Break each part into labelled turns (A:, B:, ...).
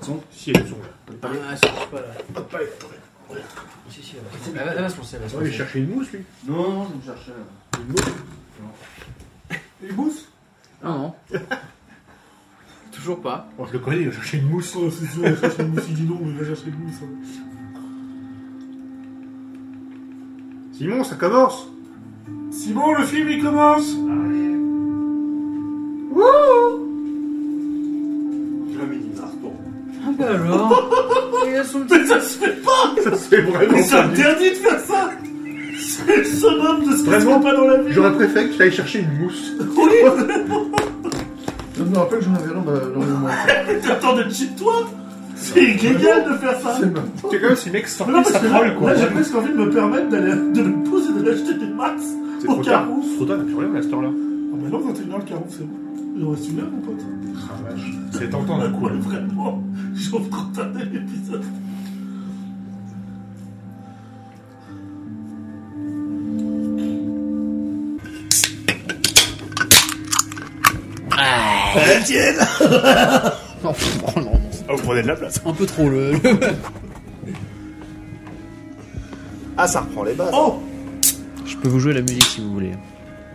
A: sont
B: Si elles sont là.
C: Ah, ça marche pas là. Ah,
B: Pas de palette.
C: Si, si, là. Là, là, c'est bon, c'est là, c'est
B: On va
C: bon.
B: aller chercher une mousse, lui.
A: Non, non, je me cherchais. euh,
B: Une mousse
A: Une mousse
C: Non, non. Toujours pas.
B: On Oh, je le connais, il va chercher une mousse.
D: Oh, c'est sûr, il cherche une mousse, il dit non, mais il va chercher une mousse. hein.
B: Simon, ça commence
D: Simon, le film, il commence
A: Je la mets une mars, bon.
C: Ah bah alors Il a son petit.
D: Ça se fait pas
B: Ça se fait
D: Mais
B: vraiment
D: c'est
B: pas bien.
D: interdit de faire ça C'est le summum de ce qui se
B: Vraiment
D: fait pas dans la vie
B: J'aurais préféré que tu ailles chercher une mousse.
E: Je me rappelle que j'en avais dans ma- dans le moment.
D: T'attends d'être chez toi C'est illégal de faire ça
E: C'est ma-
B: C'est comme si mec
D: Mais non,
B: sortait
D: parce
B: sa
D: que là,
B: troll, quoi.
D: là, j'ai presque envie de me permettre d'aller de me poser d'aller acheter des max
B: C'est
D: au
B: trop tard.
D: Carrefour.
B: C'est trop tard, tu regardes à cette heure-là.
D: Ah bah non, 21h, le Carrefour, c'est bon. Il en reste une heure, mon pote.
B: C'est tentant
D: Bah
B: d'un coup.
D: quoi, vraiment J'ouvre trop tard l'épisode.
C: Non, non, non.
B: Ah, vous prenez de la place.
C: Un peu trop le.
F: Ah, ça reprend les bases.
D: Oh
C: Je peux vous jouer la musique si vous voulez.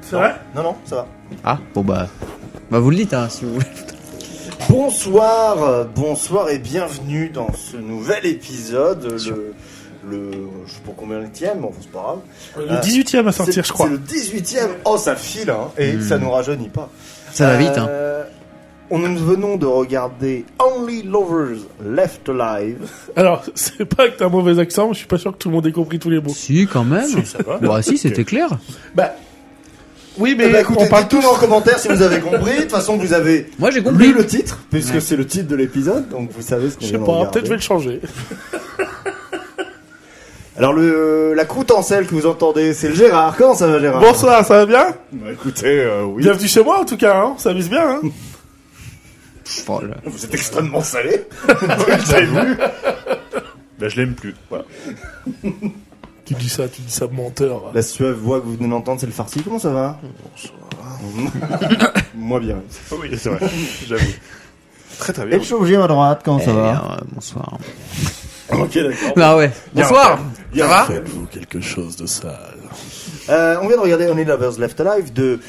D: C'est vrai
F: Non, non, ça va.
C: Ah, bon bah. Bah vous le dites hein, si vous voulez.
F: Bonsoir, euh, bonsoir et bienvenue dans ce nouvel épisode. Le, le, je sais pas combien le tième, mais enfin, c'est pas grave.
D: Le
F: Euh,
D: 18 e à
F: C'est- C'est le 18ème. Oh, ça file, hein, et
C: Hmm.
F: ça nous rajeunit pas.
C: Ça va vite hein.
F: Euh, on nous venons de regarder Only Lovers Left Alive.
D: Alors, c'est pas que t'as un mauvais accent, mais je suis pas sûr que tout le monde ait compris tous les mots.
C: Si quand même.
D: ça va.
C: Bah si c'était clair.
D: Bah. Oui,
F: Eh
D: mais bah,
F: ben, écoutez,
D: on parle
F: dites-nous
D: tous.
F: en commentaire si vous avez compris. De toute façon, vous avez
C: Moi j'ai compris.
F: lu le titre, puisque c'est le titre de l'épisode, donc vous savez ce qu'on
D: Je sais
F: vient de
D: pas,
F: regarder.
D: peut-être je vais le changer.
F: Alors le, euh, la croûte en sel que vous entendez, c'est le Gérard. Comment ça va Gérard
D: Bonsoir, ça va bien
F: Bah, écoutez, euh, oui.
D: Bienvenue chez moi en tout cas, hein ça vise bien. Hein
C: Oh là.
F: Vous êtes extrêmement salé.
B: Bah, je l'aime plus. Voilà.
D: tu dis ça, tu dis ça menteur.
F: La suave voix que vous venez d'entendre, c'est le farci. Comment ça va Moi bien.
B: Oui, c'est vrai. J'avoue. Très très
F: Et
B: bien.
F: le chauvier à droite, comment ça
C: Eh
F: va
C: bien, euh, bonsoir.
F: Ok, d'accord.
C: Bah ouais. Bonsoir. Ça va
D: Faites-vous quelque chose de sale.
F: Euh, on vient de regarder Only Lovers Left Alive de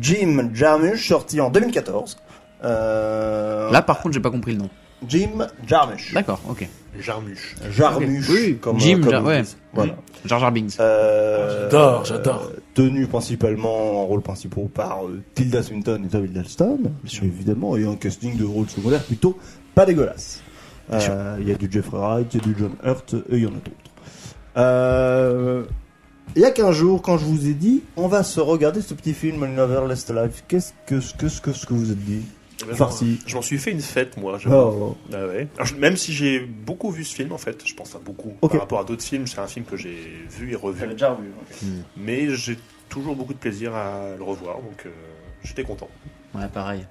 F: Jim Jarmusch, sorti en 2014. Euh,
C: Là par contre j'ai pas compris le nom.
F: Jim Jarmusch.
C: D'accord, ok.
B: Jarmuche.
F: Jarmusch.
C: Oui,
F: comme, euh,
C: Jim
F: comme
C: Jar-
F: ils
C: ouais.
F: disent. Voilà.
C: Jar Jar Binks.
F: Euh,
D: J'adore, j'adore.
F: euh, tenu principalement en rôle principaux par euh, Tilda Swinton et Tom Hiddleston, évidemment, et un casting de rôle secondaire plutôt pas dégueulasse. Euh, Il y a du Jeffrey Wright, il y a du John Hurt, et il y en a d'autres. Euh, Il y a 15 jours, quand je vous ai dit, on va se regarder ce petit film, Another Last Life, qu'est-ce que ce que, ce que, ce que vous êtes dit Farci.
G: Je m'en suis fait une fête, moi. j'avoue.
F: Oh.
G: Ah ouais. Alors, je- même si j'ai beaucoup vu ce film, en fait, je pense à beaucoup.
F: Ok.
G: Par rapport à d'autres films, c'est un film que j'ai vu et revu.
F: déjà vu.
G: Mais j'ai toujours beaucoup de plaisir à le revoir, donc euh, j'étais content.
C: Ouais, pareil.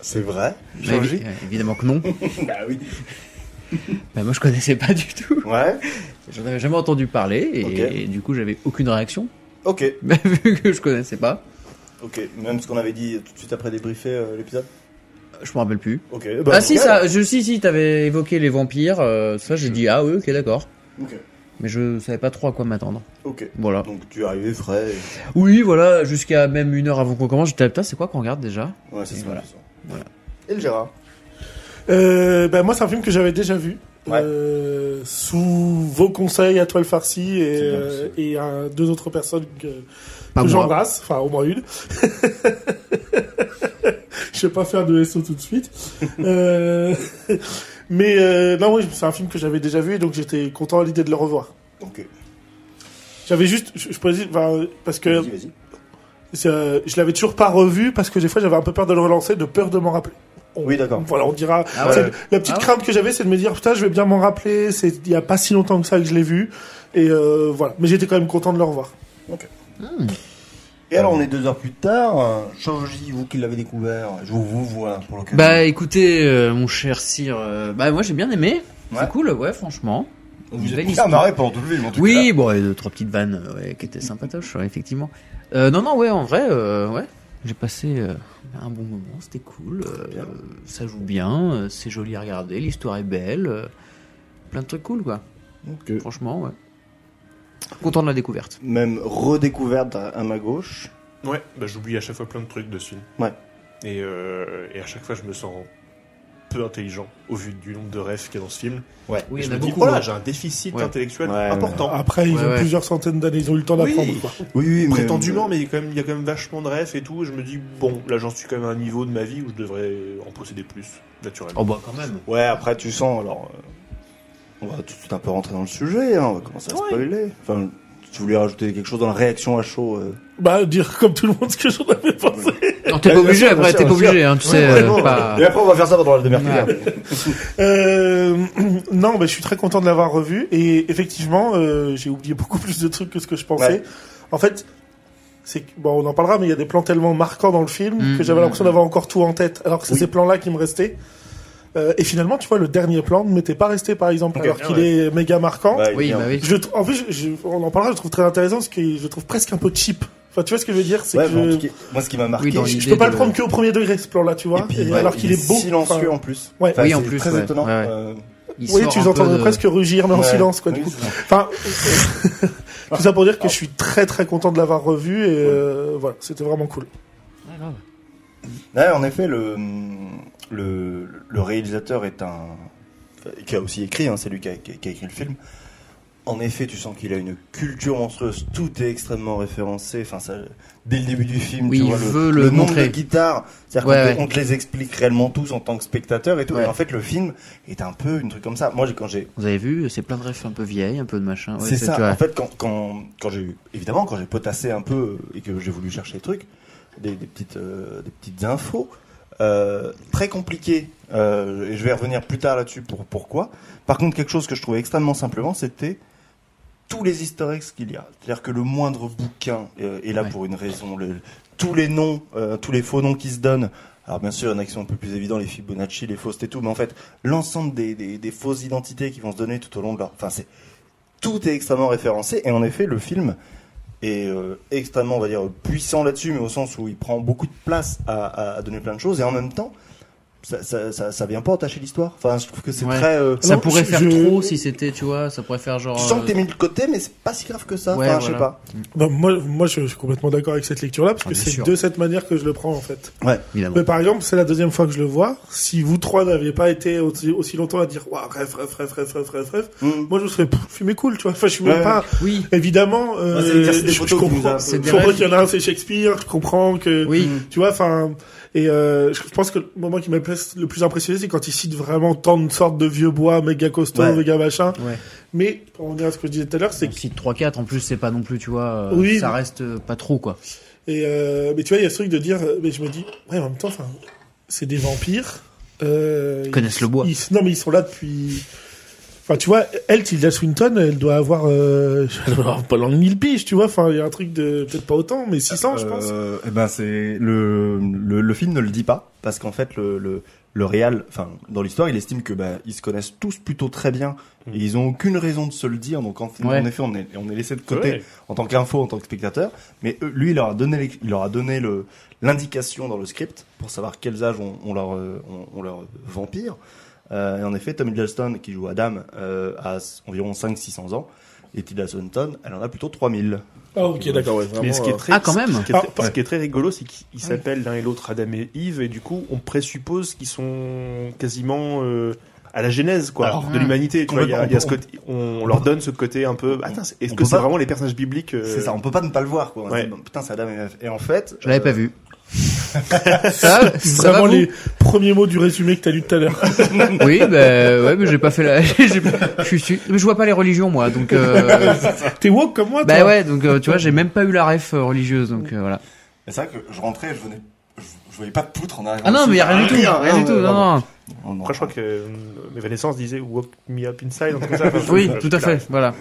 F: C'est vrai
C: Mais
F: Changé
C: évi- euh, évidemment que non.
F: Bah oui.
C: Bah moi je connaissais pas du tout.
F: Ouais,
C: J'en avais jamais entendu parler et,
F: Ok.
C: et du coup j'avais aucune réaction.
F: ok.
C: Bah, vu que je connaissais pas,
F: Ok, même ce qu'on avait dit tout de suite après débriefer euh, l'épisode
C: je me rappelle plus.
F: Ok. bah,
C: ah si
F: nickel.
C: ça, je si si t'avais évoqué les vampires, euh, ça j'ai dit ah oui ok d'accord.
F: Ok.
C: Mais je savais pas trop à quoi m'attendre.
F: Ok.
C: Voilà.
F: Donc tu es arrivé frais.
C: Oui voilà jusqu'à même une heure avant qu'on commence j'étais là, putain c'est quoi qu'on regarde déjà
F: Ouais, c'est
C: Et
F: ça.
C: voilà.
F: c'est ça.
C: Voilà.
F: Et le Gérard
D: Euh, bah, moi, c'est un film que j'avais déjà vu.
F: Ouais.
D: Euh, sous vos conseils à Toile Farci et,
F: C'est bien
D: euh, et un- deux autres personnes que,
C: Pas
D: que
C: moi.
D: j'embrasse, enfin au moins une. Je vais pas faire de SO tout de suite. Euh, mais euh, non, oui, c'est un film que j'avais déjà vu et donc j'étais content à l'idée de le revoir.
F: Ok.
D: J'avais juste, je, je précise, enfin, parce que
F: Vas-y, vas-y.
D: c'est, euh, je l'avais toujours pas revu parce que des fois j'avais un peu peur de le relancer, de peur de m'en rappeler. On-
F: Oui, d'accord.
D: Voilà, on dira.
C: Ah ouais.
D: c'est- La petite
C: Ah ouais.
D: crainte que j'avais, c'est de me dire putain, je vais bien m'en rappeler. C'est il y a pas si longtemps que ça que je l'ai vu. Et euh, voilà, mais j'étais quand même content de le revoir.
F: Et alors, on est deux heures plus tard. euh, Changy, vous qui l'avez découvert, je vous vois pour l'occasion.
C: Bah écoutez euh, mon cher sire, euh, bah moi j'ai bien aimé,
F: Ouais.
C: c'est cool ouais franchement.
F: On vous
C: belle
F: avez bien
C: histoire.
F: marré pendant tout le film. en tout
C: Oui, bon, et deux, trois petites vannes euh, ouais, qui étaient sympatoches, ouais, effectivement. Euh, non, non, ouais, en vrai, euh, ouais. J'ai passé euh, un bon moment, c'était cool. euh, ça joue bien, euh, c'est joli à regarder, l'histoire est belle. euh, plein de trucs cool, quoi.
F: Ok.
C: Franchement, ouais. Content de la découverte.
F: Même redécouverte à, à ma gauche.
G: Ouais, bah, j'oublie à chaque fois plein de trucs dessus.
F: Ouais.
G: Et, euh, et à chaque fois, je me sens peu intelligent au vu du nombre de rêves qu'il y a dans ce film.
F: Ouais.
C: Oui,
G: Et
C: il y
G: je
C: en a
G: me dis,
C: beaucoup. hein.
G: oh là,
C: ouais.
G: j'ai un déficit
C: Ouais.
G: intellectuel
F: Ouais,
G: important.
D: Après, ils
C: Ouais,
D: ont
C: ouais.
D: plusieurs centaines d'années, ils ont eu le temps d'apprendre.
G: Oui.
D: quoi.
F: Oui, oui, mais-
G: Prétendument, mais il y, a quand même, il y a quand même vachement de rêves et tout. Et je me dis, bon, là, j'en suis quand même à un niveau de ma vie où je devrais en posséder plus, naturellement.
C: Oh bah quand même.
F: Ouais, après, tu sens, alors. euh, on va tout de suite un peu rentrer dans le sujet, hein, on va commencer à spoiler. Enfin, tu voulais rajouter quelque chose dans la réaction à chaud euh,
D: Bah, dire comme tout le monde ce que j'en avais pensé.
C: Non, t'es pas
F: bien
C: obligé
F: sûr, Ah, bien
C: après,
F: sûr,
C: t'es pas
F: bien sûr.
C: obligé, hein, tu sais.
F: ouais,
C: euh,
F: non,
C: pas-
F: Et après, on va faire ça pendant la demi-heure.
D: Euh, non, mais je suis très content de l'avoir revu et effectivement, euh, j'ai oublié beaucoup plus de trucs que ce que je pensais.
F: Ouais.
D: En fait, c'est que- bon, on en parlera, mais il y a des plans tellement marquants dans le film
F: Mm.
C: Mmh,
D: que j'avais
C: mmh,
D: l'impression d'avoir encore tout en tête, alors que c'est ces plans-là qui me restaient. Euh, et finalement, tu vois, le dernier plan ne m'était pas resté, par exemple, alors qu'il est méga marquant.
F: Ah Ouais,
C: Oui,
F: bien.
C: bah oui.
D: Je, le trou- en plus, je- je- on en parlera, je le trouve très intéressant parce que je le trouve presque un peu cheap. Enfin, tu vois ce que je veux dire C'est
F: Ouais,
D: que
F: mais en
D: je,
F: tout cas, moi, ce qui m'a marqué,
C: Oui, dans
F: c'est-
C: l'idée
D: je peux pas
C: de-
D: le prendre que au premier degré, ce plan-là, tu vois.
F: et puis,
D: Et
F: ouais,
D: alors qu'il
F: il
D: est, beau.
F: silencieux
D: enfin,
F: en plus.
D: ouais.
F: Enfin,
C: Oui, en
F: c'est
C: plus,
F: Très
C: ouais,
F: étonnant.
C: ouais, ouais.
F: euh,
C: il
D: Oui,
C: sort
D: tu
C: un
D: les
C: peu
D: entendrais
C: de-
D: presque rugir, mais en
F: Ouais.
D: silence, quoi. Du
F: Oui,
D: coup.
F: c'est ça.
D: Enfin, tout ça pour dire que je suis très très content de l'avoir revu et euh, voilà, c'était vraiment cool.
C: Ouais, grave.
F: Ouais, en effet, le, le, le réalisateur est un. qui a aussi écrit, hein, c'est lui qui a, qui a- qui a écrit le film. En effet, tu sens qu'il a une culture monstrueuse, tout est extrêmement référencé. Enfin, ça, dès le début du film,
C: Oui,
F: tu
C: il
F: vois,
C: veut
F: le,
C: le
F: nombre
C: montrer.
F: de guitares, c'est-à-dire
C: Ouais,
F: qu'on te-
C: ouais.
F: on te les explique réellement tous en tant que spectateur et tout.
C: Ouais.
F: Et en fait, le film est un peu une truc comme ça. Moi, j'ai- quand j'ai
C: Vous avez vu, c'est plein de rêves un peu vieilles, un peu de machin. Ouais,
F: c'est ça.
C: tu vois.
F: En fait, quand, quand, quand j'ai eu- évidemment, quand j'ai potassé un peu et que j'ai voulu chercher des trucs, des, des petites, euh, des petites infos, euh, très compliquées. euh, et je vais revenir plus tard là-dessus pour pourquoi. Par contre, quelque chose que je trouvais extrêmement simplement, c'était tous les historiques qu'il y a. C'est-à-dire que le moindre bouquin euh, est là
C: Ouais.
F: pour une raison. Le- tous les noms, euh, tous les faux noms qui se donnent. Alors bien sûr, il y en a qui sont un peu plus évidents, les Fibonacci, les fausses et tout, mais en fait, l'ensemble des, des, des fausses identités qui vont se donner tout au long de leur... Enfin, c'est tout est extrêmement référencé et en effet le film est euh, extrêmement on va dire puissant là-dessus mais au sens où il prend beaucoup de place à, à- à donner plein de choses et en même temps ça, ça, ça, ça vient pas entacher l'histoire enfin je trouve que c'est
C: Ouais.
F: très euh,
C: Ça
D: Non,
C: pourrait
D: je-
C: faire
D: je-
C: trop si c'était, tu vois, ça pourrait faire genre.
F: tu sens que
C: euh,
F: t'es mis de côté mais c'est pas si grave que ça
C: Ouais,
F: enfin, je sais
C: voilà.
F: pas
D: Bah, moi, moi, je suis complètement d'accord avec cette lecture-là parce
C: Ah,
D: que
C: bien
D: c'est
C: sûr.
D: de cette manière que je le prends en fait.
C: évidemment.
D: Mais par exemple, c'est la deuxième fois que je le vois. Si vous trois n'aviez pas été aussi, aussi longtemps à dire waouh, rêve, rêve, rêve, rêve, rêve, rêve, rêve,
F: Mm.
D: moi je me serais pff, le film est cool, tu vois. Enfin, je suis même
F: Ouais.
D: pas.
C: Oui,
D: Évidemment, euh,
F: Ouais, c'est l'exercice des
D: je, je
F: photos qui nous a
D: comprends,
F: un peu-
D: je
C: C'est
D: comprends
C: des
D: qu'il y en a un c'est Shakespeare, je comprends que.
C: oui.
F: Mm.
D: Tu vois, enfin, et euh, je je pense que le moment qui m'a le plus- le plus impressionné, c'est quand il cite vraiment tant de sortes de vieux bois, méga costauds,
F: Ouais.
D: méga machin.
C: Ouais.
D: Mais pour revenir à ce que je disais tout à l'heure, c'est
C: On cite 3-4, en plus, c'est pas non plus, tu vois, euh,
D: Oui,
C: ça
D: mais-
C: reste euh, pas trop, quoi.
D: et euh, mais tu vois, il y a ce truc de dire, euh, mais je me dis, ouais, en même temps, enfin, c'est des vampires. Euh, ils
C: connaissent le bois.
D: ils- non, mais ils sont là depuis. Enfin, tu vois, elle, Tilda Swinton, elle doit avoir, euh, elle doit avoir pas loin de 1000 piges, tu vois. Enfin, il y a un truc de peut-être pas autant, mais 600, je pense.
F: Euh, eh ben c'est le, le le film ne le dit pas parce qu'en fait le le le réal enfin dans l'histoire il estime que bah, ils se connaissent tous plutôt très bien
D: Mm.
F: et ils ont aucune raison de se le dire donc en,
C: Ouais.
F: en effet on est on est laissé de côté
G: Ouais.
F: en tant qu'info en tant que spectateur mais eux, lui il leur a donné les- il leur a donné le l'indication dans le script pour savoir quels âges on, on leur euh, on, on leur vampire euh, et en effet Tom Hiddleston qui joue Adam euh, a s- environ 5 600 ans et Tilda Swinton elle en a plutôt 3000
D: Ah, ok, d'accord, ouais, vraiment.
G: Mais ce qui est
D: euh,
G: très,
C: Ah, quand même.
G: ce qui est très-
D: Ah, ouais.
G: ce qui est très rigolo, c'est qu'ils s'appellent l'un et l'autre Adam et Yves, et du coup, on présuppose qu'ils sont quasiment euh, à la genèse quoi,
F: Alors,
G: de l'humanité. tu vois, il y a- il y a ce
F: complètement,
G: côté- On leur donne ce côté un peu. Attends, c'est- est-ce
F: on
G: que
F: peut
G: c'est
F: pas-
G: vraiment les personnages bibliques euh,
F: C'est ça, on peut pas ne pas le voir, quoi. On se
G: Ouais.
F: dit, bon, putain, c'est Adam et Ève. Et en fait.
C: Je l'avais
F: euh,
C: pas vu. ça, ça
D: C'est vraiment
C: va, vous
D: les premiers mots du résumé que t'as lu tout à l'heure.
C: Oui, ben ouais, mais j'ai pas fait la. j'ai- Je suis su- mais je vois pas les religions moi, donc. Euh...
D: T'es woke comme moi,
C: bah
D: toi hein?
C: ouais, donc euh, tu vois, j'ai même pas eu la ref euh, religieuse, donc euh, voilà.
F: mais C'est vrai que je rentrais, je venais. Je, je voyais pas de poutre en arrière.
C: Ah non, mais y a rien du tout,
F: Rien,
C: rien
F: rien,
C: du tout,
F: non,
C: non, non.
F: On en-
G: Après, je crois que euh, Evanescence disait Walk me up inside, un truc comme ça. Enfin,
C: Oui,
G: euh,
C: tout à
G: voilà.
C: fait, voilà.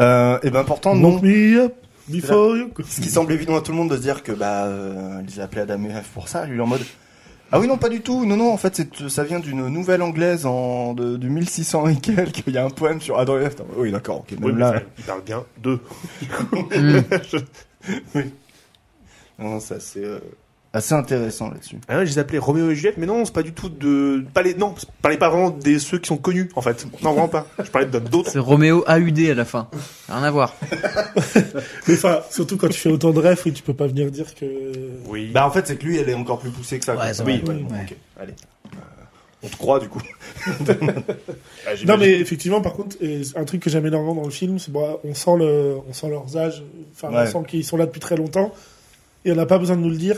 F: Euh, et ben pourtant, non.
D: Woke me up before you.
F: Ce qui semble évident à tout le monde de se dire que, bah, euh, ils appelaient Adam et Ève pour ça, lui, il est en mode. Ah oui, non, pas du tout. Non, non, en fait, c'est, ça vient d'une nouvelle anglaise en, de, du 1600 et quelques. Il y a un poème sur Adam et Ève. Attends, Oui, d'accord, ok, même
G: Oui, mais
F: là.
G: ça, ils parlent bien d'eux.
C: Mm.
F: Non, non, ça c'est. euh, assez intéressant là-dessus.
G: Ah ouais, je les appelais Roméo et Juliette, mais non, c'est pas du tout de. Pas les... Non, c'est pas les parents des ceux qui sont connus, en fait. Non, vraiment pas. Je parlais de- d'autres.
C: C'est Roméo AUD à la fin. Rien à voir.
D: Mais enfin, surtout quand tu fais autant de refs, oui, tu peux pas venir dire que.
G: Oui.
F: Bah en fait c'est que lui elle est encore plus poussée que ça. quoi.
C: Ouais, c'est
F: oui,
C: vrai.
F: ouais, bon,
C: Ouais.
F: ok, allez. Euh, on te croit du coup.
B: Ah,
D: Non
B: j'imagine.
D: mais effectivement par contre euh, un truc que j'aime énormément dans le film c'est bon, on sent le on sent leurs âges enfin
F: Ouais.
D: on sent qu'ils sont là depuis très longtemps et on n'a pas besoin de nous le dire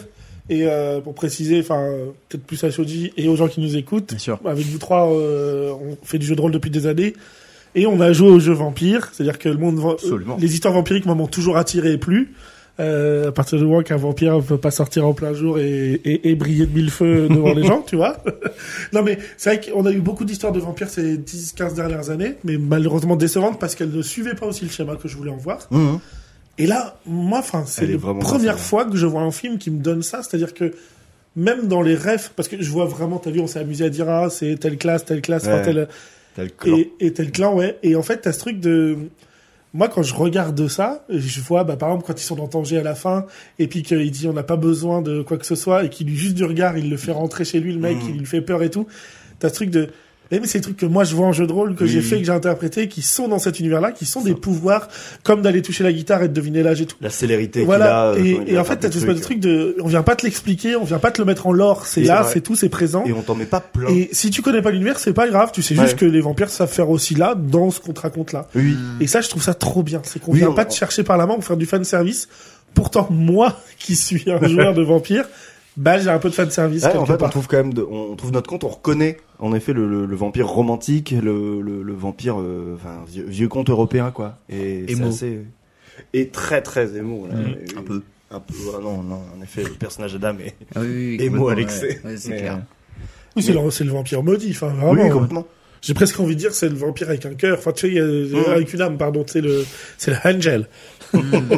D: et euh, pour préciser enfin euh, peut-être plus à Shoji et aux gens qui nous écoutent
C: Bien sûr.
D: Bah, avec vous trois euh, on fait du jeu de rôle depuis des années et on a joué au jeu vampire c'est-à-dire que le monde va-
C: Absolument.
D: les histoires vampiriques m'ont toujours attiré et plu euh, à partir du moment qu'un vampire peut pas sortir en plein jour et, et, et briller de mille feux devant les gens, tu vois. non mais c'est vrai qu'on a eu beaucoup d'histoires de vampires ces 10-15 dernières années, mais malheureusement décevantes parce qu'elles ne suivaient pas aussi le schéma que je voulais en voir. Et là, moi, enfin, c'est
F: Mmh. Elle est
D: la
F: vraiment
D: première
F: bien, celle-là.
D: fois que je vois un film qui me donne ça, c'est-à-dire que même dans les rêves, parce que je vois vraiment, t'as vu, on s'est amusé à dire ah c'est telle classe, telle classe, enfin,
F: Ouais.
D: telle,
F: T'as le clan.
D: et, et tel clan, ouais. Et en fait, t'as ce truc de. Moi, quand je regarde ça, je vois, bah, par exemple, quand ils sont dans Tanger à la fin, et puis qu'il dit on n'a pas besoin de quoi que ce soit, et qu'il lui juste du regard, il le fait rentrer chez lui, le mec,
F: Mhm.
D: il lui fait peur et tout. T'as ce truc de. Eh, mais c'est des trucs que moi je vois en jeu de rôle, que
F: Oui,
D: j'ai
F: oui.
D: fait, que j'ai interprété, qui sont dans cet univers-là, qui sont des pouvoirs, comme d'aller toucher la guitare et de deviner l'âge et tout.
F: La célérité
D: Voilà.
F: qu'il a. euh,
D: et
F: quand il
D: et
F: va
D: en fait,
F: faire
D: t'as
F: des
D: cette espèce de
F: trucs.
D: truc de, on vient pas te l'expliquer, on vient pas te le mettre en lore, c'est
F: Et c'est
D: là,
F: vrai.
D: c'est tout, c'est présent.
F: Et on t'en met pas plein.
D: Et si tu connais pas l'univers, c'est pas grave. Tu sais juste
F: Ouais.
D: que les vampires savent faire aussi là, dans ce qu'on te raconte là.
F: Oui.
D: Et ça, je trouve ça trop bien. C'est qu'on
F: Mm. Oui,
D: vient
F: on-
D: pas te chercher par la main pour faire du fan service. Pourtant, moi, qui suis un joueur de vampire, bah, j'ai un peu de fan service
F: Ouais,
D: quelque
F: en fait, on
D: part.
F: trouve quand même, de- on on trouve notre compte, on reconnaît en effet le, le- le vampire romantique, le, le- le vampire, euh, enfin vieux, vieux conte européen quoi. Et c'est
C: Émo.
F: assez- et très très émo. Là.
C: Mhm.
F: Et-
C: Un peu.
F: Un peu. ah non, non, en effet, le personnage d'Adam est
C: Ah oui, oui, oui,
F: émo à
C: complètement,
F: l'excès.
C: ouais. Ouais, c'est
F: Mais,
C: clair.
D: Oui, c'est
F: mais-
D: le, c'est le vampire maudit. Enfin,
F: euh,
D: vraiment.
F: oui, complètement.
D: J'ai presque envie de dire c'est le vampire avec un cœur. Enfin, tu sais, il y a-
F: Mhm.
D: avec une âme, pardon. C'est le, c'est le angel.
F: euh,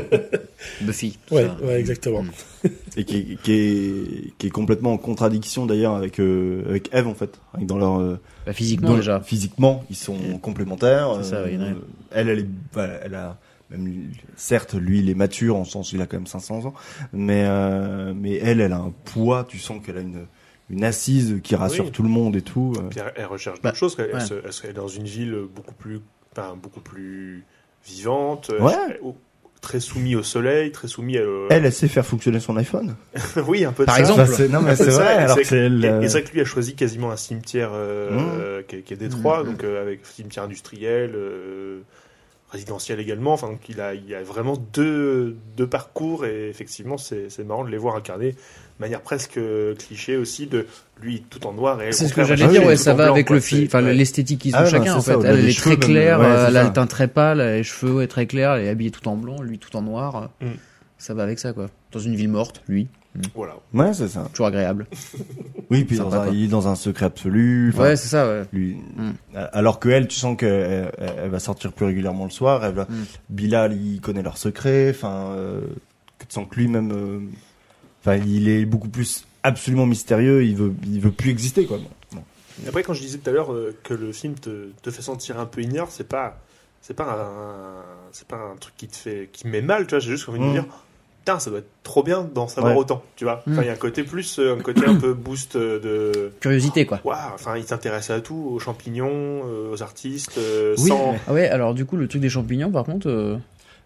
C: Buffy. tout
D: Ouais,
C: ça.
D: ouais, exactement.
C: Mm.
F: Et qui, qui est, qui est complètement en contradiction d'ailleurs avec euh, avec Eve en fait, Avec dans leur euh,
C: Bah, physiquement
F: dans-
C: déjà.
F: Physiquement, ils sont complémentaires.
C: C'est ça,
F: euh,
C: oui, il y en a.
F: elle, elle, est, voilà, elle a même, certes, lui, il est mature en ce sens, il a quand même 500 ans, mais euh, mais elle, elle a un poids. Tu sens qu'elle a une une assise qui rassure
G: Oui.
F: tout le monde et tout. euh.
G: Puis elle, elle recherche
C: Bah,
G: d'autres choses. Elle,
C: ouais.
G: se- elle se- elle est dans une ville beaucoup plus, enfin, beaucoup plus vivante, euh,
F: Ouais.
G: au- très soumise au soleil, très soumise à. euh,
F: Elle, elle sait faire fonctionner son iPhone.
G: oui, un peu de
C: Par
G: ça.
C: exemple.
F: Enfin, c'est- non, mais c'est
G: C'est ça,
F: vrai.
G: et
F: alors
G: c'est-
F: que c'est elle,
G: Et, et
F: euh,
G: c'est vrai que lui a choisi quasiment un cimetière euh,
F: Mmh.
G: euh, qui, est, qui est Détroit,
C: Mmh.
G: donc euh, avec cimetière industriel, euh, résidentiel également. Enfin, donc il a, il a vraiment deux, deux parcours et effectivement, c'est c'est marrant de les voir incarner de manière presque euh, cliché aussi de lui tout en noir et elle,
C: C'est
G: au
C: ce que
G: contraire,
C: j'allais
F: ah
G: elle,
C: dire,
G: elle
F: oui,
C: ouais,
G: est
C: ça
G: tout en
C: va
G: blanc,
C: avec
G: quoi.
C: le fil,
G: C'est-
C: enfin
G: ouais.
C: l'esthétique qu'ils ont
F: Ah ouais,
C: chacun
F: non,
C: en
F: c'est ça,
C: fait.
F: au-delà
C: Elle, elle
F: des
C: est très
F: cheveux, même.
C: claire,
F: Ouais,
C: euh,
F: c'est
C: elle a
F: ça.
C: le teint très pâle, elle a les cheveux ouais, très clairs, elle est habillée tout en blanc, lui tout en noir.
G: Mm.
C: Ça va avec ça quoi. Dans une ville morte, lui,
G: Voilà.
F: Ouais, c'est ça.
C: toujours agréable.
F: Oui, puis dans
C: Sympa,
F: un,
C: quoi.
F: il est dans un secret absolu. enfin,
C: Ouais, c'est ça. Ouais.
F: lui-
C: Mm.
F: Alors que elle, tu sens qu'elle elle va sortir plus régulièrement le soir. Elle va...
C: Mm.
F: Bilal, il connaît leurs secrets. Enfin, euh, que tu sens que lui-même, euh, enfin, il est beaucoup plus absolument mystérieux. Il veut, il veut plus exister, quoi. Bon, bon.
G: Après, quand je disais tout à l'heure euh, que le film te, te fait sentir un peu ignore, c'est pas, c'est pas un, c'est pas un truc qui te fait, qui met mal, tu vois. J'ai juste envie de
F: Mm.
G: me dire, putain, ça doit être trop bien d'en savoir
F: Ouais.
G: autant, tu vois.
C: Mm.
G: Enfin, il y a un côté plus, euh, un côté un peu boost euh, de,
C: Curiosité quoi.
G: waouh. Enfin, il s'intéresse à tout, aux champignons, euh, aux artistes, euh,
F: Oui,
G: sans.
C: Ah ouais, alors du coup le truc des champignons par contre. euh,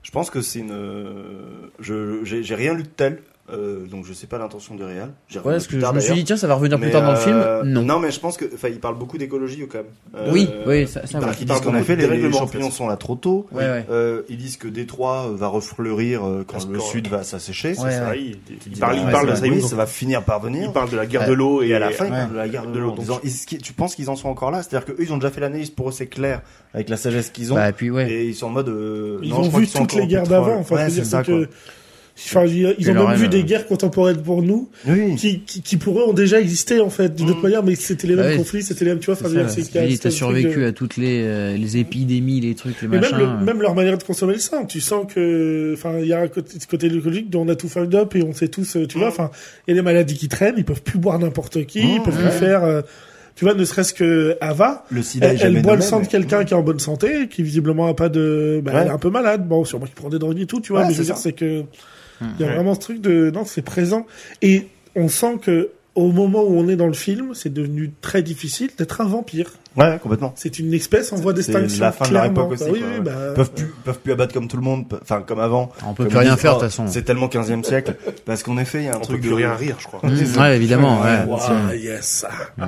F: Je pense que c'est une. euh, Je, j'ai, j'ai rien lu de tel, euh, donc je sais pas l'intention de Réal. J'ai
C: Ouais,
F: revu
C: parce
F: Euh, plus
C: que je
F: tard,
C: me suis
F: d'ailleurs.
C: dit tiens ça va revenir
F: Mais,
C: plus tard dans le
F: euh,
C: film. Non.
F: Non, mais je pense que, enfin, il parle beaucoup d'écologie, quand même. Euh,
C: Oui, oui, ça,
F: Il
C: ça
F: parle,
C: va.
F: ils
G: parle
F: disent qu'en
G: beaucoup
F: effet,
G: de
F: les, les
G: dérèglement, en fait.
F: champignons sont là trop tôt.
C: Ah Ouais, ouais.
F: Euh, ils disent que Détroit euh, va refleurir euh, quand
G: Parce
F: le
G: que-
F: sud va s'assécher.
C: Ouais,
G: Ça,
C: ouais.
G: il, il
F: Tu dis,
G: parle,
F: bah,
G: il
C: ouais,
G: parle de
F: ça,
G: ça,
F: va- oui,
G: il-
F: ça va finir par venir.
G: il parle de la guerre
C: Ouais.
G: de l'eau
F: Et à la fin, ils
C: Ouais.
F: parlent de la garde de l'eau. en
G: Donc,
F: disant, ils- ce qui- tu penses qu'ils en sont encore là C'est-à-dire qu'eux, ils ont déjà fait l'analyse pour eux, c'est clair, avec la sagesse qu'ils ont.
C: Bah et puis ouais.
F: Et ils sont en mode. euh,
D: Ils
F: non, je
D: ont
F: crois
D: vu
F: qu'ils sont
D: toutes
F: encore
D: les
F: au
D: guerres
F: pétrole.
D: d'avant. Enfin,
F: Ouais,
D: je veux
F: c'est
D: dire,
F: ça,
D: c'est que. Enfin, je veux dire, ils
C: Et
D: ont
C: leur
D: même
C: rêve,
D: vu des
C: euh,
D: guerres contemporaines pour nous.
F: quoi. Oui.
D: qui, qui, qui pour eux ont déjà existé en fait d'une
F: Mm.
D: autre manière mais c'était les
C: Bah
D: mêmes
C: oui.
D: conflits c'était les mêmes tu vois
C: C'est
D: Fabien,
C: ça,
D: Ah, c'est
C: c'est
D: qu'il y a
C: qu'il dit,
D: ce
C: T'as
D: truc
C: survécu
D: de-
C: à toutes les, euh, les épidémies, les trucs, les
D: mais
C: machins.
D: même, le-
C: euh.
D: même leur manière de consommer le sang tu sens que enfin il y a un côté, ce côté écologique dont on a tout fucked up et on sait tous euh, tu vois enfin il y a des maladies qui traînent ils peuvent plus boire n'importe qui ils
F: Mmh,
D: peuvent
C: ouais.
D: plus faire euh, tu vois ne serait-ce que Ava
F: Le sida est
D: elle,
F: jamais
D: elle boit le
F: nommé,
D: sang de
F: mais-
D: quelqu'un qui est en bonne santé qui visiblement a pas de bah,
F: Ouais.
D: elle est un peu malade bon sûrement qu'il prend des drogues et tout tu vois
F: Ouais, Mm.
D: mais je veux
F: c'est
D: dire
F: ça.
D: c'est que il y a
G: Ouais.
D: vraiment ce truc de non c'est présent et on sent que au moment où on est dans le film, c'est devenu très difficile d'être un vampire.
F: Ouais, complètement.
D: C'est une espèce en voie
F: C'est
D: d'extinction.
F: la fin de leur
D: clairement,
F: époque aussi,
D: quoi. Oui,
F: quoi,
D: oui,
F: ouais.
D: bah,
F: Ils peuvent plus, peuvent plus abattre comme tout le monde, pe- enfin comme avant.
C: On peut
F: Comme
C: plus
F: ils
C: rien
F: disent,
C: faire de
F: oh,
C: toute façon.
F: C'est tellement 15e siècle. Parce qu'en effet, il y a un
G: On peut
F: truc
G: plus
F: de
G: rien rire, je crois.
C: Mmh,
F: c'est ça.
C: ouais, évidemment.
F: Ouais,
C: ouais,
D: waouh,
C: c'est-
D: yes.
C: mmh.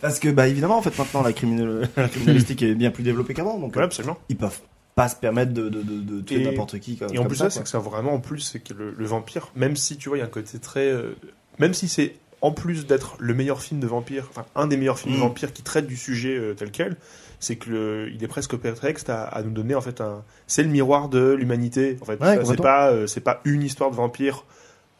F: Parce que bah évidemment, en fait, maintenant la, criminel- la criminalistique est bien plus développée qu'avant, donc
G: Ouais,
F: euh,
G: absolument.
F: ils peuvent pas se permettre de, de, de, de tuer
G: Et-
F: n'importe qui. Comme,
G: Et en
F: comme
G: plus,
F: ça,
G: ça, c'est que ça vraiment, en plus, c'est que le, le vampire, même si tu vois, il y a un côté très. euh, même si c'est en plus d'être le meilleur film de vampire, enfin, un des meilleurs films
F: Mm.
G: de vampire qui traite du sujet euh, tel quel, c'est que le, il est presque prétexte à, à nous donner, en fait, un. C'est le miroir de l'humanité, en fait. Ça, c'est
F: complètement.
G: pas, euh, c'est pas une histoire de vampire,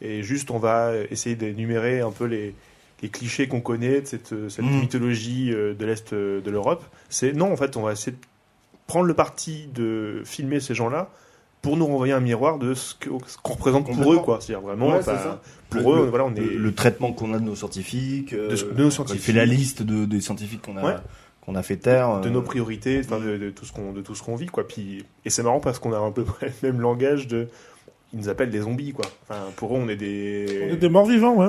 G: et juste on va essayer d'énumérer un peu les. Les clichés qu'on connaît de cette, euh, cette
F: Mm.
G: mythologie euh, de l'Est euh, de l'Europe, c'est non, en fait, on va essayer de prendre le parti de filmer ces gens-là pour nous renvoyer un miroir de ce que- ce qu'on représente pour eux,
F: Complètement.
G: quoi. C'est-à-dire vraiment,
F: Ouais,
G: bah,
F: c'est ça.
G: pour
F: Le-
G: eux, voilà, on est
F: Le, le traitement qu'on a de nos scientifiques, euh,
G: de, ce- de nos
F: quand il
G: scientifiques,
F: fait la liste de, des scientifiques qu'on a,
G: Ouais.
F: qu'on a fait taire.
G: de
F: euh,
G: nos priorités, enfin, de, de tout ce qu'on, de tout ce qu'on vit, quoi. Puis, et c'est marrant parce qu'on a un peu près le même langage de, ils nous appellent des zombies, quoi. Enfin, pour eux, on est
D: On
G: des,
D: est des morts vivants, ouais.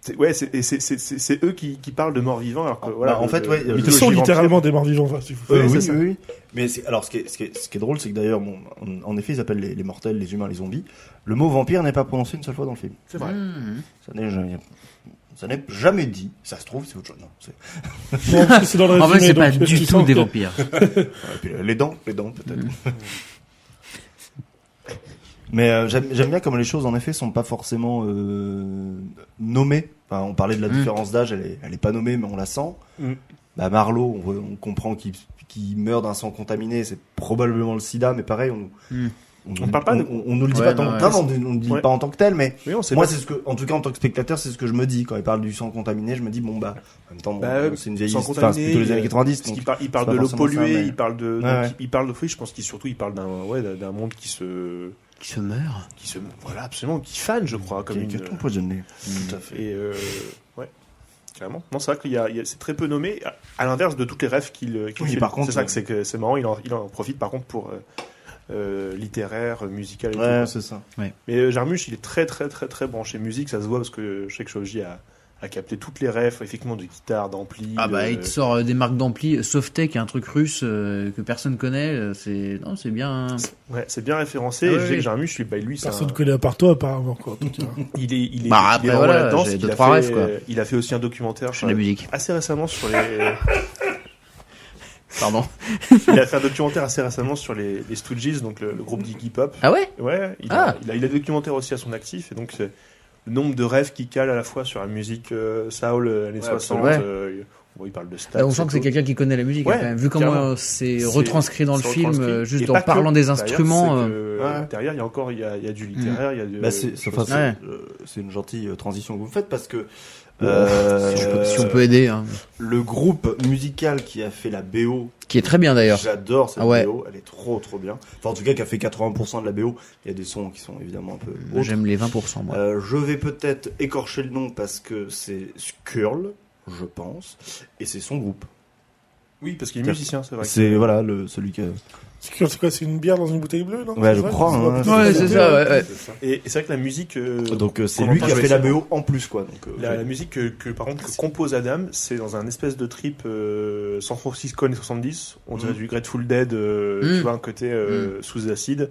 G: C'est- ouais, c'est, et c'est, c'est, c'est- c'est eux qui, qui parlent de morts vivants, alors que
F: Bah,
G: voilà.
F: en
G: le-
F: fait, ouais,
G: le-
F: ils
D: Ils
G: mythologie
D: sont
G: vampire,
D: littéralement des morts vivants. enfin, si vous
F: Euh,
D: voulez.
F: oui,
G: c'est
F: oui,
G: ça.
F: oui. Mais c'est- alors, ce qui est, ce qui est- ce qui est drôle, c'est que d'ailleurs, bon, en, en effet, ils appellent les, les mortels, les humains, les zombies. Le mot vampire n'est pas prononcé une seule fois dans le film.
G: C'est vrai.
C: Mmh.
F: Ça n'est jamais, ça n'est jamais dit. Ça se trouve, c'est autre chose. Non, c'est-
D: Non, parce que Ah, c'est dans le
C: En vrai,
D: résumé,
C: c'est pas
D: donc, tu
C: du tout
D: sens
C: des
D: que-
C: vampires.
F: Ah, et puis, euh, les dents, les dents peut-être. Mais euh, j'aime j'aime bien comme les choses en effet sont pas forcément euh, nommées. Enfin, on parlait de la
C: Mm.
F: différence d'âge, elle est, elle est pas nommée, mais on la sent.
G: Mm.
F: Bah Marlowe, on, voit- on comprend qu'il qu'il meurt d'un sang contaminé, c'est probablement le sida, mais pareil, on nous,
C: Mm.
F: on,
G: On parle pas de-
F: on- on nous le dit
C: Ouais,
F: pas, tant-
C: non, ouais.
F: non, non, on, on le dit
G: Ouais.
F: pas en tant que tel, mais
G: Oui, on sait
F: moi
G: pas
F: c'est ce que, en tout cas en tant que spectateur, c'est ce que je me dis quand il parle du sang contaminé, je me dis bon bah, en même temps, bon,
G: Bah,
F: c'est une vieille,
G: sang
F: enfin, c'est
G: contaminé,
F: plutôt les
G: euh,
F: années 90.
G: Parce
F: donc-
G: qu'il parle, il parle
F: c'est
G: de
F: pas
G: l'eau
F: forcément ça,
G: polluée,
F: mais-
G: il parle de, donc,
F: Ouais, ouais.
G: il- il parle de fruits. Je pense qu'il surtout, il parle d'un, ouais, d'un- d'un monde qui se,
C: Qui se meurent.
G: qui se, voilà, absolument, qui fan, je crois, comme une,
F: Quelqu'un qui empoisonné. euh, Tout à fait.
G: Et euh, ouais, clairement. Non, c'est vrai qu'il y a, il y a- c'est très peu nommé, à, à l'inverse de toutes les rêves qu'il euh, qu'il
F: Oui,
G: fait.
F: par contre,
G: c'est ça
F: euh,
G: que c'est que c'est marrant. Il en, il en profite par contre pour euh, euh, littéraire, musical. Et
F: Ouais,
G: tout.
F: c'est ça.
G: Mais euh, Jarmusch, il est très très très très branché musique. Ça se voit parce que je sais que Shoji a, a capté toutes les rêves, effectivement, de guitare, d'ampli.
C: Ah bah,
G: de-
C: il te sort euh, des marques d'ampli. Softec, un truc russe euh, que personne connaît. euh, C'est non, c'est bien. hein.
G: Ouais, c'est bien référencé.
C: Ah
G: et je
C: oui,
G: sais
C: oui.
G: que Jarmusch, lui, bah, lui, c'est
D: Personne
G: un-
D: connaît à part toi, apparemment, quoi.
C: Mm.
D: Donc, euh,
G: il est, il est,
C: Bah,
G: il
C: après,
G: est vraiment
C: voilà,
G: là-dedans,
C: j'ai
G: c'est
C: deux,
G: qu'il a
C: trois
G: fait,
C: rêves, quoi.
G: euh, Il a fait aussi un documentaire
C: Je fais de la
G: euh,
C: musique.
G: assez récemment sur les.
C: Pardon.
G: il a fait un documentaire assez récemment sur les, les Stooges, donc le, le groupe d'Iggy Pop.
C: Ah ouais
G: Ouais, il,
C: Ah.
G: a, il a il a des documentaires aussi à son actif, et donc c'est le nombre de rêves qui calent à la fois sur la musique euh, soul euh, années 60.
C: absolument.
G: euh, bon, il parle de stats.
C: Bah, On sent que c'est
G: tout.
C: quelqu'un qui connaît la musique.
G: Ouais,
C: hein, quand même. Vu comment
G: carrément.
C: euh, c'est
G: C'est-
C: retranscrit dans le
G: c'est
C: film,
G: retranscrit.
C: euh,
G: Et
C: juste
G: pas
C: en
G: que.
C: parlant des
G: D'ailleurs,
C: instruments.
G: c'est
C: euh, Mm.
G: que,
F: Ouais.
G: Derrière, il y a encore il y a, il y a du littéraire, il y a de.
F: Bah, c'est c'est- enfin, c'est,
C: Ouais.
F: euh, c'est une gentille euh, transition que vous faites parce que
C: si, je peux-
F: euh,
C: si on peut aider, hein.
F: le groupe musical qui a fait la BO,
C: qui est très bien d'ailleurs.
F: j'adore cette
C: Ah ouais.
F: BO, elle est trop trop bien. Enfin en tout cas qui a fait 80% de la BO, il y a des sons qui sont évidemment un peu autres.
C: J'aime les 20% moi.
F: Euh, je vais peut-être écorcher le nom parce que c'est Skurl, je pense, et c'est son groupe.
G: Oui, parce qu'il est musicien, c'est vrai.
F: C'est voilà le celui qui a...
D: C'est quoi- c'est quoi C'est une bière dans une bouteille bleue, non
F: Ouais, je
D: C'est ça
F: crois,
D: pas-
F: hein, c'est Ouais,
C: c'est ça, ouais, ouais.
G: Et, et c'est vrai que la musique. euh,
F: donc euh, c'est
G: qu'on
F: lui
G: entend
F: qui a
G: jouer
F: fait la
G: ça.
F: BO en plus quoi. Donc euh,
G: La, la musique que, que, par contre que compose Adam, c'est dans un espèce de trip euh, San Francisco années 70. On dirait
F: Mm.
G: du Grateful Dead, euh,
C: Mm.
G: tu vois, un côté euh, sous acide.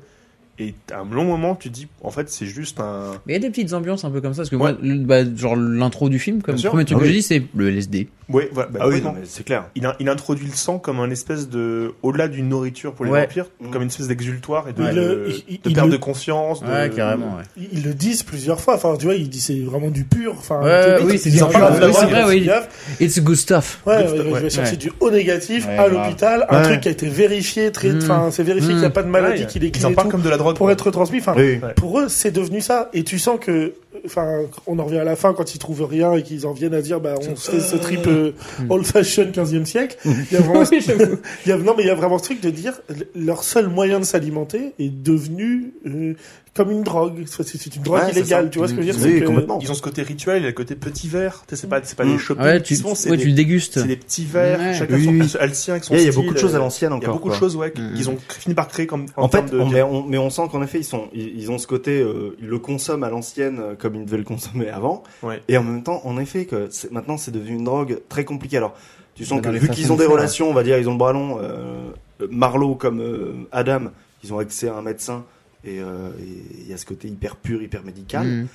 G: Et à un long moment, tu te dis, en fait, c'est juste un.
C: Mais il y a des petites ambiances un peu comme ça, parce que
G: Ouais.
C: moi, le- bah, genre l'intro du film, comme le
G: Bien sûr.
C: premier truc
F: Ah
C: que
F: oui.
C: j'ai dit, c'est le LSD.
G: Ouais, voilà, bah,
F: ah oui,
G: complètement.
F: non, mais c'est clair.
G: il, a- il introduit le sang comme un espèce de. Au-delà d'une nourriture pour les
C: Ouais.
G: vampires,
F: Mm.
G: comme une espèce d'exultoire et de,
D: Il le- il- il-
G: de
D: il
G: perte
D: le-
G: de conscience. De,
C: Euh, ouais.
D: Ils ils le disent plusieurs fois. Enfin, tu vois, ils disent c'est vraiment du pur. Enfin,
C: Ouais,
D: tu vois,
C: oui,
D: ils
C: c'est
D: disent
C: du
D: en
C: pur. Ah,
D: parlant
C: Oui,
D: de la
C: c'est
D: drogue,
C: vrai, oui.
D: ils font gaffe.
C: It's good stuff.
D: Ouais,
G: Good
D: ouais,
G: stuff,
D: je vais
G: ouais.
D: chercher du O négatif
C: Ouais,
D: à
C: grave.
D: l'hôpital, un
F: Ouais.
D: truc qui a été vérifié, très,
C: Mm.
D: enfin, c'est vérifié
C: Mm.
D: qu'il n'y a pas de maladie,
G: Ouais,
D: qu'il est
G: Ils en
D: clean et
G: parlent
D: tout,
G: comme de la drogue.
D: pour
G: quoi.
D: être transmis. Enfin,
F: Oui.
G: Ouais.
D: pour eux, c'est devenu ça. Et tu sens que, enfin, on en revient à la fin quand ils trouvent rien et qu'ils en viennent à dire, bah, on se fait ce trip euh,
F: Mm.
D: old fashion 15e siècle. Il y a vraiment,
C: Oui, j'avoue.
D: il y a- non, mais il y a vraiment ce truc de dire, le- leur seul moyen de s'alimenter est devenu euh, comme une drogue. C'est- C'est une drogue
F: Ouais, c'est
D: illégale,
F: ça.
D: tu vois ce que je veux dire
F: Oui,
D: c'est que-
F: complètement.
G: Ils ont ce côté rituel, il y a le côté petit verre. Tu sais, c'est pas, c'est pas
F: Mm.
G: des chopins
C: Ouais,
G: qui
C: tu,
G: se font, c'est
C: ouais,
G: des-
C: tu le dégustes.
G: C'est des petits verres,
C: Ouais.
G: chacun
F: Oui,
G: son,
F: oui.
G: a- a le sien avec son
F: Il y a- il y a
G: style,
F: beaucoup de choses à
G: euh,
F: l'ancienne
G: Il y a
F: encore.
G: beaucoup
F: quoi.
G: de choses ouais, qu-
C: Mhm.
G: qu'ils ont fini par créer comme
F: En fait,
G: termes de-
F: on, mais, on, mais on sent qu'en effet, ils, sont, ils, ils ont ce côté, euh, ils le consomment à l'ancienne, euh, comme ils devaient le consommer avant.
G: Ouais.
F: Et en même temps, en effet, que c'est- maintenant c'est devenu une drogue très compliquée. Alors, tu sens
B: Bah,
F: que
B: dans les
F: vu
B: façons
F: qu'ils ont
B: de
F: des
B: faire,
F: relations, on va dire, ils ont le bras long, euh, Marlowe comme euh, Adam, ils ont accès à un médecin et euh, et il y a ce côté hyper pur, hyper médical.
C: Mm.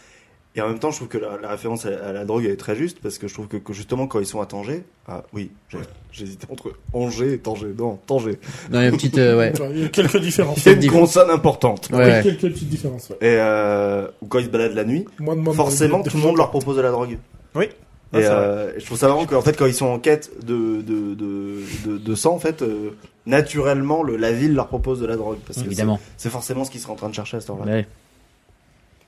F: Et en même temps, je trouve que la, la référence à, à la drogue elle est très juste parce que je trouve que, que justement quand ils sont à Tanger, ah oui, j'ai- j'hésitais entre Angers et Tanger, non, Tanger.
C: Dans les petites. euh, ouais.
D: Enfin, Il y a quelques différences.
F: C'est une consonne importante.
C: Ouais,
D: Il y a
C: ouais.
D: quelques petites différences, ouais.
F: Et euh, ou quand ils se baladent la nuit,
D: Moins de moins de-
F: forcément
D: de-
F: tout le monde leur propose de la drogue.
G: Oui.
F: Et,
G: Ah, c'est
F: euh, et je trouve ça marrant qu'en fait quand ils sont en quête de de de de, de ça en fait euh, naturellement le, la ville leur propose de la drogue parce que
C: Évidemment.
F: c'est- c'est forcément ce qu'ils seraient en train de chercher à cette heure-là.
C: Bah Ouais.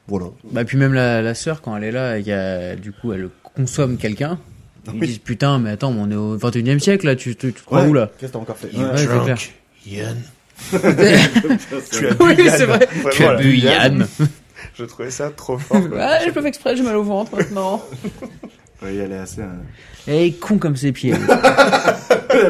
F: Voilà.
C: Bah, puis même la, la sœur, quand elle est là, il y a, du coup, elle consomme quelqu'un. Ils
F: Oui.
C: disent putain, mais attends, mais on est au 21 e siècle là, tu, tu, tu te crois
F: Ouais.
C: où là
F: Qu'est-ce que t'as encore fait
C: Ouais, c'est clair.
G: Yann.
F: Tu as bu,
C: Oui,
F: Yann.
C: c'est vrai.
G: Vraiment,
C: Tu as
G: là.
C: bu Yann.
G: Je trouvais ça trop fort. quoi.
C: je peux faire exprès, j'ai mal au ventre maintenant.
F: Oui, elle est assez. euh,
C: Et con comme ses pieds.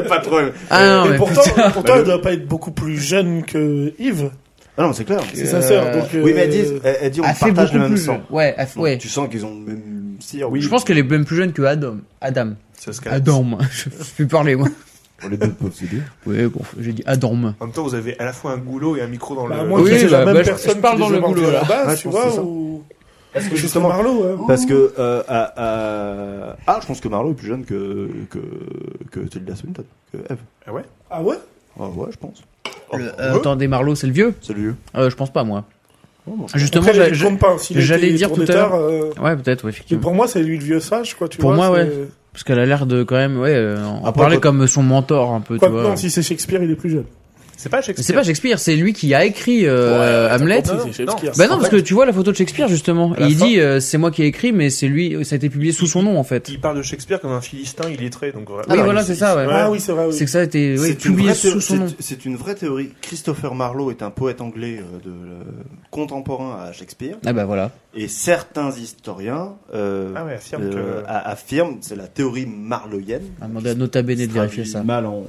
F: pas trop.
C: Ah non,
D: Et
C: mais
D: pourtant,
C: putain.
F: Bah,
D: pourtant, elle doit pas être beaucoup plus jeune que Yves.
F: Ah non, c'est clair.
D: C'est
C: Euh,
D: sa sœur, donc.
F: Oui, mais elle
D: euh,
F: dit, elle, elle dit on
C: Elle fait
F: partage le
C: Ah, beaucoup
F: même
C: plus
F: sang.
C: jeune. Ouais, elle fait-
F: Donc,
C: ouais.
F: Tu sens qu'ils ont le même cire.
G: Oui.
C: Je pense qu'elle est même plus jeune que Adam. Adam.
G: C'est ce qu'elle a dit.
C: Adam. Je je peux parler, moi.
F: les deux peuvent se dire.
C: Ouais, bon, j'ai dit Adam.
G: En même temps, vous avez à la fois un goulot et un micro dans
D: bah, à
G: le.
D: moins
C: Oui,
D: que c'est
C: bah,
D: la même
C: bah, je-
D: personne
C: je parle
D: qui
C: dans
D: les
C: le
D: a
C: boulot,
D: montés à
C: là.
D: la base,
F: Ouais, je
D: tu
F: pense que c'est
D: vois,
F: ça.
D: ou.
F: Parce que
D: Parce que
F: justement.
D: Marlowe, hein.
F: Parce que. Euh, à- à- Ah, je pense que Marlowe est plus jeune que. que. que Tilda Swinton. Que Eve.
D: Ah ouais
F: Ah ouais, je pense.
C: Le- euh, attendez, Marlowe, c'est le vieux
F: C'est le vieux.
C: Euh, Je pense pas, moi.
F: Oh, bon.
C: Justement,
D: Après,
C: j'a-
D: je
C: j'a-
D: compte pas. S'il
C: j'allais
D: était
C: dire
D: tourné
C: tout à l'heure.
D: tard, euh,
C: Ouais, peut-être, ouais,
D: mais
C: effectivement.
D: pour moi, c'est lui le vieux sage, quoi, tu
C: Pour
D: vois.
C: moi,
D: c'est-
C: Parce qu'elle a l'air de quand même, ouais, euh, en
F: Après,
C: parler
F: quand-
C: comme son mentor un peu,
D: Quoi
C: tu
D: que
C: vois.
D: non, si c'est Shakespeare, il est plus jeune.
G: C'est pas
C: Mais C'est
G: Shakespeare.
C: pas Shakespeare, c'est lui qui a écrit euh, Hamlet.
D: Si,
G: non,
D: c'est Shakespeare.
C: Bah non, parce que tu vois la photo de Shakespeare justement.
G: À
C: Et
G: la
C: il
G: fin-
C: dit euh, c'est moi qui ai écrit, mais c'est lui, ça a été publié sous son nom en fait.
G: Il parle de Shakespeare comme un philistin illettré, donc voilà.
C: Oui, voilà, c'est ça, ouais.
D: Ah oui, c'est vrai, oui.
C: C'est que ça a été ouais,
F: C'est une
C: publié
F: vraie
C: sous
F: théo-
C: son nom.
F: c'est- C'est une vraie théorie. Christopher Marlowe est un poète anglais euh, de, euh, contemporain à Shakespeare.
C: Ah bah voilà.
F: Et certains historiens euh,
G: Ah ouais, affirme
F: euh,
G: que.
F: a- affirment, c'est la théorie marlowienne,
C: On a demandé à Nota Bene de
F: se
C: vérifier
F: traduit
C: ça.
F: mal en,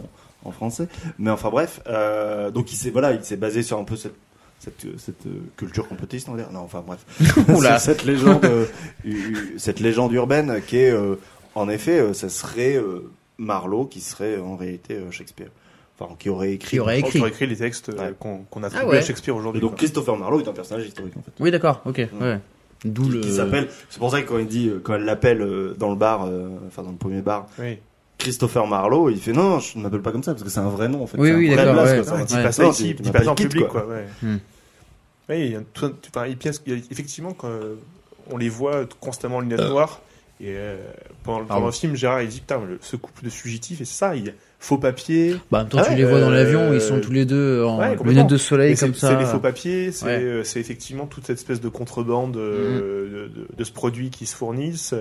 F: en français. Mais enfin bref, euh, donc il s'est voilà, il s'est basé sur un peu cette cette, cette, euh, culture complotiste, on va dire. Non, enfin bref.
C: Oula.
F: cette légende, euh, u- u- cette légende urbaine qui est, euh, en effet, euh, ça serait euh, Marlowe qui serait en réalité euh, Shakespeare, enfin qui aurait écrit.
C: Qui aurait
G: Je pense qu'il
C: écrit.
G: aurait écrit les textes euh,
F: Ouais.
G: qu'on qu'on attribue
C: Ah ouais.
G: à Shakespeare
F: Et
G: aujourd'hui.
F: donc
G: quoi.
F: Christopher Marlowe est un personnage historique en fait.
C: Oui, d'accord. Ok. Ouais. D'où
F: Qui-
C: le.
F: Qui s'appelle. C'est pour ça que quand il dit, euh, quand elle l'appelle euh, dans le bar, euh, enfin dans le premier bar,
G: Oui.
F: Christopher Marlowe, il fait non, je ne m'appelle pas comme ça parce que c'est un vrai nom en fait.
C: Oui,
F: C'est un
C: oui,
F: vrai
C: d'accord,
F: blaze, quoi,
C: ouais.
G: Non,
F: ça.
G: mais dis
C: ouais.
G: pas ça
F: Non,
G: ici,
F: tu- tu
G: dis pas ça en
F: m'appelles
G: public,
F: Kid,
G: quoi. ouais.
C: Hmm.
G: Oui, il y a tout- tout- enfin, il pièce- il y a- effectivement, quand euh, on les voit constamment en lunettes noires. Et euh, pendant, pendant
C: Pardon.
G: le film, Gérard il dit Putain, le- ce couple de fugitifs, et c'est ça, il y a faux papiers.
C: Bah, en même temps,
G: Ah
C: tu
G: ouais,
C: les vois dans
G: euh,
C: l'avion, ils sont tous les deux en
G: ouais, complètement.
C: lunettes de
G: et
C: soleil
G: C'est
C: comme ça.
G: c'est les faux papiers, c'est
C: Ouais. Hmm.
G: euh, c'est effectivement toute cette espèce de contrebande euh, de, de- de ce produit qui se fournissent.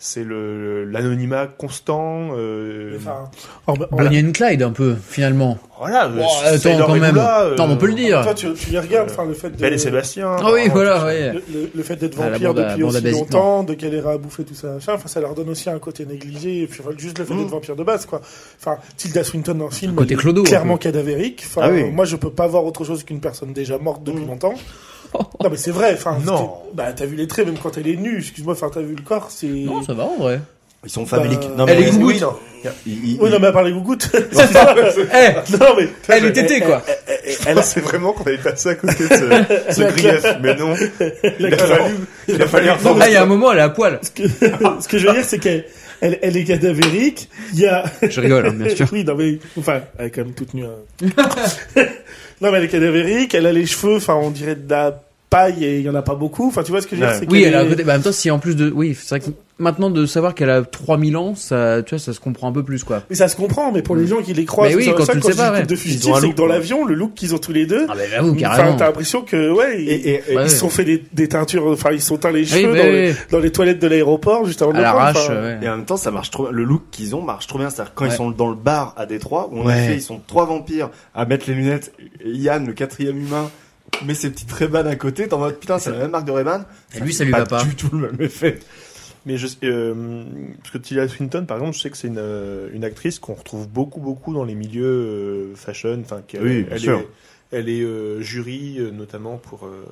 G: C'est le- l'anonymat constant. euh,
D: Enfin, or- or-
C: Bonnie and Clyde un peu finalement.
G: Voilà, euh,
C: Oh,
G: c'est-
C: attends,
G: c'est leur
C: quand
G: Lula,
C: même.
G: euh,
C: Non, mais on peut le dire.
D: Toi, tu, tu les
C: Euh,
D: regardes, enfin, le fait de.
G: Belle et Sébastien.
C: Ah oui,
G: vraiment,
C: voilà,
G: tout-
C: ouais.
D: Le, le- le fait d'être
C: Ah, la
D: vampire
C: bande à-
D: depuis
C: bande à
D: aussi
C: basique,
D: longtemps, de galérer à bouffer tout ça, machin, enfin, ça leur donne aussi un côté négligé, et puis enfin, juste le fait
F: Mm.
D: d'être vampire de base, quoi. Enfin, Tilda Swinton dans le film,
C: côté
D: elle est
C: clodo, un
D: clairement
C: peu.
D: cadavérique. Enfin,
F: Ah oui.
D: euh, moi, je peux pas voir autre chose qu'une personne déjà morte depuis
C: Mm.
D: longtemps.
C: Oh.
D: Non, mais c'est vrai, enfin,
G: Non.
D: c'était- bah, t'as vu les traits, même quand elle est nue, excuse-moi, enfin, t'as vu le corps, c'est.
C: Non, ça va en vrai.
F: Ils sont faméliques.
D: Euh,
F: Non,
C: Elle est
F: mais
C: gougoute.
F: oui, non. Il- il-
D: Oui, non, mais à part les gougouttes.
C: Eh,
D: non, mais.
C: elle est tétée quoi.
G: Elle, c'est vraiment qu'on avait passé à côté de ce, ce grief, mais non. Il a fallu, il a fallu
D: Non, mais-
C: Ah, il y a un moment, elle est à poil.
D: Ce que, ce que je veux dire, c'est qu'elle elle, elle est cadavérique. Il y a.
C: Je rigole, hein, bien sûr.
D: oui, non, mais. Enfin, elle est quand même toute nue. hein. non, mais elle est cadavérique. Elle a les cheveux, enfin, on dirait de la paille et il y en a pas beaucoup. Enfin, tu vois ce que je veux dire
G: Ouais.
D: c'est
C: Oui,
D: qu'elle
C: elle a un
D: est-
C: côté. Bah, en même temps, si en plus de. Oui, c'est vrai que maintenant de savoir qu'elle a 3000 ans, ça, tu vois, ça se comprend un peu plus, quoi.
D: Mais ça se comprend, mais pour les gens qui les croient,
C: Mais oui,
D: c'est
C: quand
D: ça,
C: tu le
D: quand
C: sais
D: je
C: pas,
D: dis
C: ouais.
D: couple de
F: Mm. Ils ont
D: fugitifs,
F: un
D: c'est
F: look,
D: que dans
F: quoi.
D: l'avion, le look qu'ils ont tous les deux,
C: Ah, bah, j'avoue,
D: enfin,
C: carrément.
D: t'as l'impression que, ouais, ils,
F: et- et- et-
C: Ouais.
D: ils se sont fait des, des teintures, enfin, ils se sont teints les
C: Oui,
D: cheveux
C: oui,
D: dans,
C: oui.
D: les, dans les toilettes de l'aéroport, juste avant de
C: À
D: le prendre,
C: l'arrache, euh,
D: enfin.
C: ouais.
F: et en même temps, ça marche trop bien. Le look qu'ils ont marche trop bien. C'est-à-dire quand
C: Ouais.
F: ils sont dans le bar à Détroit, où en
C: Ouais.
F: effet, ils sont trois vampires à mettre les lunettes. Et Yann, le quatrième humain, met ses petites Ray-Ban à côté. T'es en mode putain, c'est la même marque de Ray-Ban.
C: Et lui, ça lui va pas.
F: hein. du tout le même effet.
G: Mais je, sais- euh, parce que Tilda Swinton, par exemple, je sais que c'est une, euh, une actrice qu'on retrouve beaucoup, beaucoup dans les milieux euh, fashion. Enfin, qui-
F: Oui, bien
G: elle
F: sûr.
G: Est, elle est euh, jury, euh, notamment pour. euh,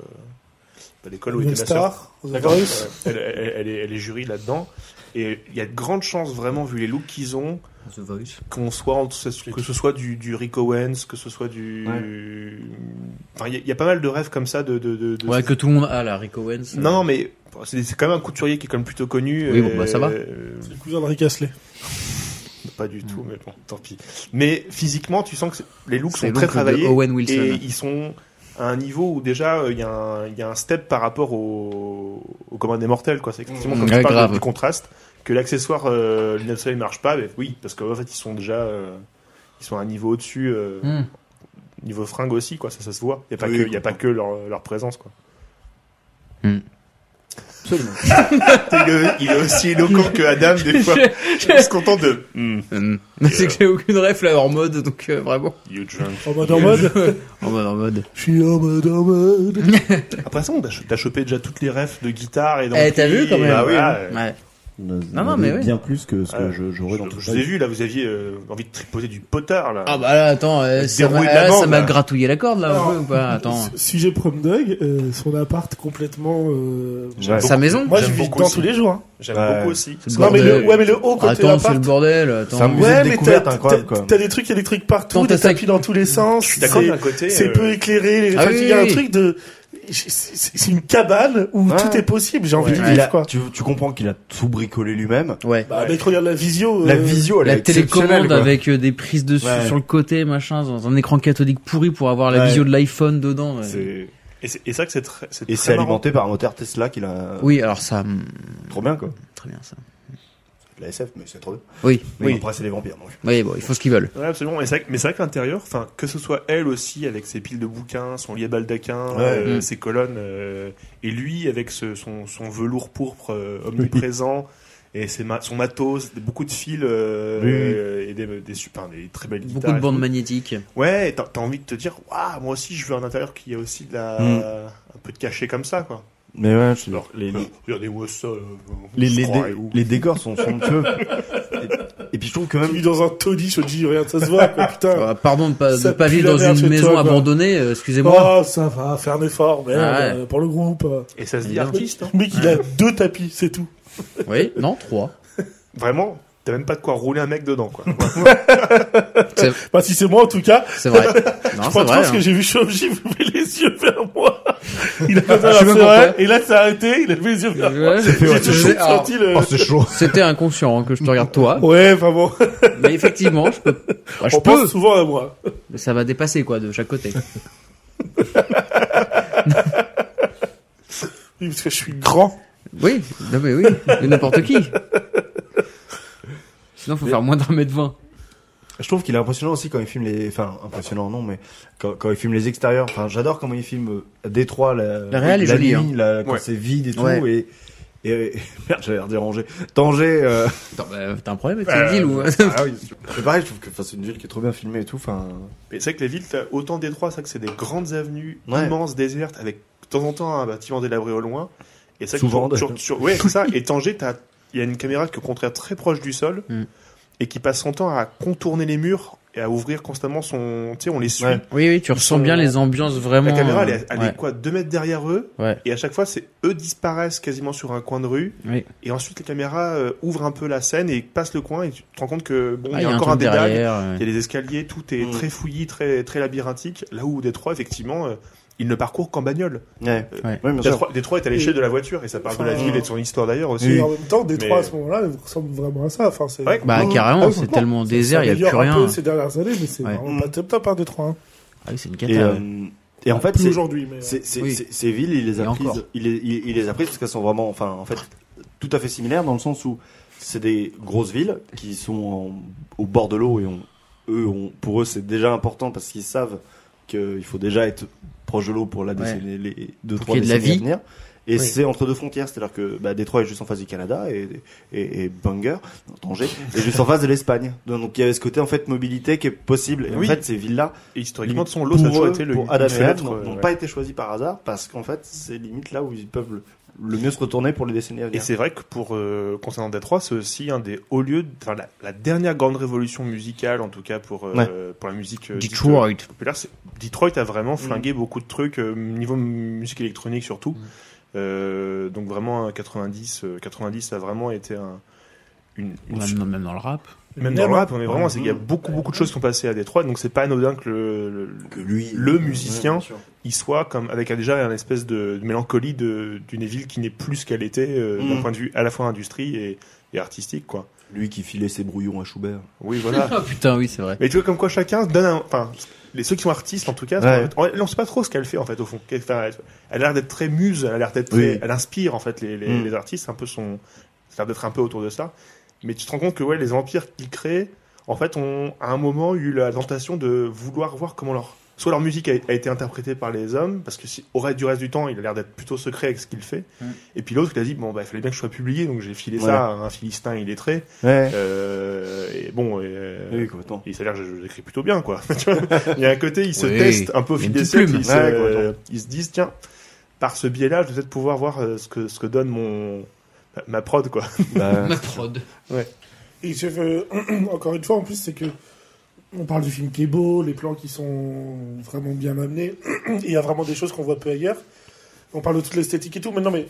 G: bah, l'école où
D: Une
G: était ma sœur.
D: star, The
G: D'accord.
D: Voice.
G: Elle, elle- elle est, elle est jury là-dedans. Et il y a de grandes chances, vraiment, vu les looks qu'ils ont,
C: The Voice.
G: qu'on soit en- que ce soit du, du Rick Owens, que ce soit du. Enfin, il y a- il y, a pas mal de rêves comme ça de. de, de- de-
C: Ouais, que tout le monde a là, Rick Owens.
G: Non, non, mais bon, c'est c'est quand même un couturier qui est quand même plutôt connu.
C: Euh, Oui, bon, bah, ça va.
G: euh,
D: Le cousin de Rick Astley.
G: pas du tout, mais bon, tant pis. Mais physiquement, tu sens que c'est- les looks
C: C'est
G: sont
C: l'oncle
G: très
C: de
G: travaillés.
C: Owen Wilson.
G: Et ils sont à un niveau où déjà euh, il y, a un- il y a un step par rapport au, au commun des mortels. quoi. C'est effectivement
C: Mmh.
G: comme
C: Ouais,
G: tu parles
C: grave.
G: du contraste, que l'accessoire euh, lunettes de soleil marche pas, mais oui, parce qu'en fait ils sont déjà euh, ils sont à un niveau au-dessus, euh,
C: Hmm.
G: niveau fringue aussi, quoi. ça, ça se voit. Il n'y a pas
A: Oui,
G: que, y a pas que leur, leur présence. Quoi.
C: Hmm. Absolument.
G: il, est, il est aussi éloquent que Adam des fois. On se contente de Hmm,
C: Hum. C'est que j'ai aucune ref là hors mode, donc euh, vraiment.
G: you drunk.
D: En mode, en mode.
C: En mode, en mode.
D: Je suis en mode, en mode.
G: Après ça, on a cho- t'as chopé déjà toutes les refs de guitare et
C: Eh, t'as
G: d'ampli,
C: vu quand même
G: bah
C: ouais,
G: voilà, euh,
C: ouais.
F: Non,
C: non, mais ouais.
F: Bien plus que ce que
G: Ah,
F: Euh, je- j'aurais dans
G: Je,
F: tout
G: je
F: ça.
G: vous ai vu, là, vous aviez euh, envie de tripoter du potard, là.
C: Ah bah là, attends, euh,
G: Le
C: ça m'a
G: déroulé de la
C: ah, ça
G: bande,
C: m'a
G: là.
C: gratouillé la corde là, un
D: Alors,
C: peu ou pas Attends.
D: Sujet prom dog, euh, son appart complètement. euh,
G: J'aime
C: Sa
G: beaucoup-
C: maison
D: Moi, je
G: J'aime
D: vis
G: beaucoup
D: dedans
G: aussi.
D: tous les jours. hein.
G: J'aime
F: Ouais.
G: beaucoup aussi.
C: C'est le
D: Non, mais
C: bordel.
D: le, ouais, mais le haut côté
C: Attends, c'est le
D: appart.
C: bordel. Attends.
F: Ça me-
D: Ouais,
F: Musée de
D: mais t'as
F: découverte, incroyable,
D: t'as-
F: quoi.
D: t'as des trucs électriques
C: Tant
D: partout,
C: t'as
D: des
C: ça-
D: tapis dans tous les sens.
G: Je suis d'accord
D: c'est-
G: d'un côté.
D: C'est
G: euh,
D: peu éclairé. les-
C: Ah
D: enfin,
C: oui,
D: il y a
C: oui,
D: un
C: oui.
D: truc de. C'est c'est une cabane où
F: Ouais.
D: tout est possible. J'ai envie
G: Ouais.
D: de
F: Il
D: vivre
F: a-
D: quoi.
F: tu, tu comprends qu'il a tout bricolé lui-même.
C: Ouais.
D: Bah, mec, regarde la visio.
F: La
D: euh,
F: visio, elle
C: la
F: est exceptionnelle,
C: télécommande
F: quoi.
C: avec euh, des prises dessus
F: Ouais.
C: sur le côté, machin, dans un écran cathodique pourri pour avoir la
F: Ouais.
C: visio de l'iPhone dedans. ouais.
F: C'est-
G: Et c'est et ça que c'est très, c'est
F: Et
G: très
F: c'est
G: marrant.
F: alimenté par un moteur Tesla qu'il a.
C: Oui, alors ça, hum,
F: Trop bien, quoi.
C: très bien ça.
F: La SF, mais c'est trop bien.
C: Oui,
F: Mais
G: Oui.
F: après, c'est les vampires, donc.
C: oui, bon, ils font ce qu'ils veulent.
G: Ouais, absolument. Et c'est vrai que- mais c'est vrai que l'intérieur, enfin, que ce soit elle aussi avec ses piles de bouquins, son lit à baldaquin,
F: Ouais.
G: euh,
C: Mm.
G: ses colonnes, euh, et lui avec ce- son, son velours pourpre euh, omniprésent et ses ma- son matos, beaucoup de fils euh,
F: Oui, oui.
G: euh, et des, des, super- des très belles
C: Beaucoup
G: guitares
C: de
G: et
C: bandes
G: tout.
C: magnétiques.
G: Ouais, et t'as t'as envie de te dire, waouh, moi aussi, je veux un intérieur qui a aussi de la,
F: Mm.
G: un peu de cachet comme ça, quoi.
F: Mais ouais, je suis Les,
G: Euh, Regardez-moi ça. euh,
F: les,
G: je
F: les,
G: crois,
F: dé-
G: et où.
F: les décors sont somptueux. et, et puis je trouve que
D: Je
F: même.
D: suis dans un taudis, je te dis, regarde, ça se voit, quoi, putain.
C: Euh, pardon de pas, de
D: Ah. Ça
C: pas
D: pue
C: vivre
D: la
C: dans
D: merde
C: une
D: chez toi,
C: maison
D: quoi.
C: abandonnée, euh, excusez-moi.
D: Oh, ça va, faire un effort, merde,
C: Ah ouais.
D: euh, pour le groupe. euh.
G: Et ça se dit
C: Évidemment.
G: artiste. hein.
D: Le Mec, il a deux tapis, c'est tout.
C: Oui, non, trois.
G: Vraiment, t'as même pas de quoi rouler un mec dedans, quoi.
D: Bah, si c'est moi, en tout cas,
C: C'est vrai. Non,
D: je
C: c'est
D: pense
C: vrai.
D: que
C: hein.
D: j'ai vu Chomji lever les yeux vers moi. Il a fait
C: sais même pas
D: ça,
C: pourquoi.
D: et là, ça a arrêté, il a levé les yeux vers moi.
C: Ouais,
D: J'ai
C: je-
D: toujours
C: alors,
D: senti le...
F: Oh, c'est chaud.
C: C'était inconscient hein, que je te regarde toi,
D: Ouais, enfin bon,
C: mais effectivement, je peux. Bah, je
D: on
C: peux.
D: pense souvent à moi.
C: Mais ça va dépasser quoi de chaque côté.
D: Oui, parce que je suis grand.
C: Oui, non mais oui, mais n'importe qui. Sinon, faut faire moins d'un mètre vingt.
F: Je trouve qu'il est impressionnant aussi quand il filme les. Enfin, impressionnant, non, mais quand, quand il filme les extérieurs. Enfin, j'adore comment il filme euh, à Détroit, la,
C: La réelle est
F: la
C: jolie, hein.
F: nuit, la- quand
G: Ouais.
F: c'est vide et tout.
C: Ouais.
F: Et, et, merde, j'avais l'air dérangé. Tanger. euh,
C: Attends, bah, t'as un problème hein. avec cette ville ou
F: ah oui, c'est pareil, je trouve que enfin, c'est une ville qui est trop bien filmée et tout. Enfin,
G: Mais c'est vrai que les villes, t'as autant Détroit, c'est vrai que c'est des grandes avenues
F: Ouais.
G: immenses, désertes, avec de temps en temps un bâtiment délabré au loin. Et c'est vrai
F: Souvent,
G: que tu-
F: de-
G: tu- tu- ouais, c'est ça. Et Tanger, t'as- il y a une caméra qui est au contraire très proche du sol
C: Mm.
G: et qui passe son temps à contourner les murs et à ouvrir constamment son. Tu sais, on les suit.
F: Ouais.
C: Oui, oui, tu ressens bien les ambiances vraiment.
G: La caméra, elle, est,
C: euh,
G: elle
C: ouais.
G: est quoi, deux mètres derrière eux,
C: Ouais.
G: et à chaque fois, c'est eux disparaissent quasiment sur un coin de rue,
C: Oui.
G: et ensuite la caméra euh, ouvre un peu la scène et passe le coin, et tu te rends compte que bon,
C: Ah,
G: il y a, encore un
C: truc
G: dédale,
C: derrière. euh.
G: il y a des escaliers, tout est
F: Mm.
G: très fouillis, très très labyrinthique. Là où Détroit, effectivement, euh, il ne parcourt qu'en bagnole. Euh,
F: ouais.
C: Ouais.
F: Ouais, bien sûr.
G: Détroit, Détroit est à l'échelle de la voiture, et ça parle de la
D: Enfin,
G: ville et de son histoire d'ailleurs aussi.
D: Et en même temps, Détroit, à
G: Mais-
D: ce moment-là, il ressemble vraiment à ça. Enfin, c'est...
G: Ouais.
C: Bah
D: Non,
C: carrément,
D: non,
C: c'est
D: complètement.
C: tellement
D: Ça
C: désert, il y a plus
D: s'améliore un
C: rien.
D: peu ces dernières années, mais c'est
C: Ouais.
D: vraiment pas top top, hein, Détroit. hein.
C: Ah oui, c'est une
F: Et,
C: cata. ouais.
F: euh, et en fait,
D: Plus
F: c'est.
D: aujourd'hui, mais...
F: C'est- c'est-
C: Oui.
F: c'est- Ces villes, il les
C: Et
F: a
C: encore.
F: prises, il les, il, il les a prises parce qu'elles sont vraiment, enfin, en fait, tout à fait similaires dans le sens où c'est des grosses villes qui sont en- au bord de l'eau et on, eux, on, pour eux, c'est déjà important parce qu'ils savent qu'il faut déjà être proche de l'eau pour la
C: Ouais.
F: décennie, les deux,
C: Pour
F: trois
C: qu'il y ait de la
F: décennies à
C: vie.
F: venir. Et
C: Oui.
F: c'est entre deux frontières, c'est-à-dire que bah, Détroit est juste en face du Canada et, et, et Bangor, non, Tanger, est juste en face de l'Espagne. Donc donc, il y avait ce côté en fait mobilité qui est possible. Et
G: Oui.
F: en fait, ces villes-là,
G: Et historiquement, de son lot,
F: pour,
G: ça a toujours
F: eux,
G: été le
F: pour
G: une
F: Adam et Ève,
G: fenêtre,
F: n'ont
G: euh,
F: n'ont
G: ouais.
F: pas été choisis par hasard parce qu'en fait, c'est limite là où ils peuvent le, le mieux se retourner pour les décennies à
G: Et
F: venir.
G: c'est vrai que pour euh, concernant Détroit, c'est aussi un des hauts lieux, de- enfin la, la dernière grande révolution musicale, en tout cas pour euh, pour la musique euh, dite, euh,
C: Detroit.
G: populaire. c'est- Detroit a vraiment flingué beaucoup de trucs euh, niveau musique électronique surtout.
C: Mm.
G: Euh, donc vraiment un 90, euh, 90 a vraiment été un une, une
C: Même, même dans le rap.
G: même dans le rap, on est vraiment,
F: Ouais.
G: c'est qu'il y a beaucoup beaucoup de choses qui sont passées à Détroit, donc c'est pas anodin que le, le-
F: Que lui,
G: le musicien,
F: bien sûr.
G: il soit comme avec déjà une espèce de, de mélancolie de- d'une ville qui n'est plus ce qu'elle était euh, d'un
F: Mm.
G: point de vue à la fois industrie et, et artistique, quoi.
F: lui qui filait ses brouillons à Schubert.
G: Oui, voilà.
C: Ah putain, oui, c'est vrai.
G: Mais tu vois, comme quoi chacun donne un. Enfin, les, ceux qui sont artistes, en tout cas,
F: Ouais.
G: en fait- on ne sait pas trop ce qu'elle fait, en fait, au fond. Qu'elle- enfin, elle a l'air d'être très muse, elle a l'air d'être très-
F: Oui.
G: Elle inspire, en fait, les, les,
F: Mm.
G: les artistes, c'est un peu son. Ça a l'air d'être un peu autour de ça. Mais tu te rends compte que, ouais, les empires qu'il crée, en fait, ont à un moment eu la tentation de vouloir voir comment leur. Soit leur musique a, a été interprétée par les hommes, parce que si, au reste du reste du temps, il a l'air d'être plutôt secret avec ce qu'il fait.
C: Mm.
G: Et puis l'autre, il a dit, bon, bah, il fallait bien que je sois publié, donc j'ai filé
F: Voilà.
G: ça à un philistin illettré.
F: Ouais.
G: Euh, et bon, euh,
F: Oui, complètement.
G: il s'avère que je- je l'écris plutôt bien, quoi. Tu vois il y a un côté, ils se
C: Oui.
G: testent un peu au
C: Il y a
G: fil
C: une
G: des
C: petite
G: siècles.
C: plume.
G: Ils,
F: Ouais,
G: se,
F: complètement.
G: ils se disent, tiens, par ce biais-là, je vais peut-être pouvoir voir euh, ce que, ce que donne mon, ma- ma prod, quoi.
F: Bah,
C: Ma prod.
D: Et je veux- encore une fois, en plus, c'est que on parle du film qui est beau, les plans qui sont vraiment bien amenés. Il y a vraiment des choses qu'on voit peu ailleurs. On parle de toute l'esthétique et tout, mais non, mais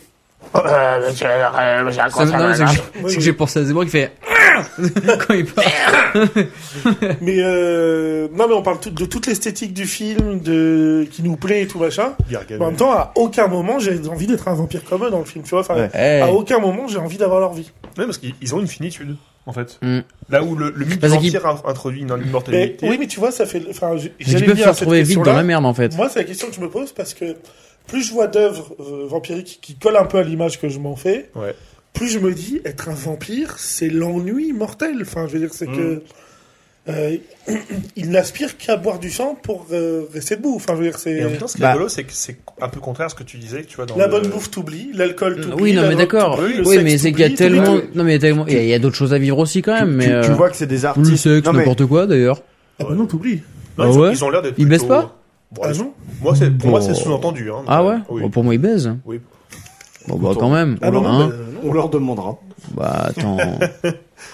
C: Ça, non, c'est que j'ai-
D: Oui,
C: c'est que
D: oui.
C: j'ai pensé à Zemmour qui fait quand il parle.
D: mais euh, non, mais on parle tout- de toute l'esthétique du film, de qui nous plaît et tout machin. Mais en même temps, à aucun moment j'ai envie d'être un vampire comme eux dans le film, tu vois. Enfin,
F: Ouais.
C: Hey.
D: À aucun moment j'ai envie d'avoir leur vie.
G: Ouais, parce qu'ils ils ont une finitude, en fait.
C: Mm.
G: Là où le, le mythe
C: Parce
G: du
C: qu'ils-
G: vampire a introduit une
D: Mais,
G: immortalité.
D: oui, mais tu vois, ça fait. Enfin, j-
C: Parce
D: j'allais
C: qu'ils peuvent
D: venir
C: se
D: à cette
C: retrouver vite dans
D: question-là.
C: la merde en fait.
D: Moi, c'est la question que je me pose parce que plus je vois d'œuvres euh, vampiriques qui collent un peu à l'image que je m'en fais,
G: Ouais.
D: plus je me dis être un vampire, c'est l'ennui mortel. Enfin, je veux dire, c'est
G: Mm.
D: que euh, il n'aspire qu'à boire du sang pour euh, rester debout. Enfin, je veux dire,
G: Et en
D: c'est
G: même temps, ce qui est
C: Bah.
G: rigolo, c'est que c'est un peu contraire à ce que tu disais, tu vois, dans
D: la
G: le-
D: bonne bouffe t'oublie, l'alcool t'oublie.
C: Euh, Oui, non,
D: la
C: mais
D: drogue
C: d'accord.
D: t'oublie,
C: Oui,
D: le sexe
C: mais c'est qu'il y a
D: t'oublie, tout,
C: tellement.
D: tout, tout.
C: Non, mais il y a tellement. Il y a- il y a d'autres choses à vivre aussi quand
F: tu,
C: même. mais
F: tu- tu
C: euh,
F: vois que c'est des
C: le
F: artistes.
C: sexe,
F: Non, mais-
C: n'importe quoi d'ailleurs.
D: Ah bah non, t'oublies.
G: Non,
C: Ah
G: ils, ont-
C: ouais
G: ils ont l'air d'être.
C: Ils
G: plutôt-
C: baissent pas
G: Bon,
D: Ah
G: ils-
D: non.
G: moi, c'est- Pour moi,
F: Bon.
G: c'est sous-entendu. hein.
C: Ah ouais
G: Oui.
C: Bon, Pour moi, ils baisent.
G: Oui.
C: Bon, bah quand même.
D: Ah non,
C: Hein
D: bah, non.
F: On leur demandera.
C: Bah attends,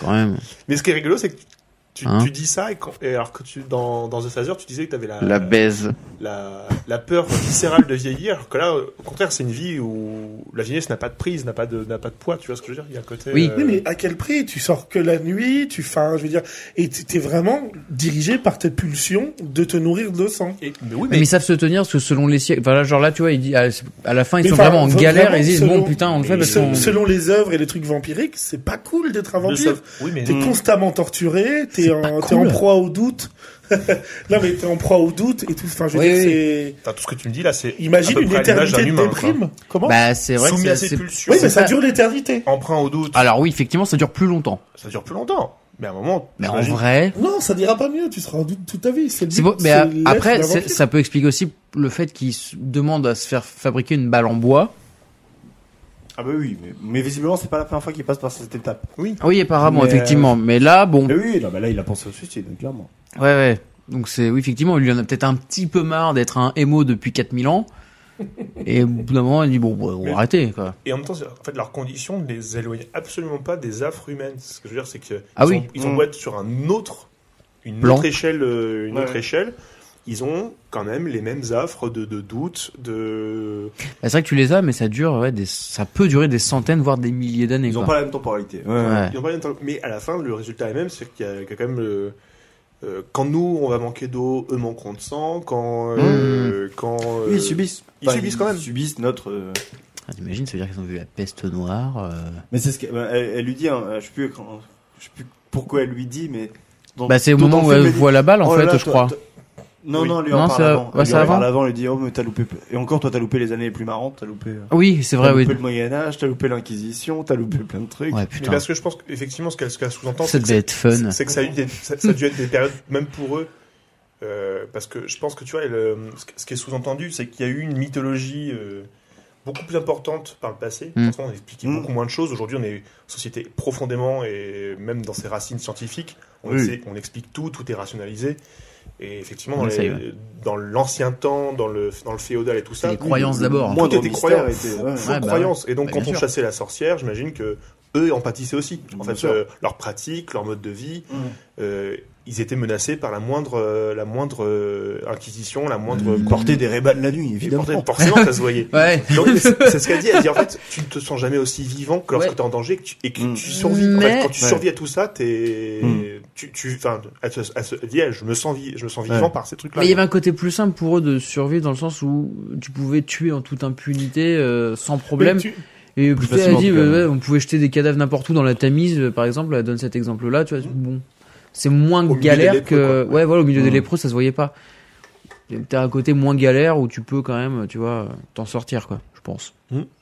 C: quand même.
G: Mais ce qui est rigolo, c'est que tu, tu,
C: Hein
G: tu dis ça, et, quand- et alors que tu, dans, dans The Phaser, tu disais que tu avais la,
C: baise.
G: la, la peur viscérale de vieillir, alors que là, au contraire, c'est une vie où la vieillesse n'a pas de prise, n'a pas de, n'a pas de poids, tu vois ce que je veux dire Il y a un côté.
C: Oui.
D: Oui, mais à quel prix Tu sors que la nuit, tu faim, je veux dire, et t'es t'es vraiment dirigé par tes pulsions de te nourrir de sang.
G: et- mais oui,
C: Mais
G: mais,
C: ils savent se tenir parce que selon les siècles. Enfin là, genre là, tu vois, ils disent, à, à la fin, ils
D: Mais
C: sont
D: enfin,
C: vraiment en
D: faut
C: galère.
D: vraiment
C: et Ils disent
D: selon-
C: bon putain, on le fait
G: Mais
C: parce
D: Sel-
C: qu'on.
D: Selon les œuvres et les trucs vampiriques, c'est pas cool d'être un
G: de
D: vampire.
G: sa- oui, mais
D: T'es constamment torturé, t'es en,
C: Mmh. pas
D: t'es en
C: cool.
D: proie au doute. non mais t'es en proie au doute et tout. Enfin, je veux
C: Oui,
D: dire,
C: oui.
D: c'est...
G: enfin, tout ce que tu me dis là, c'est à
D: Imagine
G: peu
D: une
G: près à l'image
D: éternité
G: d'un
D: de
G: humain,
D: déprime. Comment
C: Bah c'est vrai. que
G: soumis
C: c'est-
G: à ses
C: c'est- Ah.
G: pulsions,
D: Oui, mais ça
C: pas-
D: dure l'éternité.
G: emprunt au doute,
C: Alors oui, effectivement, ça dure plus longtemps.
G: ça dure plus longtemps. Mais à un moment,
C: Mais en
G: j'imagine-
C: vrai,
D: Non, ça dira pas mieux. Tu seras en doute toute ta vie. C'est le
C: c'est
D: but,
C: beau. Mais
D: c'est
C: à-
D: l'être
C: après,
D: d'un
C: c'est-
D: vampire.
C: ça peut expliquer aussi le fait qu'ils s- demandent à se faire fabriquer une balle en bois.
F: Ah bah oui, mais, mais visiblement c'est pas la première fois qu'il passe par cette étape.
C: Ah Oui, apparemment,
F: Mais,
C: effectivement. Mais là, bon,
F: Mais oui, là, bah là il a pensé au suicide, clairement.
C: ouais, ouais. Donc c'est oui, effectivement, il y en a peut-être un petit peu marre d'être un émo depuis 4000 ans. Et au bout d'un moment, il dit bon, bah, on
G: Mais-
C: va arrêter quoi.
G: Et en même temps, c'est- en fait, leur condition ne les éloigne absolument pas des affres humaines. Ce que je veux dire, c'est que
C: Ah
G: ils
C: oui.
G: ont, ils ont
F: Mm.
G: beau être sur un autre, une
C: Plan.
G: autre échelle, euh, une
F: Ouais,
G: autre
F: ouais.
G: échelle, ils ont quand même les mêmes affres de, de doutes, de.
C: Bah, c'est vrai que tu les as, mais ça dure, ouais, des, ça peut durer des centaines, voire des milliers d'années.
F: Ils ont
C: quoi.
F: pas la même temporalité.
C: Ouais.
G: ils ont pas euh, les mêmes- Mais à la fin, le résultat est même, c'est qu'il y, a- qu'il y a quand même le- euh, quand nous, on va manquer d'eau, eux manqueront de sang. Quand,
C: Mm.
G: euh, quand euh,
F: Oui, ils subissent.
G: ils subissent quand même.
F: Ils subissent notre. euh,
C: Ah, T'imagines, ça veut dire qu'ils ont vu la peste noire. euh.
F: Mais c'est ce qu'elle elle, elle lui dit. hein, euh, je sais plus, quand- je sais plus pourquoi elle lui dit, mais. dans-
C: Bah, c'est au
F: tout
C: moment
F: dans
C: où
F: le film,
C: elle
F: elle dit,
C: voit la balle, en
F: Oh là
C: fait,
F: là,
C: je
F: toi,
C: crois.
F: toi- Non,
G: Oui.
F: non, elle lui
C: Non,
F: en
C: c'est-
F: parle avant. Elle
C: ouais,
F: lui
C: c'est
F: en
C: avant.
F: parle avant, elle lui dit, oh, mais t'as loupé, et encore toi, t'as loupé les années les plus marrantes, t'as loupé, euh,
C: Oui, c'est
F: t'as
C: vrai,
F: loupé
C: oui.
F: le Moyen-Âge, t'as loupé l'Inquisition, t'as loupé plein de trucs.
C: Ouais,
G: Mais
C: putain.
G: parce que je pense qu'effectivement, ce qu'elle ce qu'elle sous-entend,
C: Ça
G: c'est que c'est-
C: devait être fun.
G: C'est- C'est que ça a, eu des- ça, ça a dû être des périodes, même pour eux. euh, parce que je pense que tu vois, le- ce qui- ce qui est sous-entendu, c'est qu'il y a eu une mythologie euh, beaucoup plus importante par le passé.
C: Mm.
G: Franchement, on expliquait
F: Mm.
G: beaucoup moins de choses. Aujourd'hui, on est une société profondément et même dans ses racines scientifiques, on,
F: Oui.
G: sait- on explique tout, tout est rationalisé. Et effectivement, dans
C: Oui, ça y
G: les- dans l'ancien temps, dans le, dans le féodal et tout ça,
C: les croyances d'abord.
F: Moi,
G: Tout
F: dans
G: était
F: mystère
G: croyant.
F: était. ouais.
G: faux
C: hein. Ouais, bah
G: croyances. Et donc,
C: Bah,
G: quand on
C: bien sûr.
G: chassait la sorcière, j'imagine que eux en pâtissaient aussi. En
F: Bien
G: fait,
F: sûr.
G: euh, leurs pratiques, leur mode de vie,
F: Mm.
G: euh, ils étaient menacés par la moindre, euh, la moindre euh, inquisition, la moindre.
C: Mm.
F: Porter des rébats de la nuit,
G: Et
F: évidemment.
G: porter- forcément, ça se voyait.
C: Ouais.
G: Donc, c'est c'est ce qu'elle dit. Elle dit en fait, tu ne te sens jamais aussi vivant que lorsque
C: Ouais.
G: tu es en danger et que tu, et que
F: Mm.
G: tu survis. En fait,
C: Mais-
G: quand tu
F: Ouais.
G: survis à tout ça, t'es,
F: Mm.
G: tu, tu, enfin, elle, se- elle se- elle dit, elle, je me sens, vi- je me sens vivant
F: Ouais.
G: par ces trucs-là.
C: Mais il y avait un côté plus simple pour eux de survivre dans le sens où tu pouvais tuer en toute impunité, euh, sans problème.
D: Mais tu-
C: Et
F: Plus
C: tu sais, elle
F: facilement,
C: dit,
F: en tout cas,
C: ouais,
F: ouais.
C: ouais, on pouvait jeter des cadavres n'importe où dans la Tamise, euh, par exemple. Elle donne cet exemple-là, tu vois. Bon, c'est moins
G: Mmh. milieu des
C: galère
G: lépreux,
C: que.
G: quoi.
C: Ouais, voilà, au milieu des
F: Mm.
C: lépreux, ça se voyait pas. T'as un côté moins galère où tu peux quand même, tu vois, t'en sortir, quoi. Je pense.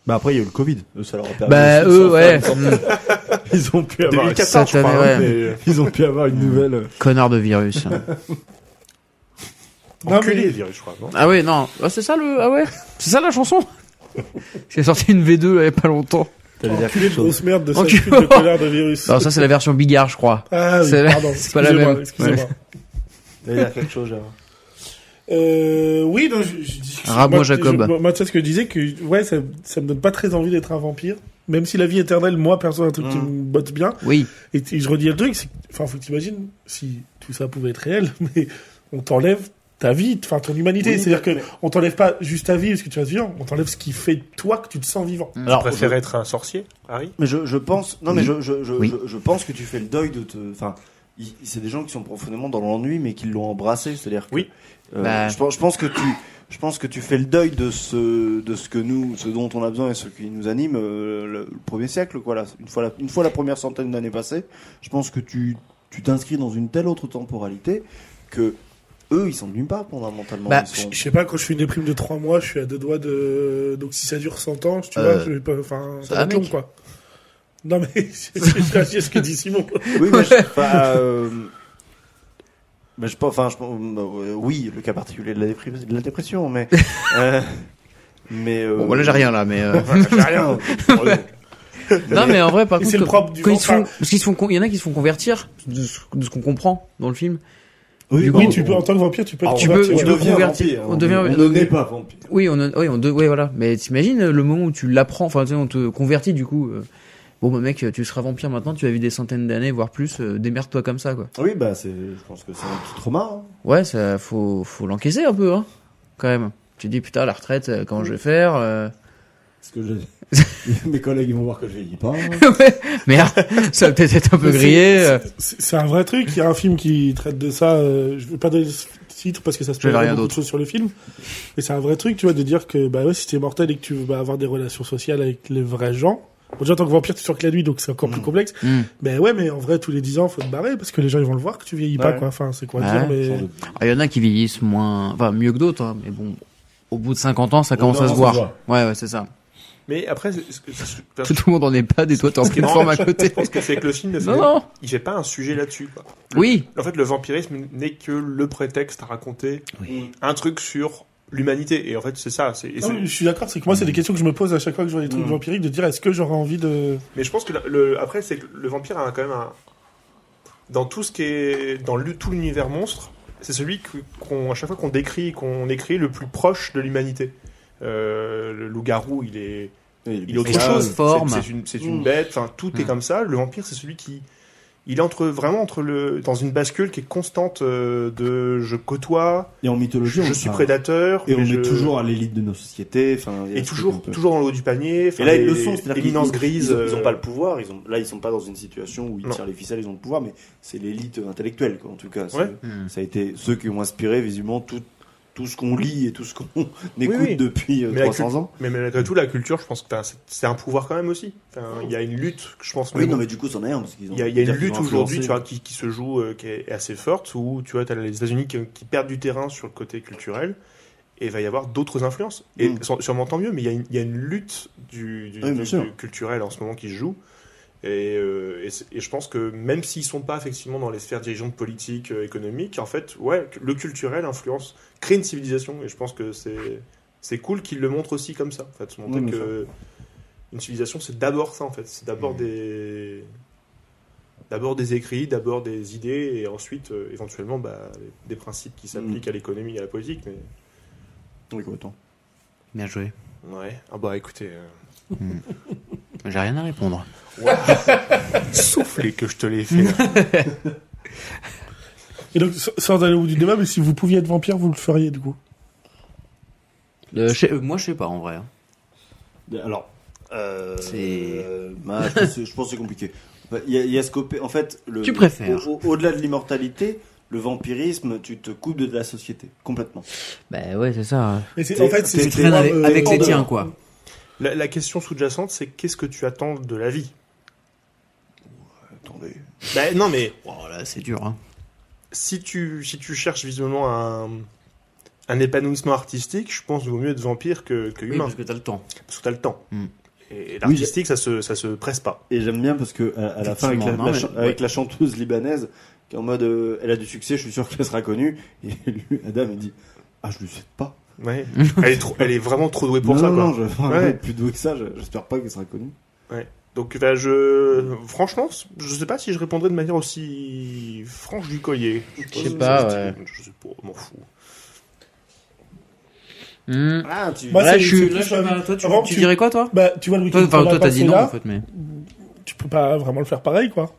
F: Bah après, il y a eu le Covid. Eux, ça leur a permis
C: Bah
F: aussi de
C: eux,
F: s'en
C: ouais, Mmh.
F: faire. Ils ont pu avoir,
G: 2014, je
C: Cette
G: crois,
C: année,
G: hein, mais-
F: ils ont pu avoir une nouvelle. euh,
C: connard de virus. hein.
D: Non,
G: Enculé,
D: mais-
G: virus, je crois. non
C: Ah ouais, non, Ah, c'est ça le, ah ouais, c'est ça la chanson. J'ai sorti une V2 là, il y a pas longtemps.
F: T'allais dire
D: Enculé
F: quelque
D: de
F: chose.
D: grosse merde de cette
C: Enculé.
D: pute de colère de virus.
C: Non, ça c'est la version Bigard, je crois.
D: Ah oui,
C: c'est la-
D: pardon.
C: c'est pas la
D: excusez-moi,
C: même.
D: Excusez-moi.
F: T'allais dire quelque chose, Gérard.
D: Euh, oui, non, je, je dis.
C: Rabot
D: moi,
C: Jacob.
D: je- moi, moi, tu sais ce que je disais que ouais, ça, ça me donne pas très envie d'être un vampire. Même si la vie éternelle, moi perso, un truc qui
F: Mm.
D: me botte bien.
C: Oui.
D: Et t- je redis le truc, c'est que- enfin, faut que t'imagines si tout ça pouvait être réel, mais on t'enlève ta vie, t- enfin ton humanité. C'est-à-dire que on t'enlève pas juste ta vie parce que tu vas vivant, on t'enlève ce qui fait de toi que tu te sens vivant.
G: Tu préfères être un sorcier, Harry
F: Mais je, je pense, non, mais
C: Oui.
F: je, je, je,
C: Oui.
F: je, je pense que tu fais le deuil de te. Enfin, il- c'est des gens qui sont profondément dans l'ennui, mais qui l'ont embrassé. C'est-à-dire que.
G: Oui.
F: euh,
C: Bah.
F: je, pense- je pense que tu. Je pense que tu fais le deuil de ce, de ce que nous, ce dont on a besoin et ce qui nous anime euh, le, le premier siècle, quoi. Là. Une fois la, une fois la première centaine d'années passées, je pense que tu, tu t'inscris dans une telle autre temporalité que eux, ils s'ennuient pas fondamentalement.
C: Bah,
F: ils
D: Je
F: sont-
D: je sais pas, quand je fais une déprime de 3 mois, je suis à deux doigts de. Donc si ça dure 100 ans, tu
C: Euh,
D: vois, je vais pas. Enfin,
C: ça
D: ça
C: va,
D: va être long,
C: mec.
D: quoi. Non, mais c'est c'est- c'est ce que dit Simon.
F: Oui, mais je, enfin, euh, mais je pense, enfin, je pense- euh, oui, le cas particulier de la, dépri- de la dépression, mais, euh, mais, euh,
C: Bon, bah, là j'ai rien là, mais. euh,
G: J'ai rien.
C: Non, mais en vrai, par
D: Et
C: contre,
D: c'est le propre du
C: quand ils se font,
D: vampire.
C: parce qu'ils se font, con- il y en a qui se font convertir de ce, de ce qu'on comprend dans le film.
F: Oui,
C: Du
F: bon,
D: Oui,
C: coup,
D: tu peux, en tant que vampire, tu peux
F: Ah,
D: te
F: on
C: tu
D: convertir,
C: peux-
D: ouais.
F: on
C: tu peux
F: devient
C: convertir-
F: vampire, hein.
C: on devient-
F: on
C: on
F: n'est
C: devient-
F: pas vampire.
C: Oui, on, a- oui, on, de- oui, voilà. Mais t'imagines euh, le moment où tu l'apprends, enfin, tu sais, on te convertit du coup. euh, Bon, bah mec, tu seras vampire maintenant, tu vas vivre des centaines d'années, voire plus, euh, démerde-toi comme ça, quoi.
F: Oui, bah, c'est, je pense que c'est un petit trauma. hein.
C: Ouais, ça, faut, faut l'encaisser un peu, hein, quand même. Tu te dis, putain, la retraite, euh, comment je vais faire euh,
F: Parce que je- mes collègues, ils vont voir que je vieillis pas. hein.
C: Merde, ça va peut-être être un peu
D: Mais c'est-
C: grillé. euh.
D: C'est c'est un vrai truc. Il y a un film qui traite de ça. euh, je veux pas donner le titre parce que ça se
C: Je vais
D: passe
C: rien
D: beaucoup de
C: d'autre.
D: choses sur le film. Mais c'est un vrai truc, tu vois, de dire que bah ouais, si t'es mortel et que tu vas avoir des relations sociales avec les vrais gens. Bon, déjà, en tant que vampire, tu sors que la nuit, donc c'est encore plus complexe.
C: Hmm.
D: Mais ouais, mais en vrai, tous les 10 ans, faut te barrer parce que les gens, ils vont le voir que tu vieillis pas,
F: Ouais.
D: quoi. Enfin, c'est quoi
C: Ouais.
D: dire, mais.
F: Sans doute.
C: Ah, Il y en a qui vieillissent moins, enfin mieux que d'autres, hein, mais bon, au bout de 50 ans, ça commence
F: bout
C: à
F: d'un
C: se
F: moment,
C: voir.
F: ça
C: Ouais, ouais, c'est ça.
G: Mais après, c'est- c'est- c'est-
C: Tout le monde en est pas, et toi, t'es en
G: Ce qui est
C: pleine forme à
G: marrant,
C: côté.
G: Je pense que c'est que le film ne fait,
C: Non, non.
G: il fait pas un sujet là-dessus. quoi.
C: Oui.
G: En fait, le vampirisme n'est que le prétexte à raconter un truc sur l'humanité. Et en fait, c'est ça. c'est- et
D: Non,
G: c'est-
D: mais je suis d'accord, c'est que moi,
C: Mm.
D: c'est des questions que je me pose à chaque fois que je vois des trucs
F: Mm.
D: vampiriques, de dire est-ce que j'aurais envie de.
G: Mais je pense que le- le- après, c'est que le vampire a quand même un. Dans tout ce qui est. Dans le- tout l'univers monstre, c'est celui que- qu'on. à chaque fois qu'on décrit, qu'on écrit le plus proche de l'humanité. Euh, le loup-garou, il est.
F: Oui,
G: Il est autre
C: Les
G: chose.
C: choses forment.
G: C'est- C'est une, c'est une
F: Mm.
G: bête. Enfin, tout est
C: Mm.
G: comme ça. Le vampire, c'est celui qui, il est entre vraiment entre le dans une bascule qui est constante euh, de je côtoie,
F: Et en mythologie,
G: je,
F: on
G: suis
F: enfin,
G: prédateur,
F: Et on
G: mais je-
F: est toujours à l'élite de nos sociétés. Enfin, il y a
G: et
F: ce truc un
G: toujours
F: peu-
G: toujours dans le haut du panier. Enfin,
F: Et là, ils
G: les-
F: le sont, c'est-à-dire qu'ils
G: l'éminence grise.
F: Ils, ont- ils
G: euh,
F: ont pas le pouvoir. Ils ont, là, ils sont pas dans une situation où ils
G: Non.
F: tirent les ficelles, ils ont le pouvoir, mais c'est l'élite intellectuelle, quoi, en tout cas. C'est-
G: Ouais.
C: Hmm.
F: Ça a été ceux qui ont inspiré, visiblement, tout, tout ce qu'on lit et tout ce qu'on écoute
G: oui.
F: depuis euh,
G: Mais la
F: 300 ans.
G: Mais malgré tout, la culture, je pense que t'as- c'est- c'est un pouvoir quand même aussi. Enfin, il y a une lutte, que je pense.
F: Oui,
G: mais
F: non,
G: bon,
F: mais du coup, c'en est un. Parce qu'ils ont-
G: Il y a, il y a une
F: ils ont
G: lutte aujourd'hui,
F: influencé.
G: tu vois, qui, qui se joue, euh, qui est assez forte, où tu vois, t'as les États-Unis qui, qui perdent du terrain sur le côté culturel, et il va y avoir d'autres influences. Et
F: Mm.
G: sûre- sûrement tant mieux, mais il y a une, il y a une lutte du, du-
F: Oui, bien
G: du-
F: sûr.
G: du culturel en ce moment qui se joue. Et, euh, et c'est- et je pense que même s'ils sont pas effectivement dans les sphères dirigeantes politiques, euh, économiques, en fait, ouais, le culturel influence, crée une civilisation. Et je pense que c'est c'est cool qu'il le montre aussi comme ça. En fait, se montrer
F: Oui, bien
G: que une civilisation, c'est d'abord ça, en fait. C'est d'abord des. D'abord des écrits, d'abord des idées, et ensuite, euh, éventuellement, bah, des principes qui s'appliquent à l'économie et à la politique. Mais
F: Oui, autant.
C: Bien joué.
G: ouais, ah bah écoutez, euh,
C: J'ai rien à répondre.
G: soufflez que je te l'ai fait.
D: Et donc, sans- sans aller au bout du débat, mais si vous pouviez être vampire, vous le feriez, du coup.
C: Euh, je sais- euh, moi, je sais pas en vrai. hein.
F: Alors, euh,
C: C'est-
F: euh, bah, je, pense, je pense que c'est compliqué. Bah, Il y a, il y a ce côté- en fait, le,
C: Tu préfères.
F: au- au- Au-delà de l'immortalité, le vampirisme, tu te coupes de la société complètement.
C: Bah ouais, c'est ça.
D: Mais c'est-
F: T'es-
D: en fait,
F: t'es-
D: c'est
F: t'es-
D: c'est
C: Traîne
D: trois,
C: avec,
D: euh,
C: avec
D: hors
C: les
D: de-
C: tiens, quoi.
G: La, la question sous-jacente, c'est qu'est-ce que tu attends de la vie
F: Attendez.
G: Bah, Non, mais
C: Oh là, c'est dur. Hein.
G: si tu, si tu cherches visuellement un, un épanouissement artistique, je pense qu'il vaut mieux être vampire que, que
C: Oui,
G: humain,
C: parce que t'as le temps.
G: parce que t'as le temps.
C: Mm.
G: Et, et l'artistique, ça, se, ça se presse pas.
F: Et j'aime bien parce que à, à la fin, avec, la,
C: Effectivement,
F: la
C: non,
F: cha-
C: mais-
F: avec la chanteuse libanaise, qui est en mode, euh, elle a du succès, je suis sûr qu'elle sera connue. Et lui, Adam, il dit, ah, je lui souhaite pas.
G: Ouais. elle, est trop- elle est vraiment trop douée pour
F: non,
G: ça.
F: non,
G: quoi.
F: non, je, vraiment,
G: Ouais.
F: plus doué que ça, je- j'espère pas qu'elle sera connue.
G: Donc, bah, je... franchement, je sais pas si je répondrais de manière aussi franche du collier.
C: Je sais pas, ouais.
G: Je sais pas, je m'en fous.
C: Hmm.
F: Ah, tu,
D: Moi,
C: Là,
D: c'est-
C: je suis.
D: c'est-
C: là, je suis
D: avant,
C: vers toi, tu,
D: tu-
C: tu dirais quoi, toi
D: Bah, tu vois, le
C: Toi,
D: week-end,
C: enfin,
D: qu'on a
C: toi, t'as dit
D: passé
C: non,
D: là,
C: en fait, mais.
D: Tu peux pas vraiment le faire pareil, quoi.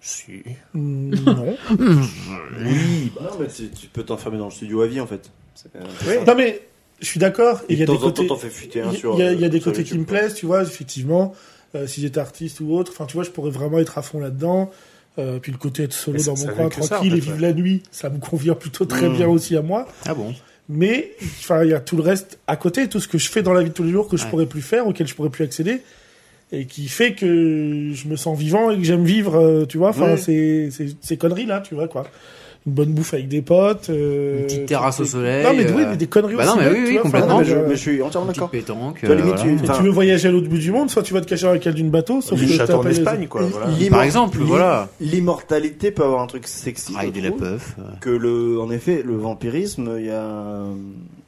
G: Si.
D: Mm, non.
F: oui, bah, non, mais tu, tu peux t'enfermer dans le studio à vie, en fait. C'est un peu ça.
D: Non, mais je suis d'accord.
F: Et
D: Il y a
F: de
D: des
F: temps en temps,
D: côtés.
F: t'en fais fuiter un
D: Il y-
F: sur.
D: il y a, il y a
F: euh,
D: des
F: sur
D: côtés qui me
F: YouTube,
D: plaisent, tu vois, effectivement. Euh, si j'étais artiste ou autre, enfin, tu vois, je pourrais vraiment être à fond là-dedans. Euh, puis le côté être solo
G: Mais ça-
D: dans
G: ça
D: mon
G: veut
D: coin,
G: que ça, en
D: tranquille,
G: fait,
D: et vivre
G: ouais.
D: la nuit, ça me convient plutôt très
F: Mm.
D: bien aussi à moi.
C: Ah bon
D: Mais enfin, il y a tout le reste à côté, tout ce que je fais dans la vie de tous les jours que je
C: Ouais.
D: pourrais plus faire, auquel je pourrais plus accéder, et qui fait que je me sens vivant et que j'aime vivre, euh, tu vois. Enfin,
F: Ouais.
D: ces, ces, ces conneries là, tu vois quoi. Une bonne bouffe avec des potes, euh,
C: Une petite terrasse au
D: enfin,
C: soleil,
D: Non mais oui,
C: euh,
D: mais des conneries
C: bah
D: aussi.
C: non, mais
D: bêtes,
C: oui,
D: tu
C: oui,
D: vois, enfin,
F: quoi. Ah, non, mais je,
D: euh,
F: mais je suis entièrement
C: Une petite
F: d'accord.
C: pétanque.
F: Tu vois,
C: euh,
F: limite,
C: voilà.
F: tu- enfin,
D: tu veux voyager à l'autre bout du monde, soit tu vas te cacher dans la cale d'une bateau, sauf
G: Du
D: que
G: château en
D: t'appelles les-
G: Espagne, quoi. Voilà.
F: l'immor-
C: Par exemple,
F: l'i-
C: voilà.
F: L'immortalité peut avoir un truc sexy.
C: Rider
F: je
C: la
F: trouve.
C: puff. euh.
F: que le, en effet, le vampirisme, il y a, un-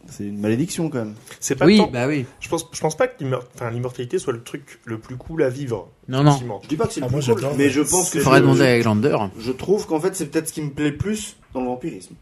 F: c'est une malédiction quand même.
G: C'est pas
C: Oui,
G: tant-
C: bah oui.
G: Je pense, je pense pas que l'immor- enfin, l'immortalité soit le truc le plus cool à vivre.
C: Non, non.
G: effectivement.
F: Je dis pas que c'est le
D: Ah,
F: plus
D: moi,
F: cool,
D: j'adore.
F: mais je pense que
G: C'est-
F: je,
C: Faudrait demander à
F: je,
C: Highlander.
F: je trouve qu'en fait, c'est peut-être ce qui me plaît plus dans le vampirisme.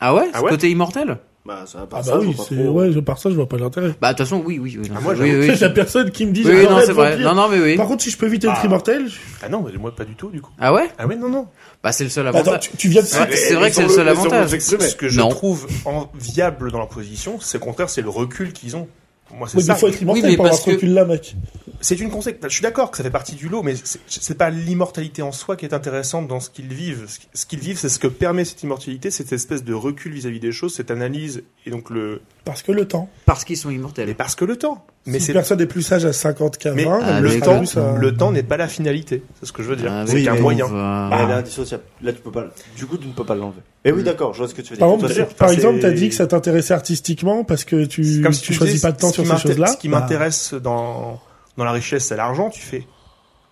C: Ah ouais
G: Ah
C: Ce
G: ouais
C: côté immortel
F: Bah, ça va pas
D: Ah
F: ça,
D: bah
F: je
D: oui,
F: vois pas
D: c'est
F: trop.
D: ouais, je par ça, je vois pas l'intérêt.
C: Bah, de toute façon, oui, oui. oui
G: Ah, moi,
C: oui,
G: j'avoue.
C: oui,
D: la personne qui me dit
C: Oui,
D: j'aimerais
C: non,
D: être
C: c'est vrai.
D: vampire.
C: Non, non, mais oui.
D: Par contre, si je peux éviter
F: Ah.
D: le immortel, je-
G: Ah non, mais moi pas du tout du coup.
C: Ah ouais
G: Ah ouais, non, non.
C: Bah, c'est le seul
D: attends,
C: avantage.
D: tu, tu viens de
C: Ah,
D: citer-
C: c'est vrai que c'est le
G: Laissons-le-
C: seul
G: laissons-le
C: avantage.
G: s'exprimer. Ce que je
C: Non.
G: trouve enviable dans leur position, c'est au contraire, c'est le recul qu'ils ont. Moi, c'est
D: Oui, mais
G: ça.
D: il faut être immortel
C: mais
D: pour avoir
C: parce
D: ce
C: que-
D: recul là, mec.
G: C'est une conséquence. Je suis d'accord que ça fait partie du lot, mais c'est- c'est pas l'immortalité en soi qui est intéressante dans ce qu'ils vivent. Ce qui- Ce qu'ils vivent, c'est ce que permet cette immortalité, cette espèce de recul vis-à-vis des choses, cette analyse et donc le.
D: Parce que le temps.
C: Parce qu'ils sont
G: Mais
C: immortels.
G: parce que le temps. Mais
D: si
G: c'est
D: une personne est plus sage à 50 qu'à 20,
G: Mais
D: elle
C: Ah,
D: le euh,
C: mais
D: sera
C: quand-
D: plus à-
G: le temps n'est pas la finalité. C'est ce que je veux dire.
C: Ah,
G: c'est
C: oui,
G: qu'un
C: mais
G: moyen.
C: on va-
F: Ah, elle est indissociable. Là, tu peux pas. le- Du coup, tu ne peux pas l'enlever. Eh oui, d'accord. Je vois ce que tu veux dire.
D: Par,
F: De toute
D: exemple,
F: façon,
D: t'as- par
G: c'est-
D: exemple, t'as dit que ça t'intéressait artistiquement parce que tu,
G: C'est
D: comme
G: si
D: tu
G: me
D: choisis
G: disais,
D: pas de temps
G: ce
D: sur
G: qui
D: ces
G: m'inté-
D: choses-là. bah.
G: Ce qui m'intéresse dans, dans la richesse, c'est l'argent, tu fais.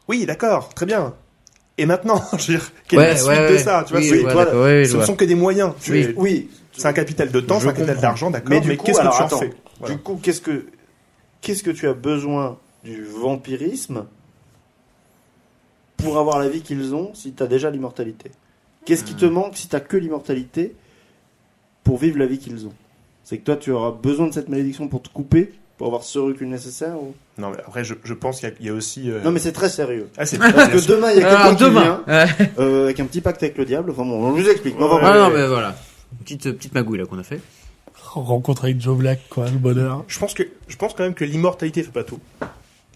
G: Oui, d'accord, très bien. Et maintenant, je veux dire, quelle est la suite de ça tu vois,
C: oui,
G: c'est-
C: je vois,
G: toi,
C: d'accord, oui, je
G: Ce ne
C: vois.
G: sont que des moyens. tu
C: Oui.
G: es-
F: Oui.
G: C'est un capital de temps,
F: Je
G: c'est un capital
F: comprends.
G: d'argent, d'accord,
F: Mais
G: mais,
F: du coup,
G: qu'est-ce que
F: alors,
G: tu en
F: attends.
G: fais Voilà.
F: Du coup, qu'est-ce que qu'est-ce que tu as besoin du vampirisme pour avoir la vie qu'ils ont si t'as déjà l'immortalité Qu'est-ce qui te manque si t'as que l'immortalité pour vivre la vie qu'ils ont C'est que toi, tu auras besoin de cette malédiction pour te couper, pour avoir ce recul nécessaire. ou-
G: Non, mais après, je, je pense qu'il y a- il y, a aussi. euh,
F: Non, mais c'est très sérieux.
G: ah, c'est
F: Parce que demain, il y a quelqu'un
C: Alors,
F: qui
C: demain.
F: vient euh, avec un petit pacte avec le diable. Enfin bon, on vous explique. mais enfin,
C: Ah
F: bon.
C: non, mais voilà. Petite, euh, petite magouille là qu'on a fait.
D: Bah, Rencontre avec Joe Black, quoi, le bonheur.
G: je pense que je pense quand même que l'immortalité fait pas tout.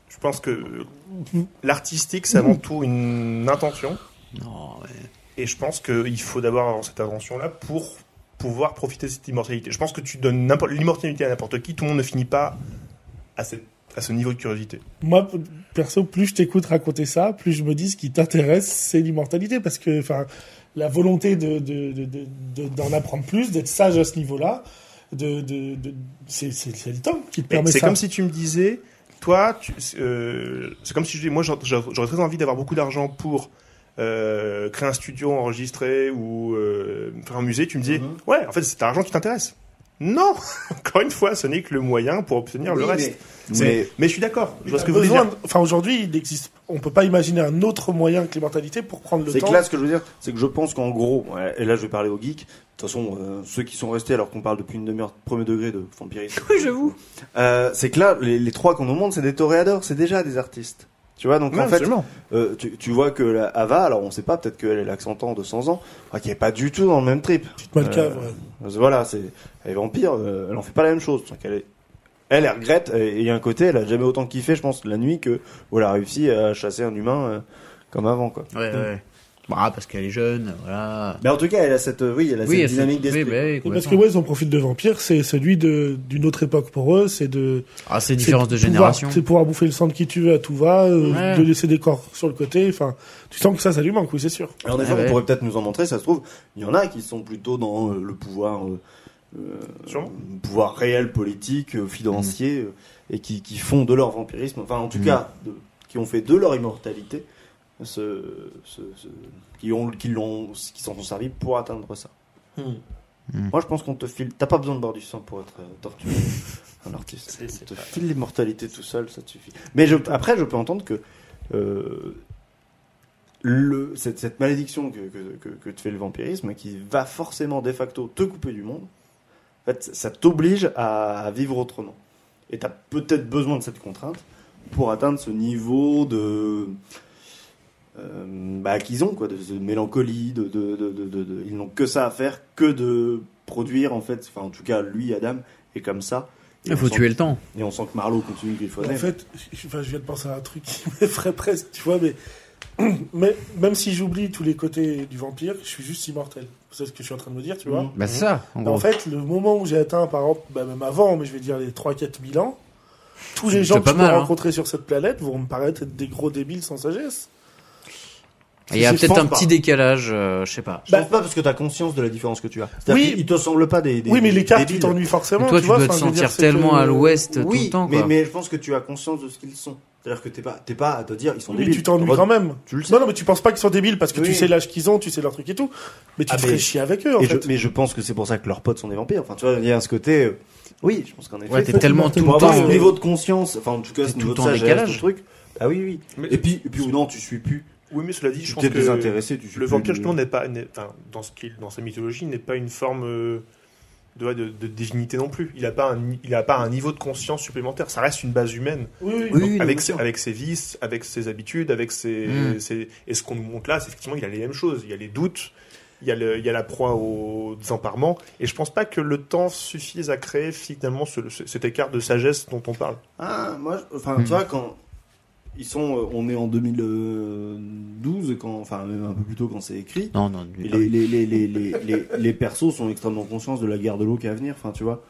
G: Je pense que euh, l'artistique, c'est avant tout une intention.
C: Non, ouais.
G: Et je pense qu'il faut d'abord cette intention-là pour pouvoir profiter de cette immortalité. Je pense que tu donnes n'importe- l'immortalité à n'importe qui, tout le monde ne finit pas à, cette- à ce niveau de curiosité.
D: Moi, p- perso, plus je t'écoute raconter ça, plus je me dis ce qui t'intéresse, c'est l'immortalité. Parce que, enfin, la volonté de, de, de, de- de- d'en apprendre plus, d'être sage à ce niveau-là, de, de, de, c'est, c'est, c'est le temps qui te
G: Mais
D: permet
G: C'est
D: ça.
G: comme si tu me disais, toi, tu- euh, c'est comme si je dis, moi j'aurais- j'aurais très envie d'avoir beaucoup d'argent pour euh, créer un studio, enregistrer ou euh, faire un musée. Tu me disais, ouais, en fait, c'est cet argent qui t'intéresse. Non Encore une fois, ce n'est que le moyen pour obtenir le
E: Oui,
G: reste. C'est- Mais...
F: Mais-
G: je suis d'accord. Je vois ce
D: T'as
G: que vous voulez
D: besoin
G: dire.
D: de- Enfin, aujourd'hui, il n'existe. On peut pas imaginer un autre moyen que les mentalités pour prendre le
F: C'est
D: temps.
F: que là, ce que je veux dire, c'est que je pense qu'en gros, ouais, et là je vais parler aux geeks, de toute façon, euh, ceux qui sont restés alors qu'on parle depuis une demi-heure premier degré de vampirisme.
C: Oui, j'avoue.
F: Euh, c'est que là, les, les trois qu'on nous montre, c'est des toréadors, c'est déjà des artistes. Tu vois, donc
G: Ouais,
F: en fait,
G: absolument.
F: euh, tu, tu vois que la Ava, alors on sait pas, peut-être qu'elle elle a que 100 ans, 200 ans, enfin, qui est pas du tout dans le même trip.
D: Malcave,
F: Euh,
D: ouais.
F: Voilà, c'est elle est vampire, euh, elle en fait pas la même chose. Donc, elle, est- elle, elle regrette, et il y a un côté, elle a jamais autant kiffé, je pense, la nuit que où elle a réussi à chasser un humain euh, comme avant, quoi.
C: Ouais, ouais. Bah, parce qu'elle est jeune, voilà.
F: Mais en tout cas, elle a cette, euh, oui, elle a
C: Oui,
F: cette
C: elle fait-
F: dynamique
C: oui,
F: d'esprit.
C: bah oui,
D: Et parce que
C: complètement.
D: ouais, son profil de vampire, c'est celui de d'une autre époque pour eux, c'est de
C: Ah, c'est différence de
D: c'est pouvoir-
C: génération.
D: c'est pouvoir bouffer le sang de qui tu veux à tout va, euh,
C: Ouais.
D: de laisser des corps sur le côté. Enfin, tu sens que ça, ça lui manque, oui, c'est sûr.
F: Alors des
C: Ah
F: fois,
C: ouais.
F: on pourrait peut-être nous en montrer, ça se trouve, il y en a qui sont plutôt dans euh, le pouvoir, euh, euh,
G: Sûrement.
F: le pouvoir réel, politique, euh,
C: Mm.
F: financier, euh, et qui, qui font de leur vampirisme, enfin en tout cas, de- qui ont fait de leur immortalité, ce, ce, ce- qui ont, qui l'ont, qui s'en sont servis pour atteindre ça.
G: Hmm.
C: Hmm.
F: Moi, je pense qu'on te file, t'as pas besoin de boire du sang pour être euh, torturé. Un artiste,
G: C'est- c'est
F: on te
G: pas-
F: file l'immortalité tout seul, ça te suffit. Mais je, après, je peux entendre que euh, le, cette, cette malédiction que, que, que, que te fait le vampirisme, qui va forcément de facto te couper du monde, en fait, ça- ça t'oblige à, à vivre autrement. Et t'as peut-être besoin de cette contrainte pour atteindre ce niveau de. euh, bah, qu'ils ont, quoi, de, de mélancolie, de, de, de, de- de- de- ils n'ont que ça à faire, que de produire, en fait, enfin, en tout cas, lui, Adam, est comme ça. Et
C: Il faut
F: on sent-
C: tuer le temps.
F: Et on sent que Marlowe continue de griffonner.
D: En fait, je, enfin, je viens de penser à un truc qui m'effraie presque, tu vois, mais, mais même si j'oublie tous les côtés du vampire, je suis juste immortel. C'est ce que je suis en train de me dire, tu vois.
F: Mhm.
C: Bah, c'est ça, en
D: En
C: gros.
D: fait, le moment où j'ai atteint, par exemple, bah, même avant, mais je vais dire les 3-4 000 ans, tous les
C: C'est
D: gens que
C: pas
D: je peux
C: mal, hein.
D: rencontrer sur cette planète vont me paraître être des gros débiles sans sagesse.
C: Et Il y a
F: c'est
C: peut-être un
F: fort,
C: petit
F: pas.
C: décalage, euh, je sais pas.
F: Je pense pas parce que t'as conscience de la différence que tu as.
D: Bah, Oui.
F: Oui, il te semble pas des. des-
D: oui, mais
F: des-
D: les cartes, ils
F: des billes.
D: t'ennuient forcément.
C: Mais toi,
D: tu
C: tu
D: vois,
C: dois te
D: enfin, je veux dire,
C: sentir
D: c'est que-
C: tellement à l'ouest tout le temps,
F: mais,
C: quoi.
F: mais je pense que tu as conscience de ce qu'ils sont. C'est-à-dire que t'es pas, t'es pas à te dire ils sont
D: Oui, mais euh,
F: débiles.
D: tu t'ennuies
F: En
D: quand
F: mode,
D: même.
F: Tu le sais.
D: Non, non, mais tu penses pas qu'ils sont débiles parce que tu
F: Oui.
D: sais l'âge qu'ils ont, tu sais leur truc et tout. Mais tu
F: Ah,
D: te
F: mais-
D: ferais chier avec eux, en
F: Et
D: fait.
F: je- mais je pense que c'est pour ça que leurs potes sont des vampires. Enfin, tu vois, il y a ce côté. euh, Oui, je pense qu'en effet.
C: Ouais,
F: faut-
C: t'es tellement tout
F: pour
C: le
F: avoir ce
C: temps. euh,
F: niveau de conscience, enfin en tout cas
C: T'es
F: ce
C: tout
F: niveau
C: le
F: de
C: temps en
F: sagesse,
C: décalage.
F: ce truc. Ah oui, oui.
G: Mais-
F: Et puis, et puis ou non, tu suis plus.
G: Oui, mais cela dit, je
F: Tu
G: pense
F: t'es
G: que
F: désintéressé. Tu suis
G: le
F: plus
G: vampire,
F: du-
G: justement, n'est pas, n'est- enfin, dans ce qu'il, dans sa mythologie, n'est pas une forme euh, de, de, de divinité non plus. Il n'a pas un, ni- il a pas un niveau de conscience supplémentaire. Ça reste une base humaine.
D: Oui, oui.
C: Oui, oui,
G: avec,
C: bien
G: ses,
C: sûr.
G: avec ses vices, avec ses habitudes, avec ses,
C: Mm.
G: ses- et ce qu'on nous montre là, c'est effectivement il a les mêmes choses. Il y a les doutes, il y a, le- il y a la proie au désemparement, et je pense pas que le temps suffise à créer finalement ce- ce- cet écart de sagesse dont on parle.
F: Ah, moi, je- enfin,
C: Mm.
F: tu vois, quand ils sont, euh, on est en 2012, quand, enfin, même un peu plus tôt quand c'est écrit.
C: Non, non,
F: Et
C: du-
F: les, les, les, les, les, les, les persos sont extrêmement conscients de la guerre de l'eau qui est à venir, enfin, tu vois.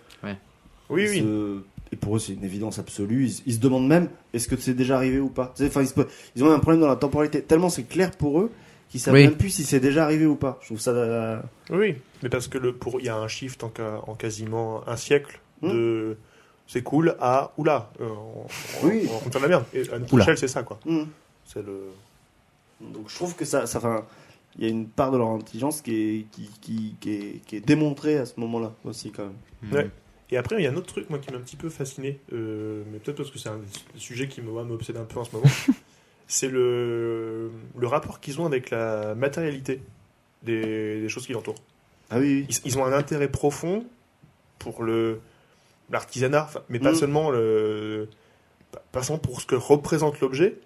G: Oui,
F: Ils
G: oui.
F: se- Et pour eux, c'est une évidence absolue. Ils, ils se demandent même, est-ce que c'est déjà arrivé ou pas. Tu sais, Enfin, ils, se po- ils ont même un problème dans la temporalité. Tellement c'est clair pour eux qu'ils savent
C: Oui.
F: même plus si c'est déjà arrivé ou pas. Je trouve ça. euh,
G: Oui, mais parce que le pour il y a un shift en, ca- en quasiment un siècle
F: Mm.
G: de c'est cool à oula, euh, on, on-
F: Oui.
G: on, on fait de la merde. Et à notre
C: Oula.
G: échelle, c'est ça quoi.
F: hmm.
G: C'est le
F: Donc je trouve que ça, ça, enfin, il y a une part de leur intelligence qui est, qui, qui, qui est, qui est démontrée à ce moment-là aussi quand même.
C: Mm.
G: Ouais. Et après, il y a un autre truc, moi, qui m'a un petit peu fasciné, euh, mais peut-être parce que c'est un des sujets qui me- moi, m'obsède un peu en ce moment, c'est le, le rapport qu'ils ont avec la matérialité des, des choses qui l'entourent.
F: Ah oui, oui.
G: Ils, ils ont un intérêt profond pour le l'artisanat, enfin, mais pas
F: Mm.
G: seulement le pas- pas seulement pour ce que représente l'objet,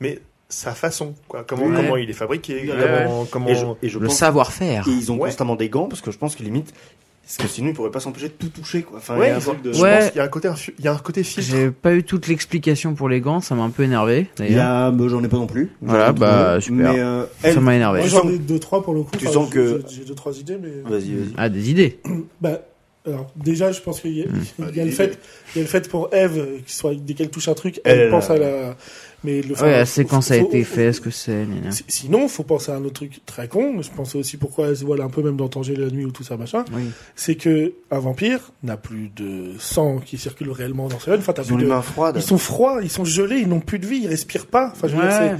G: mais sa façon, quoi. Comment,
C: Ouais.
G: comment il est fabriqué,
F: Oui,
G: comment, comment-
F: Et je, et je
C: Le
F: pense
C: savoir-faire.
F: et ils ont
G: Ouais.
F: constamment des gants parce que je pense que limite, parce que sinon ils pourraient pas s'empêcher de tout toucher quoi. Enfin, il y
G: Ouais,
F: a un
G: ils ont-
F: truc de-
G: je
C: Ouais.
G: pense qu'il y a un côté, infu- il y a un côté filtre.
C: J'ai pas eu toute l'explication pour les gants, ça m'a un peu énervé.
F: Il y
C: D'ailleurs,
F: a, bah, j'en ai pas non plus. J'en ai
C: hein. Voilà,
F: pas trouvé.
C: bah, super.
F: Mais euh,
C: ça
F: elle-
C: m'a énervé.
D: Moi,
F: tu
D: j'en
F: sens-
D: ai deux, trois pour le coup.
F: tu
D: Enfin,
F: sens
D: j'ai-
F: que-
D: J'ai deux, trois idées, mais.
F: vas-y, vas-y.
C: Ah, des idées.
D: Bah, alors, déjà, je pense qu'il y, a-
C: Mm.
D: il y a le fait, il y a le fait pour Eve, euh, qui soit, dès qu'elle touche un truc, elle,
F: Elle, elle
D: pense
F: a-
D: à la, mais le
C: Ouais,
D: enfin,
C: c'est quand ça a
D: faut-
C: été
D: faut-
C: fait, ce que c'est. gna gna.
D: si- Sinon, faut penser à un autre truc très con. Je pense aussi pourquoi elle se voile un peu même dans Tanger la nuit ou tout ça, machin.
C: Oui.
D: C'est que un vampire n'a plus de sang qui circule réellement dans ses veines. Enfin, t'as
F: Ils ont
D: plus
F: les
D: de-
F: mains froides.
D: ils sont froids, ils sont gelés, ils n'ont plus de vie, ils respirent pas. Enfin, je veux dire, c'est-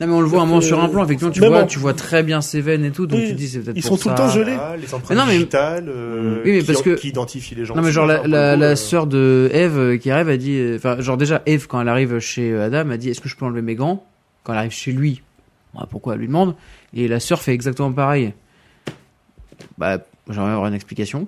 C: Non, mais on le voit un moment sur un plan, effectivement, tu
D: Mais
C: vois,
D: bon.
C: tu vois très bien ses veines et tout, donc
D: Oui,
C: tu te dis c'est peut-être
D: ils sont
C: pour
D: tout le
C: ça.
D: temps gelés.
G: Ah, les empreintes
C: Mais non, mais-
G: digitales euh,
C: Oui, mais
G: qui-
C: parce
G: qui,
C: que-
G: identifient les gens.
C: Non mais genre la, la,
G: Enfin, pour le coup,
C: la
G: euh,
C: sœur de Eve euh, qui arrive a dit euh, enfin genre déjà Eve quand elle arrive chez euh, Adam a dit est-ce que je peux enlever mes gants quand elle arrive chez lui bah, pourquoi elle lui demande et la sœur fait exactement pareil bah j'aimerais avoir une explication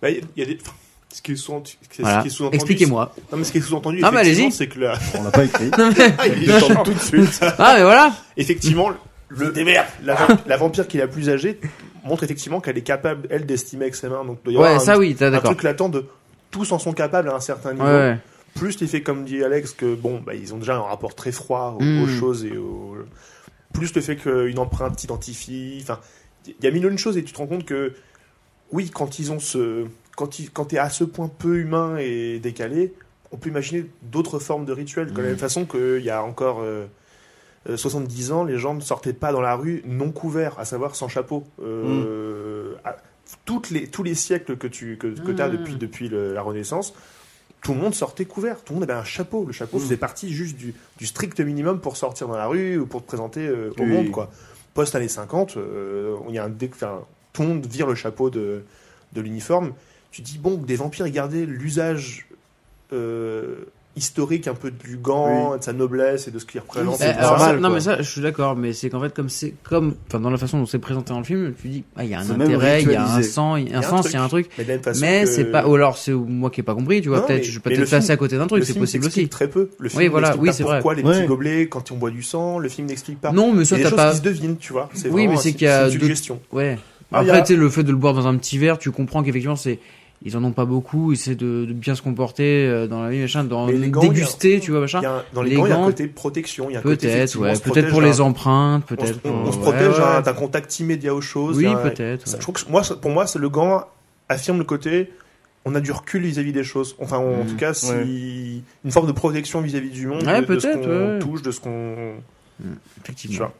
G: bah, il y a- il y a des- enfin, ce qui est sous- ce qui est- ce
C: voilà
G: qui est sous-entendu.
C: expliquez-moi
G: c'est- Non, mais ce qui est sous-entendu,
C: Ah, bah,
G: effectivement,
C: allez-y.
G: c'est que la.
F: On l'a pas écrit.
C: Non, mais-
G: Ah, il est gentil tout de suite.
C: ah mais voilà
G: Effectivement, le démerde. La, vamp- la vampire qui est la plus âgée montre effectivement qu'elle est capable, elle, d'estimer avec ses mains. Donc, il doit y avoir
C: ouais
G: un,
C: ça oui t'as
G: un
C: d'accord
G: truc latent de tous en sont capables à un certain
C: ouais,
G: niveau.
C: ouais.
G: Plus les fait, comme dit Alex, que bon, bah, ils ont déjà un rapport très froid aux,
C: Mm.
G: aux choses et aux... Plus le fait qu'une empreinte t'identifie. Enfin, il y a mille une choses et tu te rends compte que, oui, quand ils ont ce. Quand, ils- quand t'es à ce point peu humain et décalé, on peut imaginer d'autres formes de rituels. De la même façon qu'il y a encore. euh, euh, 70 ans, les gens ne sortaient pas dans la rue non couverts, à savoir sans chapeau. Euh, à- toutes les, tous les siècles que tu que, que as
C: Mm.
G: depuis, depuis le- la Renaissance, tout le monde sortait couvert, tout le monde avait un chapeau. Le chapeau faisait partie juste du, du strict minimum pour sortir dans la rue ou pour te présenter euh, au
F: Oui.
G: monde. quoi. Post années 50, euh, on y a un, dé- enfin, tout le monde vire le chapeau de, de l'uniforme. Tu dis, bon, des vampires, gardaient l'usage euh, historique un peu du gant, de sa noblesse et de ce qu'il représente.
C: Eh,
G: et tout
C: alors
G: ça.
C: ça- non
G: quoi.
C: mais ça je suis d'accord mais c'est qu'en fait comme c'est comme enfin dans la façon dont c'est présenté dans le film tu dis ah il y a un
F: C'est même
C: intérêt il y a un
F: ritualisé.
C: sens il y a un sens il y a un truc
G: Mais, de la même façon
C: mais
G: que
C: c'est pas ou alors c'est moi qui ai pas compris tu vois
G: Non,
C: peut-être
G: mais-
C: je suis
G: mais le
C: peut-être
G: film-
C: passé à côté d'un
G: le
C: truc c'est
G: film
C: possible
G: t'explique
C: aussi.
G: très peu. Le film
C: voilà,
G: n'explique
C: oui,
G: pas
C: c'est vrai.
G: pourquoi les petits
F: Ouais.
G: gobelets quand on boit du sang. Le film n'explique pas.
C: Non, mais ça,
G: c'est des
C: t'as
G: choses
C: pas.
G: qui se devinent, tu vois. C'est
C: Oui,
G: vraiment
C: mais
G: un-
C: c'est qu'il y a
G: une
C: deux-
G: suggestion.
C: Ouais.
D: Ah, il y
C: Après,
D: a-
C: tu sais, le fait de le boire dans un petit verre, tu comprends qu'effectivement, c'est. Ils en ont pas beaucoup, ils essaient de, de bien se comporter euh, dans la vie, machin, d'en
G: Mais les gants, il y a-
C: déguster, tu vois,
G: Il
C: machin.
G: y a un- dans les,
C: Les
G: gants, il y a un
C: gants,
G: côté protection. il y a un côté,
C: Peut-être,
G: effectivement, on
C: ouais.
G: se
C: Peut-être pour
G: protège
C: les empreintes,
G: d'un- on se-
C: peut-être.
G: On,
C: pour-
G: on se
C: ouais,
G: protège hein,
C: ouais.
G: d'un d'un contact immédiat aux choses.
C: Oui,
G: d'un-
C: peut-être.
G: ça-
C: ouais.
G: Je trouve que moi, ça- pour moi, c'est le gant affirme le côté. On a du recul vis-à-vis des choses. Enfin, on- en tout cas, si une forme de protection vis-à-vis du monde,
C: Mmh, Ouais,
G: de, de ce
C: peut-être,
G: qu'on
C: ouais. Mmh.
G: touche, de ce qu'on Tu
C: Effectivement.
G: vois.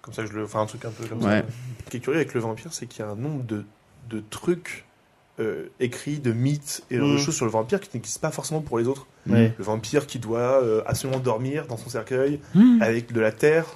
G: Comme ça, je le. Enfin, un truc un peu comme
C: Ouais.
G: ça. Ce qui est curieux avec le vampire, c'est qu'il y a un nombre de, de trucs euh, écrits, de mythes et de
C: Mmh.
F: Mm.
G: choses sur le vampire qui n'existent pas forcément pour les autres.
F: Ouais.
G: Le vampire qui doit euh, absolument dormir dans son cercueil
C: Mmh.
G: avec de la terre,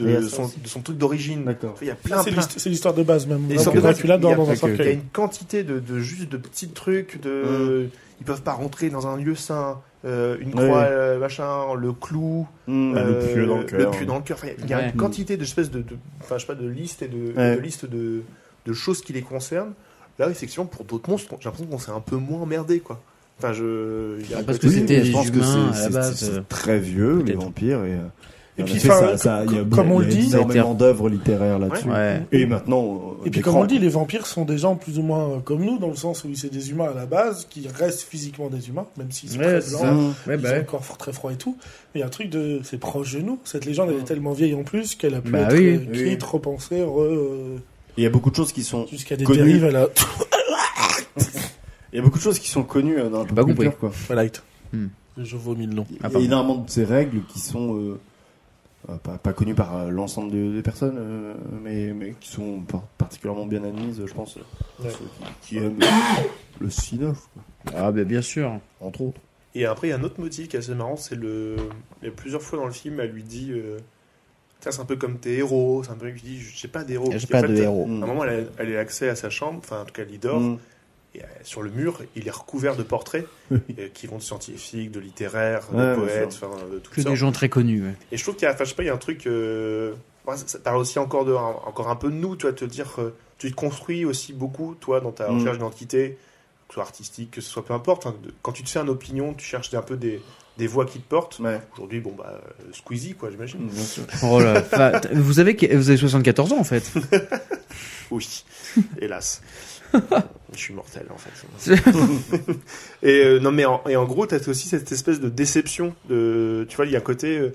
F: Et
G: de,
F: à ça
G: son,
F: aussi.
G: de son truc d'origine.
F: D'accord.
G: Il y a
D: Ça,
G: plein,
D: C'est
G: plein.
D: l'hist- c'est l'histoire de base même.
G: Et
D: Donc,
G: sans
D: Dracula
G: doute,
D: dort
G: il y a-
D: dans un
F: ok, ok.
G: Il y a
D: cercueil.
G: une quantité de, de juste de petits trucs.
F: Mm.
G: De, Ils peuvent pas rentrer dans un lieu saint. euh, une
F: Ouais.
G: croix, euh, machin, le clou,
F: le
G: euh,
F: pieu dans le cœur.
G: pieu dans le cœur. Enfin, Il y a
C: Ouais.
G: une quantité d'espèces de, de- enfin, je sais pas, de listes et de,
F: Ouais.
G: de listes de, de choses qui les concernent. Là, effectivement, pour d'autres monstres, j'ai l'impression qu'on s'est un peu moins emmerdé, quoi. Enfin, je. il y a
C: Ah,
G: un
C: parce
G: côté-
C: que c'était
F: mais
C: des
F: je pense que
C: humains,
F: c'est-
C: à la
F: c'est-
C: base,
F: c'est
C: euh,
F: très vieux, les
C: peut-être.
F: vampires. Et, euh,
D: Et
F: en
D: puis,
F: effet,
D: enfin,
F: ça- ça- il y a-
D: co- comme on le
F: Il y a
D: dit-
F: énormément d'œuvres littéraires là-dessus.
C: Ouais.
F: Et maintenant. euh,
D: Et puis,
F: l'écran.
D: comme on le dit, les vampires sont des gens plus ou moins euh, comme nous, dans le sens où c'est des humains à la base, qui restent physiquement des humains, même s'ils sont
C: Ouais,
D: très
C: c'est
D: blancs,
C: ça.
F: Mmh.
C: Ouais,
D: ils
C: bah
D: ont
C: ouais.
D: un corps fort- très froid et tout. Mais il y a un truc de. C'est proche de nous. Cette légende, elle est tellement vieille en plus qu'elle a pu
C: Ah. Bah
D: être
C: oui.
D: euh, écrite, repensée, re- euh,
F: Il y a beaucoup de choses qui sont.
D: jusqu'à des
F: Connue.
D: dérives à la.
F: Il y a beaucoup de choses qui sont connues euh, dans la
C: J'ai pas
F: pop culture,
C: compris.
F: quoi.
D: Twilight.
C: Hmm.
D: Je vomis le nom.
F: Il y
C: Ah,
F: a
C: pardon.
F: énormément de ces règles qui sont euh, euh, pas, pas connues par euh, l'ensemble de- des personnes, euh, mais, mais qui sont par- particulièrement bien admises, je pense, euh,
G: Ouais.
F: ceux qui, qui aiment le- le spin-off, quoi,
C: Ah, bah bien sûr.
F: entre autres.
G: Et après, il y a un autre motif qui est assez marrant, c'est le. il y a plusieurs fois dans le film, elle lui dit. euh, Ça, c'est un peu comme tes héros. C'est un peu. Je dis, j'ai pas d'héros. Puis, en fait,
F: héros.
G: À un moment, elle a, elle a accès à sa chambre, enfin, en tout cas, elle y dort.
F: Mhm.
G: Et euh, sur le mur, il est recouvert de portraits
F: Oui.
G: euh, qui vont de scientifiques, de littéraires,
F: Ouais, bien
G: de poètes,
F: sûr.
G: enfin, de toutes
C: Que
G: sortes.
C: des gens très connus. ouais.
G: Et je trouve qu'il y a, enfin, je sais pas, il y a un truc. euh, ouais, ça, ça parle aussi encore de, un- encore un peu de nous, tu vois, te dire, euh, tu te construis aussi beaucoup, toi, dans ta
F: Mm.
G: recherche d'identité, que ce soit artistique, que ce soit peu importe. hein, de- quand tu te fais une opinion, tu cherches un peu des, des voix qui te portent.
F: Ouais,
G: Aujourd'hui, bon bah, euh, Squeezie, quoi, j'imagine.
F: Mmh, bien sûr.
C: Oh là. enfin, t- vous avez, que- vous avez 74 ans en fait.
G: Oui, hélas. Je suis mortel en fait. et euh, non mais en, et en gros, t'as aussi cette espèce de déception. De, tu vois, il y a un côté. euh,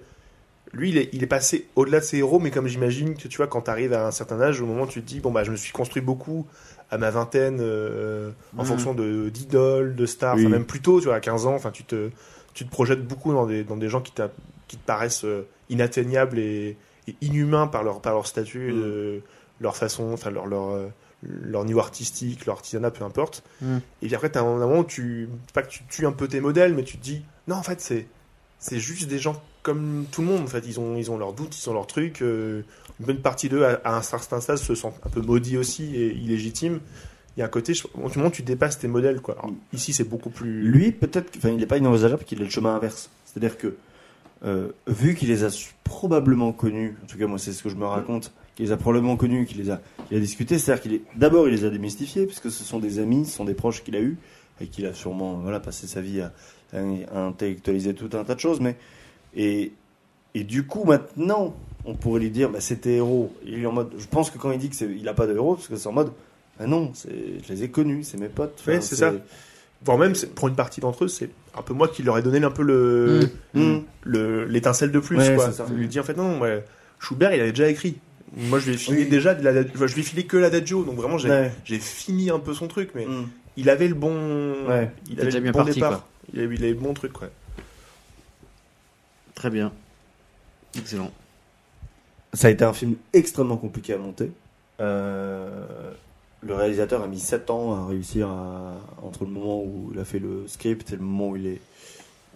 G: lui, il est, il est passé au-delà de ses héros, mais comme j'imagine que tu vois, quand t'arrives à un certain âge, au moment où tu te dis, bon bah, je me suis construit beaucoup à ma vingtaine euh, en
C: Mhm.
G: fonction de d'idoles, de stars,
F: Oui.
G: enfin, même plus tôt, tu vois, à 15 ans, enfin, tu te tu te projettes beaucoup dans des dans des gens qui t'a- qui te paraissent euh, inatteignables et, et inhumains par leur par leur statut.
F: Mhm.
G: euh, leur façon, enfin leur, leur, euh, leur niveau artistique, leur artisanat, peu importe.
C: Mm.
G: Et puis après, t'as un moment où tu, pas que tu tues un peu tes modèles, mais tu te dis, non, en fait, c'est c'est juste des gens comme tout le monde. En fait, ils ont, ils ont leurs doutes, ils ont leurs trucs. euh, une bonne partie d'eux, à, à un certain stade, se sentent un peu maudits aussi et illégitimes. Il y a un côté, je, au moment où tu dépasses tes modèles, quoi. Alors, ici, c'est beaucoup plus.
F: Lui, peut-être, que- enfin, il n'est pas inenvisageable qu'il ait le chemin inverse. C'est-à-dire que, euh, vu qu'il les a su- probablement connus, en tout cas, moi, c'est ce que je me raconte, qu'il les a probablement connus, qu'il les a, qu'il a discutés, c'est-à-dire qu'il est, d'abord, il les a démystifiés, puisque ce sont des amis, ce sont des proches qu'il a eus, et qu'il a sûrement, voilà, passé sa vie à, à intellectualiser tout un tas de choses, mais, et, et du coup, maintenant, on pourrait lui dire, bah, c'était héros. Il est en mode, je pense que quand il dit que c'est, il a pas de héros, parce que c'est en mode, ah non, c'est, je les ai connus, c'est mes potes.
G: Ouais,
F: Enfin,
G: c'est ça. Voire même, c'est- pour une partie d'entre eux, c'est un peu moi qui leur ai donné un peu le.
C: Mm.
F: Hmm.
G: le- l'étincelle de plus.
F: Ouais,
G: quoi.
F: c'est ça.
G: Je lui dis en fait non, non, ouais, Schubert il avait déjà écrit. Moi je lui ai filé déjà de la, enfin, je lui ai filé que la Dadjo, donc vraiment j'ai
F: Ouais.
G: j'ai fini un peu son truc, mais
F: Hmm.
G: il avait le bon,
F: Ouais.
G: il
C: T'es
G: avait
C: déjà
G: le
C: bien
G: bon
C: parti,
G: départ.
C: quoi.
G: Il avait, il avait le bon truc quoi.
C: Très bien. Excellent.
F: Ça a été un film extrêmement compliqué à monter. Euh, le réalisateur a mis 7 ans à réussir à, entre le moment où il a fait le script et le moment où il est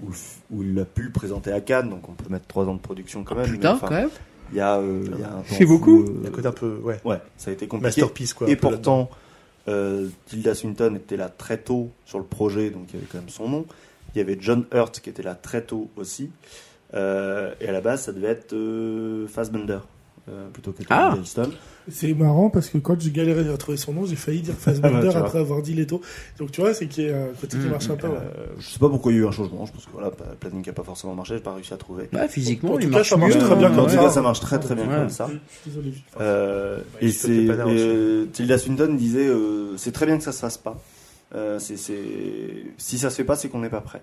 F: où, le f- où il a pu le présenter à Cannes, donc on peut mettre 3 ans de production quand
G: Ah,
F: même. mais
C: Putain,
F: enfin,
C: quand même.
F: Il y a, euh, il y a un temps
C: C'est
F: fou,
C: beaucoup.
F: euh,
G: Il y a un côté un peu ouais,
F: ouais, ça a été compliqué.
G: masterpiece quoi.
F: Et
G: un peu là-dedans.
F: pourtant, euh, Tilda Swinton était là très tôt sur le projet, donc il y avait quand même son nom. Il y avait John Hurt qui était là très tôt aussi. Euh, et à la base, ça devait être euh, Fassbender euh, plutôt que Tom
C: Ah.
F: Hiddleston.
D: C'est marrant parce que quand j'ai galéré à trouver son nom, j'ai failli dire
F: Ah bah,
D: Fassbender
F: tu vois.
D: après avoir dit Leto. Donc tu vois, c'est qu'il y a un côté qui
C: Mm,
D: marche un peu. ouais.
F: Euh, je sais pas pourquoi il y a eu un changement. Je pense que voilà, pas- le planning n'a pas forcément marché. J'ai pas réussi à trouver. Euh,
C: Bah, physiquement,
D: En
C: il
D: tout cas,
C: marche
D: ça marche
C: mieux,
D: très bien
C: hein.
F: en
D: comme
F: tout
D: ça.
F: cas, ça marche très très bien
C: Ouais.
F: comme ça.
D: Désolé.
F: Euh,
G: il
F: et
G: se
F: c'est
G: fait des panards aussi.
F: euh, Tilda Swinton disait euh, c'est très bien que ça se fasse pas. Euh, c'est- c'est- si ça se fait pas, c'est qu'on n'est pas prêt.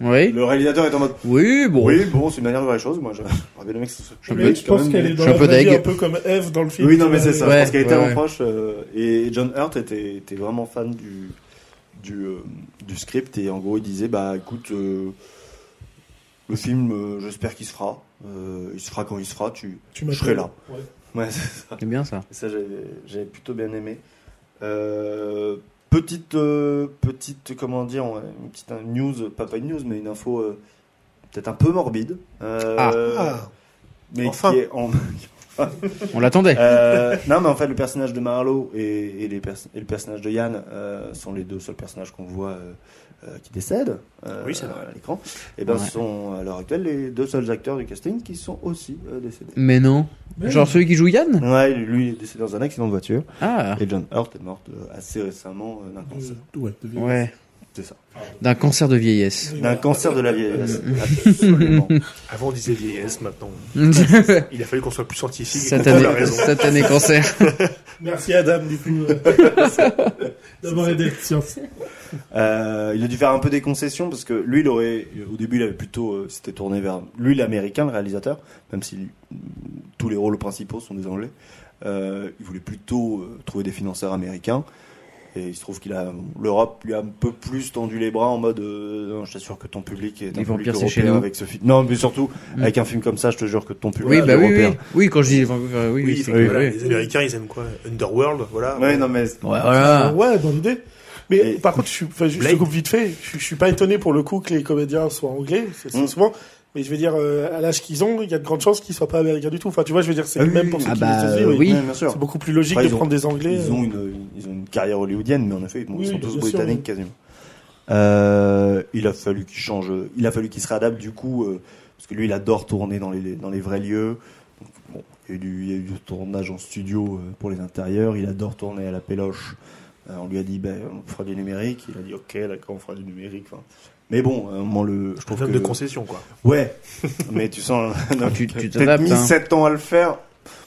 C: Oui.
F: Le réalisateur est en mode
C: Oui, bon.
F: Oui, bon, c'est une manière de voir les choses. Moi, je j'aurais bien aimé que ce soit.
C: Je
D: Mais
C: peux-
D: je pense qu'elle est
C: je
D: dans
C: suis
D: la
C: un peu
D: vraie vie,
C: deg.
D: un peu comme Eve dans le film.
F: Oui, non, mais
D: tu
F: c'est
D: vois,
F: ça.
C: Ouais,
F: je pense qu'elle était
C: ouais,
F: en
C: ouais.
F: proche. euh, et John Hurt était, était vraiment fan du, du, euh, du script. Et en gros, il disait Bah écoute, euh, le film, euh, j'espère qu'il se fera. Euh, il se fera quand il se fera. Tu,
D: Tu
F: je
D: m'appelles.
F: serai là.
D: Ouais.
F: Ouais, c'est ça.
C: C'est bien ça.
F: Et ça, j'avais j'avais plutôt bien aimé. Euh, petite, euh, petite, comment dire, ouais, une petite euh, news, pas pas une news, mais une info euh, peut-être un peu morbide. Euh,
C: Ah.
G: Ah.
F: mais
G: Enfin.
F: qui est en-
C: On l'attendait.
F: Euh, non, mais en fait, le personnage de Marlowe et, et les pers- et le personnage de Yann euh, sont les deux seuls personnages qu'on voit euh, euh, qui décèdent euh,
G: Oui, c'est vrai.
F: à l'écran. Et ben,
C: Ouais.
F: ce sont à l'heure actuelle les deux seuls acteurs du casting qui sont aussi euh, décédés.
C: Mais non.
D: Mais
C: Genre celui qui joue Yann
F: Ouais, lui il est décédé dans un accident de voiture.
C: Ah.
F: Et John Hurt est morte euh, assez récemment euh, d'un cancer.
D: Euh, ouais, de vie.
C: Ouais.
F: C'est ça.
C: D'un cancer de vieillesse.
D: Oui,
F: D'un
D: voilà.
F: cancer de la vieillesse. Absolument.
G: Avant on disait vieillesse, maintenant il a fallu qu'on soit plus scientifique. et qu'on trouve
C: Satané,
G: la raison.
C: satané cancer.
D: Merci Adam, du coup, euh, d'avoir aidé. Science.
F: Euh, il a dû faire un peu des concessions parce que lui, il aurait, au début, il avait plutôt, euh, c'était tourné vers lui, l'américain, le réalisateur, même si mm, tous les rôles principaux sont des anglais. Euh, il voulait plutôt euh, trouver des financeurs américains. Et il se trouve qu'il a, l'Europe lui a un peu plus tendu les bras en mode, euh, non, je t'assure que ton public est un
C: Les
F: public
C: vampires, c'est
F: européen
C: chez nous.
F: avec ce film. Non, mais surtout,
C: Mm.
F: avec un film comme ça, je te jure que ton public
C: Oui,
F: est
C: bah oui,
F: européen.
C: oui. Oui, quand je dis. enfin, euh, oui,
G: Oui,
C: oui,
G: c'est
C: oui,
G: que, voilà,
C: oui.
G: les Américains ils aiment quoi Underworld, voilà.
F: Ouais, non, mais
C: Ouais, voilà.
D: Euh, ouais, bonne idée. Mais
F: Ah. Et-
D: par contre, je, suis, enfin, je, je te
G: Blade.
D: coupe vite fait. Je, je suis pas étonné pour le coup que les comédiens soient anglais, c'est c'est
F: Mm.
D: souvent. Mais je veux dire, euh, à l'âge qu'ils ont, il y a de grandes chances qu'ils soient pas américains du tout. Enfin, tu vois, je veux dire, c'est
F: Ah oui,
D: même
F: oui,
D: pour
F: oui.
D: ceux
C: Ah
D: qui
C: bah,
D: les
C: oui.
F: Ouais, bien sûr.
D: C'est beaucoup plus logique
F: Après,
D: de
F: ils ont-
D: prendre des anglais. euh,
F: Ils ont une, une- ils ont une carrière hollywoodienne, mais en effet, bon,
D: Oui,
F: ils sont
D: oui,
F: tous
D: bien sûr,
F: britanniques
D: oui.
F: quasiment. Euh, il a fallu qu'il change, euh, il a fallu qu'il se réadapte du coup, euh, parce que lui, il adore tourner dans les, dans les vrais lieux. Donc, bon, il, y a eu du, il y a eu du tournage en studio euh, pour les intérieurs, il adore tourner à la péloche. Euh, on lui a dit, ben, on fera du numérique. Il a dit, ok, d'accord, on fera du numérique. Enfin, mais bon, euh, moi, le, je
G: Un
F: trouve que.
G: homme de concession quoi.
F: Ouais, mais tu sens. un homme
C: Tu- tu
F: qui a peut-être
C: t'adaptes,
F: mis
C: hein.
F: 7 ans à le faire.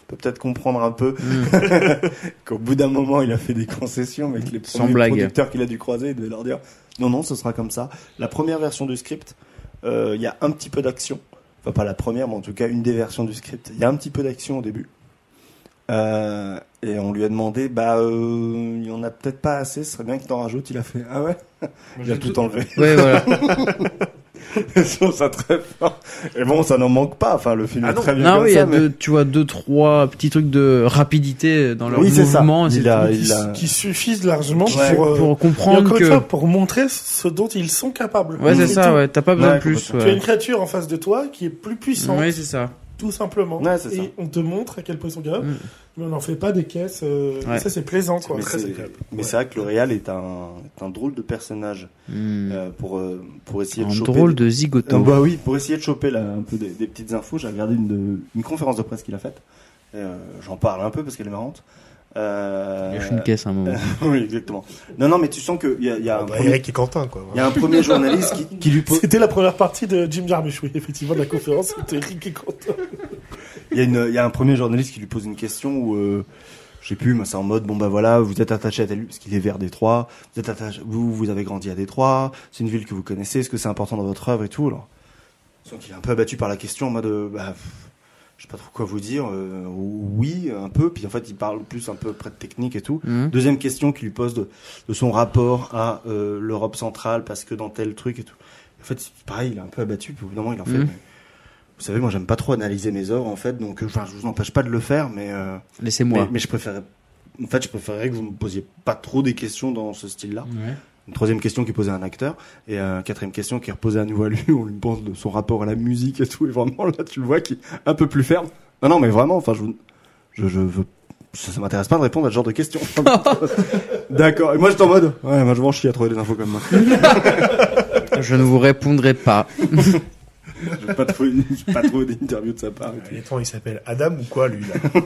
F: Peut peut-être comprendre un peu
C: Mm.
F: qu'au bout d'un moment, il a fait des concessions avec les
C: Sans
F: premiers
C: blague.
F: producteurs qu'il a dû croiser. Il devait leur dire non, non, ce sera comme ça. La première version du script, euh, il y a un petit peu d'action. Enfin, pas la première, mais en tout cas, une des versions du script. Il y a un petit peu d'action au début. Euh, et on lui a demandé, bah, euh, il y en a peut-être pas assez, ce serait bien que t'en rajoutes. Il a fait, ah ouais, il a tout enlevé.
C: Ouais, voilà.
F: Je trouve ça très fort. Et bon, ça n'en manque pas. Enfin, le film
G: Ah
F: est
G: non.
F: très bien
C: Non,
F: comme
C: oui, il y
F: ça,
C: a
F: mais-
C: deux, tu vois, deux, trois petits trucs de rapidité dans leur
F: Oui, c'est ça.
C: mouvement. et c'est
F: Il a,
C: tout.
D: qui,
F: il a...
D: qui suffisent largement
F: Ouais.
D: pour, euh,
C: Pour
D: et encore
C: comprendre
D: une
C: que.
D: fois, pour montrer ce dont ils sont capables.
C: Ouais, c'est ça,
D: tout.
C: ouais. T'as pas besoin
F: Ouais,
C: de plus.
D: Tu as
C: Ouais,
D: une créature en face de toi qui est plus
F: hein.
D: puissante,
C: Ouais, c'est ça.
D: tout simplement.
F: Ouais, c'est ça.
D: et on te montre à quel point ils sont capables,
C: Mm.
D: mais on n'en fait pas des caisses. euh,
C: Ouais.
D: Ça, c'est plaisant, quoi.
F: Mais
D: Ça,
F: c'est
D: agréable.
F: mais
D: Ouais.
F: c'est vrai que le réal est un, est un drôle de personnage
C: Hmm.
F: euh, pour, euh, pour essayer de
C: Un
F: choper
C: drôle
F: des-
C: de
F: Euh,
C: zigoto.
F: bah oui, pour essayer de choper là, un peu des, des petites infos, j'ai regardé une, de- une conférence de presse qu'il a faite. Et, euh, J'en parle un peu parce qu'elle est marrante. Euh,
C: Il lâche une caisse à un moment.
F: oui, exactement. Non, non, mais tu sens qu'il y a, il y
C: Ah bah,
F: a Bah, un premier-
G: Bah, et Quentin, quoi.
F: il y a un premier journaliste qui, qui lui pose.
D: C'était la première partie de Jim Jarmusch, oui, effectivement, de la conférence. C'était Ricky Quentin.
F: Il y, a une- il y a un premier journaliste qui lui pose une question où, euh, je sais plus, mais c'est en mode, bon bah voilà, vous êtes attaché à telle parce qu'il est vers Détroit, vous êtes attaché, vous, vous avez grandi à Détroit, c'est une ville que vous connaissez, est-ce que c'est important dans votre œuvre et tout alors Donc il est un peu abattu par la question en mode, euh, bah, pff, je sais pas trop quoi vous dire, euh, oui, un peu, puis en fait il parle plus un peu près de technique et tout.
C: Hmm.
F: Deuxième question qu'il lui pose de, de son rapport à euh, l'Europe centrale, parce que dans tel truc et tout. En fait, c'est pareil, il est un peu abattu, puis au bout d'un moment, il en fait.
C: Mhm.
F: mais vous savez, moi, j'aime pas trop analyser mes œuvres, en fait, donc euh, enfin, je vous empêche pas de le faire, mais, euh, mais,
C: Laissez-moi.
F: mais je préférais. En fait, je préférerais que vous me posiez pas trop des questions dans ce style-là.
C: Ouais.
F: Une troisième question qui est posée à un acteur, et euh, quatrième question qui est reposée à nouveau à lui, où on lui pense de son rapport à la musique et tout, et vraiment, là, tu le vois qui est un peu plus ferme. Non, non, mais vraiment, enfin, je, vous- je, je veux. Ça, ça m'intéresse pas de répondre à ce genre de questions. D'accord. Et moi, j'étais en mode, ouais, moi, je m'en chie à trouver des infos comme moi.
C: Je ne vous répondrai pas.
F: Je vais pas trouver, je vais pas trouver d'interview de sa part. et tout.
G: il s'appelle Adam ou quoi, lui, là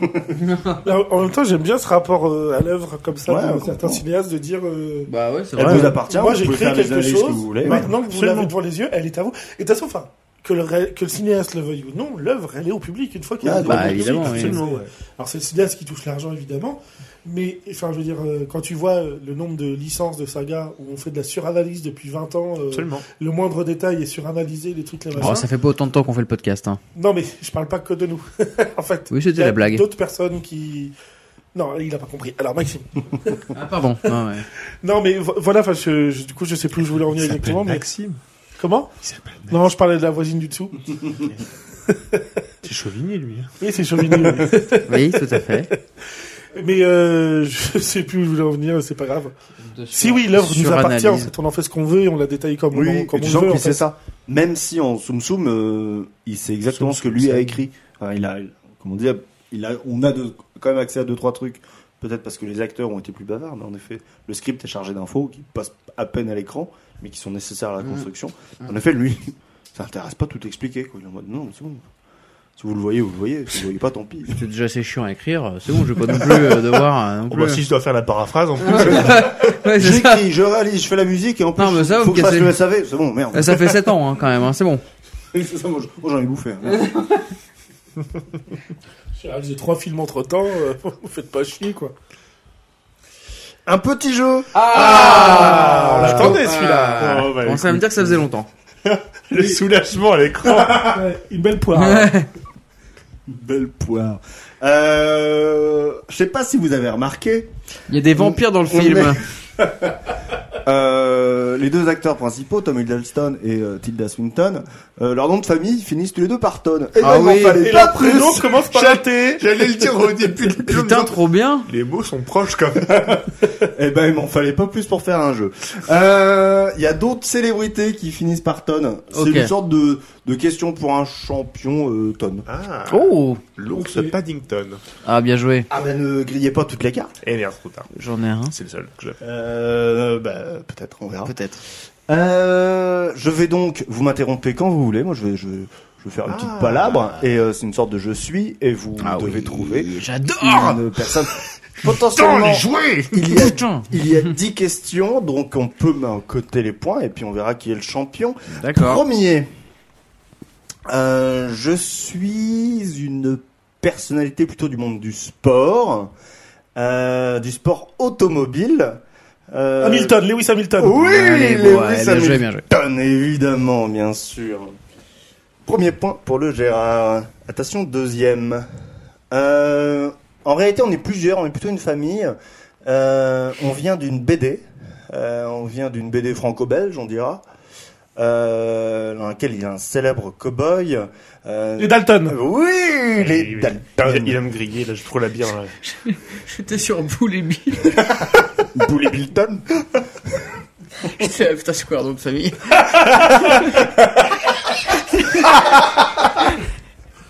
D: Là, Bah, En même temps, j'aime bien ce rapport euh, à l'œuvre comme ça,
F: Ouais,
D: de
F: on
D: certains
F: comprend.
D: cinéastes, de dire... euh,
C: Bah ouais, c'est
F: Elle vous appartient.
D: Moi,
F: vous
D: j'ai
F: pouvez
D: créé
F: faire les
D: quelque
F: analyses
D: chose.
F: que vous voulez.
D: Maintenant que vous l'avez
G: Absolument.
D: devant les yeux, elle est à vous. Et de toute façon, enfin, que le, ré- que le cinéaste le veuille ou non, l'œuvre, elle est au public une fois qu'il
F: Ah,
D: est
F: bah,
C: évidemment, oui.
G: Absolument, ouais.
D: Alors, c'est le cinéaste qui touche l'argent, évidemment. Mais, enfin, je veux dire, euh, quand tu vois euh, le nombre de licences de sagas où on fait de la suranalyse depuis 20 ans, euh,
G: Absolument.
D: le moindre détail est suranalysé, les trucs là
C: Oh, ça fait pas autant de temps qu'on fait le podcast. Hein.
D: Non, mais je parle pas que de nous. en fait,
C: Oui, c'était
D: il y a
C: la blague.
D: D'autres personnes qui. Non, il a pas compris. Alors, Maxime.
C: Ah, pardon. Non, ouais.
D: Non, mais vo- voilà, enfin, je- je- du coup, je sais plus où je voulais en venir exactement, mais.
G: Maxime.
D: Comment
G: Il s'appelle Maxime.
D: Non, je parlais de la voisine du dessous.
G: C'est Chauvigny, lui. hein.
D: Oui, c'est Chauvigny. oui.
C: Oui, tout à fait.
D: Mais euh, je sais plus où je voulais en venir, c'est pas grave. Si oui, l'œuvre nous appartient, en
C: Suranalyse.
D: fait, on en fait ce qu'on veut et on la détaille comme
F: Oui,
D: on, comme
F: et
D: on
F: tu sens
D: veut. en
F: qu'il sait
D: fait.
F: ça. Même si en Soum Soum, euh, il sait exactement ce que lui a écrit. Enfin, il a, comment dire, il a, on a de- quand même accès à deux trois trucs. Peut-être parce que les acteurs ont été plus bavards, mais en effet, le script est chargé d'infos qui passent à peine à l'écran, mais qui sont nécessaires à la
C: Mhm.
F: construction.
C: Mhm.
F: En effet, lui, ça intéresse pas de tout expliquer. Quoi. Il est en mode non, mais c'est bon. Si vous le voyez, vous le voyez. Si vous le voyez pas, tant pis.
C: C'est déjà assez chiant à écrire. C'est bon, je vais pas non plus euh, devoir. euh, non
G: Oh,
C: plus. euh,
G: bah, si je dois faire la paraphrase, en plus.
C: Ouais, c'est ça.
F: J'écris, je réalise, je fais la musique et en plus,
C: Non, mais ça, vous
F: faut que je fasse
C: cassez.
F: le SAV. C'est bon, merde.
C: Euh, Ça fait 7 ans hein, quand même, hein, c'est bon.
F: C'est ça, moi, je- moi, j'en ai bouffé. hein.
D: J'ai réalisé trois films entre temps, vous faites pas chier, quoi.
F: Un petit jeu.
D: Ah, on l'attendait, celui-là.
G: Oh, bah,
C: On va me dire que ça faisait longtemps.
G: le soulagement à l'écran.
D: Ouais, Une belle poire.
F: Belle poire. Euh, je sais pas si vous avez remarqué,
C: Il y a des vampires dans le
F: On
C: film.
F: est- euh, les deux acteurs principaux, Tom Hiddleston et euh, Tilda Swinton, euh, leur nom de famille finissent tous les deux par Ton. Et
C: Ah
F: il
C: oui.
F: m'en fallait
D: Et
F: pas
D: la prénom
F: plus.
D: commence par
G: Chaté.
F: J'allais le dire au début.
C: Putain, trop bien.
G: Les mots sont proches, quand même.
F: Eh ben, il m'en fallait pas plus pour faire un jeu. Euh, Il y a d'autres célébrités qui finissent par Ton. C'est
C: Ok.
F: une sorte de, de question pour un champion euh, Ton.
G: Ah.
C: Oh.
G: L'ours
D: Ok.
G: Paddington.
C: Ah, bien joué.
F: Ah ben, ne grillez pas toutes les cartes.
G: Eh merde, trop tard.
C: J'en ai un.
G: C'est le seul que j'ai.
F: Euh, bah, peut-être, on verra.
C: Peut-être.
F: Euh, je vais donc, vous m'interrompez quand vous voulez. Moi, je vais, je, vais- je vais faire une
G: Ah.
F: petite palabre et euh, c'est une sorte de je suis et vous devez trouver
C: J'adore.
F: une personne. Potentiellement,
G: jouets
F: il y a
C: Putain.
F: il y a 10 questions, donc on peut coter les points et puis on verra qui est le champion.
C: D'accord.
F: Premier, euh, je suis une personnalité plutôt du monde du sport, euh, du sport automobile. Euh,
D: Hamilton, Lewis Hamilton.
F: Oh, Oui,
C: Allez,
F: Lewis
C: bon, ouais, bien joué, bien joué.
F: Hamilton, évidemment, bien sûr. Premier point pour le Gérard. Attention, deuxième. Euh, en réalité, on est plusieurs, on est plutôt une famille. Euh, on vient d'une BD. Euh, on vient d'une BD franco-belge, on dira. euh, dans laquelle il y a un célèbre cow-boy. euh,
D: Les Dalton.
F: Oui, les
G: Et-
F: Dalton.
C: Ah,
G: Il, il aime griller, là, je trouve la bière. là.
C: J'étais sur boule et bille.
F: D'où les Bilton.
C: J'étais là, putain, c'est quoi leur nom de famille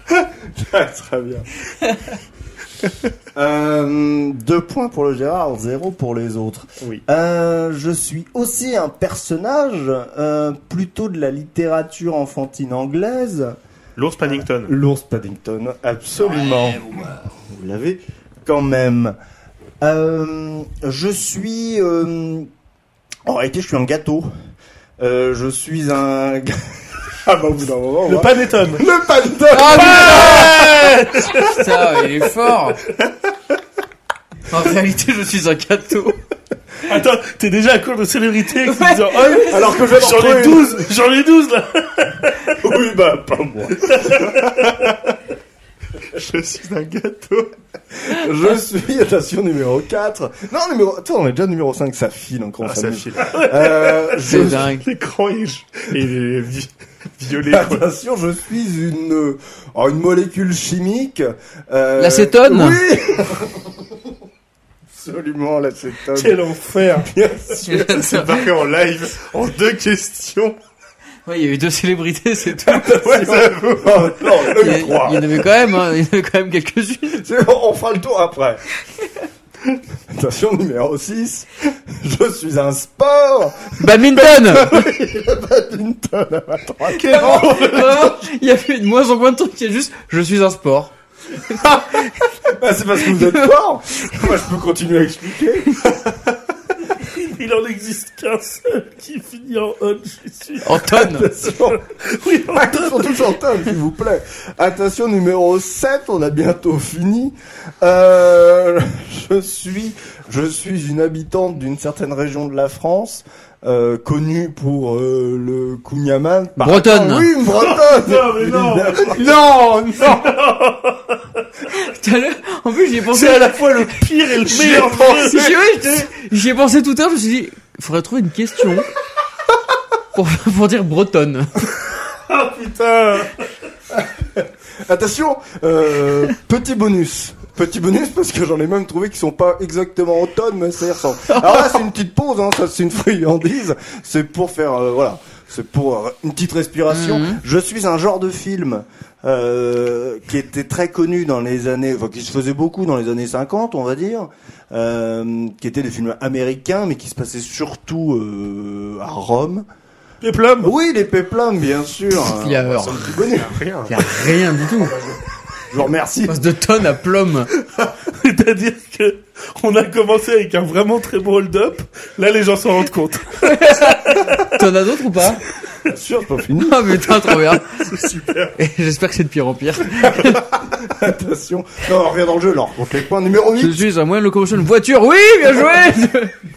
F: Très bien. Euh, deux points pour le Gérard, zéro pour les autres.
G: Oui.
F: Euh, je suis aussi un personnage euh, plutôt de la littérature enfantine anglaise.
G: L'ours Paddington.
F: L'ours Paddington, absolument. vous l'avez quand même. Euh, je suis. euh, en réalité, je suis un gâteau. Euh, je suis un. ah bah, au bout d'un moment. on
D: Le
F: va-
D: Panettone.
F: le Paddington
C: Ah, Putain, il est fort En réalité, je suis un gâteau.
D: Attends, t'es déjà à court de célébrité. en disant, oh,
F: Alors que je vais
D: J'en ai
F: retrouver-
D: 12, j'en ai 12 là.
F: Oui, bah, pas moi.
G: Je suis un gars.
F: Je suis, attention, numéro 4. Non, numéro, toi, on est déjà numéro 5, ça file encore,
G: Ah,
F: ça
G: ça
F: file.
G: file.
F: Euh, je,
C: C'est dingue.
G: L'écran est, est vi- violet.
D: Ah,
G: quoi.
F: attention, je suis une, euh, oh, une molécule chimique, euh,
C: L'acétone
F: Oui! Absolument, l'acétone.
D: Quel enfer.
G: C'est
C: ouais,
G: marqué en live en deux questions.
C: il y a eu deux célébrités, c'est tout.
F: Ouais, j'avoue. Oh, non,
C: Il
F: le
C: y, il y en
F: 3.
C: avait quand même, hein, il y en avait quand même quelques-unes.
F: On fera le tour après. Attention, numéro 6. Je suis un sport.
C: Badminton
F: Badminton.
C: Vraiment, Il y avait de moins en moins de trucs, il y a juste « Je suis un sport
F: Bah, c'est parce que vous êtes fort. Moi, je peux continuer à expliquer.
D: Il en existe qu'un seul qui finit en on, je suis sûr. ».
C: En tonnes
F: Attention.
D: Oui, en
F: Attention, touche en table, s'il vous plaît. Attention, numéro 7, on a bientôt fini. Euh, je suis, je suis une habitante d'une certaine région de la France, euh, connue pour euh, le Kouniaman. Par-
C: Bretonne.
F: Oui, une bretonne.
D: Non, mais non.
F: non, non.
C: Tout à l'heure, En plus, j'y ai pensé...
D: C'est à la fois le pire et le meilleur
C: Si,
D: jeu.
C: si, ouais, j'étais- J'y ai pensé tout à l'heure, je me suis dit « Faudrait trouver une question pour, pour dire bretonne
D: Ah putain.
F: Attention, euh, petit bonus. Petit bonus parce que j'en ai même trouvé qui sont pas exactement en tonnes, mais ça y ressemble. Alors là, c'est une petite pause, hein, ça c'est une friandise. C'est pour faire, euh, voilà, c'est pour euh, une petite respiration.
C: Mhm.
F: Je suis un genre de film euh, qui était très connu dans les années, enfin qui se faisait beaucoup dans les années 50, on va dire, euh, qui étaient des films américains, mais qui se passaient surtout euh, à Rome.
D: Peplum.
F: Oui, les péplums, bien sûr.
C: Il y a
F: Ça, c'est connu.
G: Rien.
C: Il y a rien du tout.
F: Je vous remercie.
C: On passe de tonnes à plomb.
D: C'est-à-dire que on a commencé avec un vraiment très beau hold-up. Là, les gens s'en rendent compte.
C: T'en as d'autres ou pas
F: Bien sûr, c'est pas fini.
C: Ah putain, trop bien. super. Et j'espère que c'est de pire en pire.
F: Attention. Non, on revient dans le jeu, là. On compte les points numéro
C: Je
F: 8.
C: suis un moyen de locomotion de voiture. Oui, bien joué.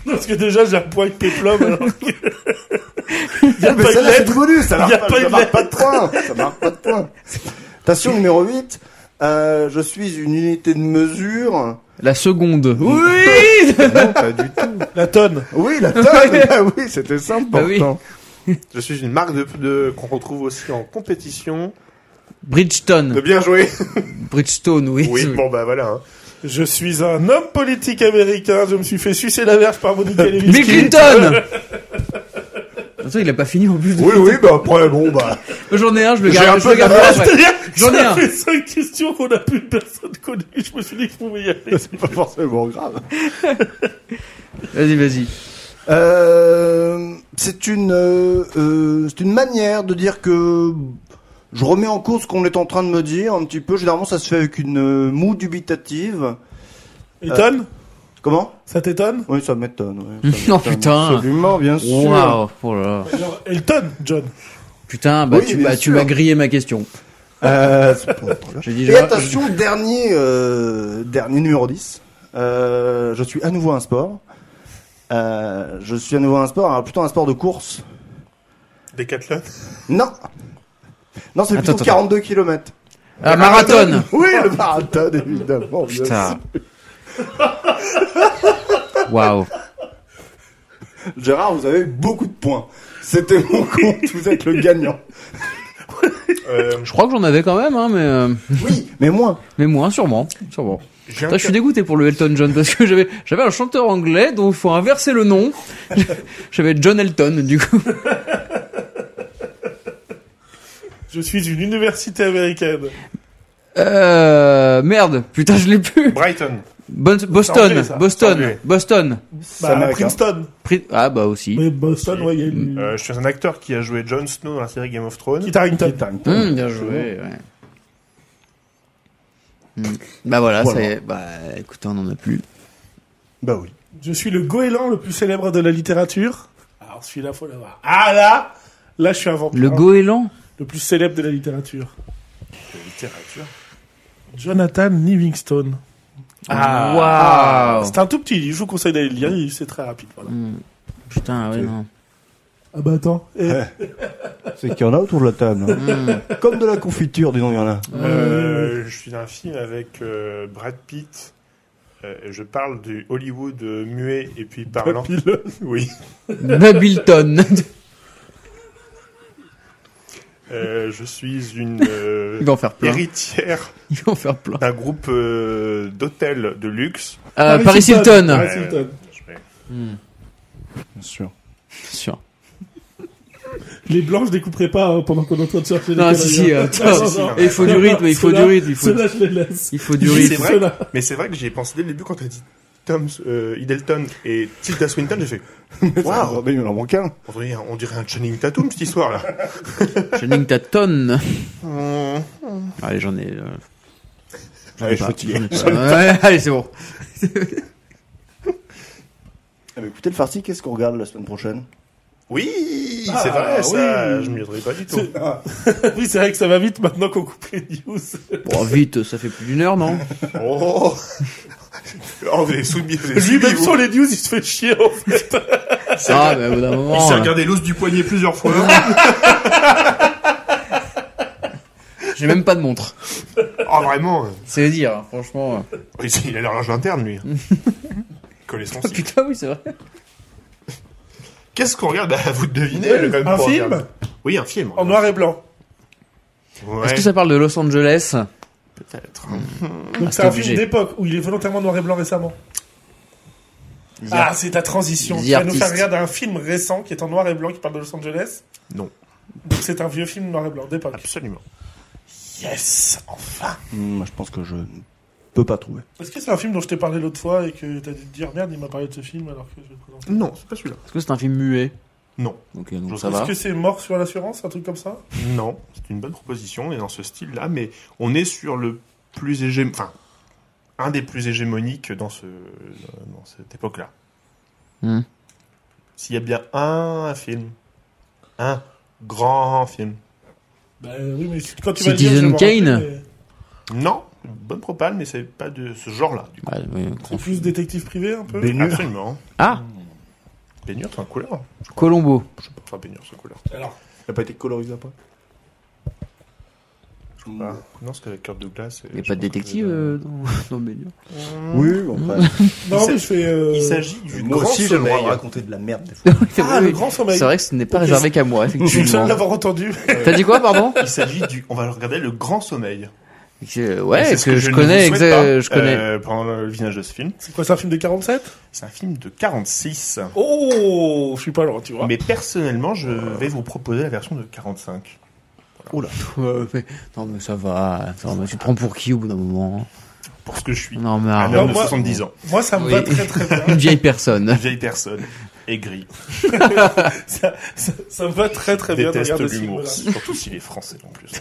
D: Parce que déjà, j'ai un point avec Peplum. alors que- Il y a
F: Mais
D: pas de
F: celle-là, c'est
D: lettre.
F: du bonus. Ça
D: Il y a
F: marque
D: pas
F: pas, ça
D: une
F: marque pas de points. Ça marque pas de points. Attention, numéro 8. Euh, je suis une unité de mesure.
C: La seconde. Oui.
F: Non, pas du tout.
D: La tonne.
F: Oui, la tonne. Ah oui, c'était simple,
C: Bah oui.
F: pourtant.
G: Je suis une marque de, de- qu'on retrouve aussi en compétition.
C: Bridgestone.
G: De bien jouer.
C: Bridgestone, oui.
G: Oui, bon bah voilà. hein.
D: Je suis un homme politique américain. Je me suis fait sucer la verge par Monica Lewinsky.
C: Bill Clinton. Attends, il a pas fini en plus. de-
F: Oui, oui, bah après, bon, bah.
C: J'en ai un, je le
F: J'ai
C: garde.
F: un
C: je
F: peu
C: le garde
F: de
C: pour
F: la-
C: après.
D: C'est-à-dire,
C: J'en ai
D: ça
C: un.
D: fait cinq questions qu'on n'a plus personne connue. Je me suis dit que je pouvais y aller.
F: C'est pas forcément grave.
C: Vas-y, vas-y.
F: Euh, c'est une, euh, euh, c'est une manière de dire que je remets en cause ce qu'on est en train de me dire un petit peu. Généralement, ça se fait avec une euh, moue dubitative.
D: Étonne
F: Comment
D: Euh. Ça t'étonne
F: Oui, ça m'étonne. ouais, ça
C: Oh,
F: m'étonne
C: putain.
F: Absolument, bien sûr.
C: Waouh. Oh là là.
D: Genre Elton, John.
C: Putain, bah
F: Oui,
C: tu,
F: bien
C: bah, tu
F: sûr.
C: m'as grillé ma question.
F: Euh, c'est pas un problème.
C: J'ai dit.
F: Et
C: j'ai-
F: attention, dernier, euh, dernier numéro 10. Euh, je suis à nouveau un sport. Euh, je suis à nouveau un sport, alors plutôt un sport de course.
G: Décathlon.
F: Non Non, c'est plutôt
C: Attends, attends.
F: 42 km.
C: Ah, marathon.
F: Oui, le marathon, évidemment. bien
C: Putain. Waouh.
F: sûr. Gérard, vous avez beaucoup de points. C'était mon compte, vous êtes le gagnant.
G: Euh,
C: Je crois que j'en avais quand même, hein, mais, euh,
F: Oui, mais moi.
C: mais moins, sûrement. sûrement.
G: j'ai un
C: Putain, je suis dégoûté pour le Elton John parce que j'avais j'avais un chanteur anglais dont il faut inverser le nom. J'avais John Elton du coup.
D: Je suis une université américaine.
C: Euh, merde, putain je l'ai plus.
G: Brighton.
C: Bon-
G: anglais,
C: Boston,
G: ça. C'est
C: Boston,
G: anglais.
C: Boston.
D: Bah,
F: américain.
D: Princeton.
C: Pri- Ah bah aussi.
D: Mais Boston, ouais, il y a une...
G: Euh, je suis un acteur qui a joué Jon Snow dans la série Game of Thrones.
D: Kit Harington.
C: Hum, bien joué. Ouais. Hum. Bah voilà,
F: Voilà.
C: c'est bah écoutez on en a plus.
F: Bah oui.
D: Je suis le goéland le plus célèbre de la littérature. Alors celui-là, faut l'avoir. Ah là Là, je suis un vampire.
C: Le goéland.
D: Le plus célèbre de la littérature.
G: De littérature.
D: Jonathan Livingstone.
C: Ah, waouh.
D: C'est un tout petit, je vous conseille d'aller le lire, il- c'est très rapide. Voilà.
C: Hum. Putain ouais non.
D: Ah bah attends. Eh,
F: C'est qu'il y en a autour de la table. hein.
C: Hum.
F: Comme de la confiture, disons, il y en a.
G: Euh, je suis dans un film avec euh, Brad Pitt. Euh, je parle du Hollywood euh, muet et puis parlant.
D: pile.
G: Oui.
C: Babilton.
G: Euh, je suis une euh,
C: Il va en faire plein.
G: héritière
C: Il va en faire plein.
G: d'un groupe euh, d'hôtels de luxe.
C: Euh, Paris Hilton.
D: Paris Hilton.
G: Je vais-
C: Hum,
F: Bien sûr.
C: bien sûr.
D: Les blancs, je découperai pas hein, pendant qu'on est en train de chercher les
C: Non,
D: conneries,
C: si, si,
D: hein.
C: attends.
D: Non, non, non.
C: Et Ah, il faut du
D: Non,
C: rythme, il faut
D: ceux-là-
C: du rythme, il faut-
D: Ceux-là, je les laisse.
C: Il faut du
G: Oui,
C: rythme.
G: c'est vrai.
D: Ceux-là.
G: Mais c'est vrai que j'y ai pensé dès le début quand t'as dit Tom euh, Hiddleston et Tilda Swinton, j'ai fait
F: Waouh, Ah, mais il en manque un.
G: on dirait, on dirait un Channing Tatum cette histoire là.
C: Channing Tatum.
G: Mmh.
C: Allez, j'en ai. euh, j'en ai
F: Allez, je
C: pas.
F: suis fatigué.
C: J'en ai pas. Ouais, allez, c'est bon.
F: Ah, mais écoutez, le farci, qu'est-ce qu'on regarde la semaine prochaine
G: Oui,
D: Ah,
G: c'est vrai ça.
D: oui.
G: Je m'y attendais pas du tout.
D: C'est- oui, c'est vrai que ça va vite maintenant qu'on coupe les news.
C: Bon, vite, ça fait plus d'une heure, non
G: Oh, oh vous avez soumis, vous avez soumis,
D: Lui-même
G: vous.
D: sur les news, il se fait chier en fait.
C: Ah, mais au bout d'un
G: Il s'est
C: moment, euh,
G: regardé l'os du poignet plusieurs fois.
C: euh, j'ai même pas de montre.
G: Ah vraiment
C: C'est dire, hein, franchement. euh.
G: Oui, c'est- Il a l'horloge interne lui. Connaissons.
D: Ah,
C: Putain, oui, c'est vrai.
G: Qu'est-ce qu'on regarde Bah, Vous devinez le même
D: Un
G: qu'on
D: film
G: regarde. Oui, un film.
D: En noir et blanc.
G: Ouais,
C: Est-ce que ça parle de Los Angeles
G: peut-être.
D: Donc
C: Ah,
D: c'est
C: t'es
D: un
C: obligé.
D: film d'époque où il est volontairement noir et blanc récemment. Ah, c'est ta transition.
C: The
D: Tu vas nous faire
C: Artist.
D: regarder un film récent qui est en noir et blanc qui parle de Los Angeles.
G: Non.
D: Donc c'est un vieux film noir et blanc d'époque.
G: Absolument.
D: Yes, enfin.
F: Hmm, Moi, je pense que je ne peux pas trouver.
D: Est-ce que c'est un film dont je t'ai parlé l'autre fois et que t'as dû te dire merde, il m'a parlé de ce film alors que je le présente
G: Non, c'est pas celui-là.
C: Est-ce que c'est un film muet
G: Non.
C: Ok, donc
G: J'ose
C: ça
D: Est-ce
C: va.
D: que c'est mort sur l'assurance, un truc comme ça
G: Non, c'est une bonne proposition, on est dans ce style-là, mais on est sur le plus hégé... Enfin, un des plus hégémoniques dans, ce... dans cette époque-là.
C: Hmm.
G: S'il y a bien un film, un grand film.
D: Bah oui, mais quand tu vas
C: Citizen
D: le dire, je vais m'en
C: Kane
D: rappeler, mais
G: Non, bonne propale, mais c'est pas de ce genre-là, du coup.
C: Ouais, ouais.
D: C'est plus détective privé un peu
F: Bénure.
G: Absolument.
C: Ah,
G: Baignure, c'est un couleur.
C: Colombo.
G: Je sais pas, enfin, baignure, c'est un couleur.
D: Alors,
F: Il n'a pas été colorisé après
G: Ah, Non, c'est avec Kurt Douglas.
C: Il n'y a pas de détective euh, dans, dans le milieu.
G: Oui.
F: Oui, bon, après.
D: non,
G: s'a-
D: mais je fais. euh,
G: Il s'agit du
F: Mmh. Moi
G: grand
F: aussi, j'ai le droit de
G: sommeil.
F: raconter de la merde des fois.
D: Ah, le grand sommeil.
C: C'est vrai que ce n'est pas
D: Ok,
C: réservé qu'à moi,
D: Je suis le seul à
C: effectivement.
D: l'avoir entendu.
C: T'as dit quoi, pardon
G: Il s'agit du... On va regarder le grand sommeil.
C: Que- euh,
G: Et
C: Ouais,
G: c'est
C: que,
G: ce
C: je
G: ne
C: connais,
G: vous souhaite
C: exa-
G: pas,
C: je connais.
G: euh, pendant le visionnage de ce film.
D: C'est quoi, c'est un film de 47
G: C'est un film de 46.
D: Oh, je suis pas loin, tu vois.
G: Mais personnellement, je vais vous proposer la version de 45.
C: Ouais, mais- Non, mais ça va. ça va, mais tu te prends pour qui au bout d'un moment
G: Pour ce que je suis.
C: Non, mais
G: Un
C: arrête.
G: homme de
D: moi-
G: 70 ans.
D: Moi, ça me
C: Oui.
D: va très très bien.
C: Une vieille personne.
G: Une vieille personne. Aigrie.
D: ça, ça- ça me va très très bien de
G: Déteste
D: regarder ce
G: l'humour.
D: film-là.
G: Surtout s'il est français en plus.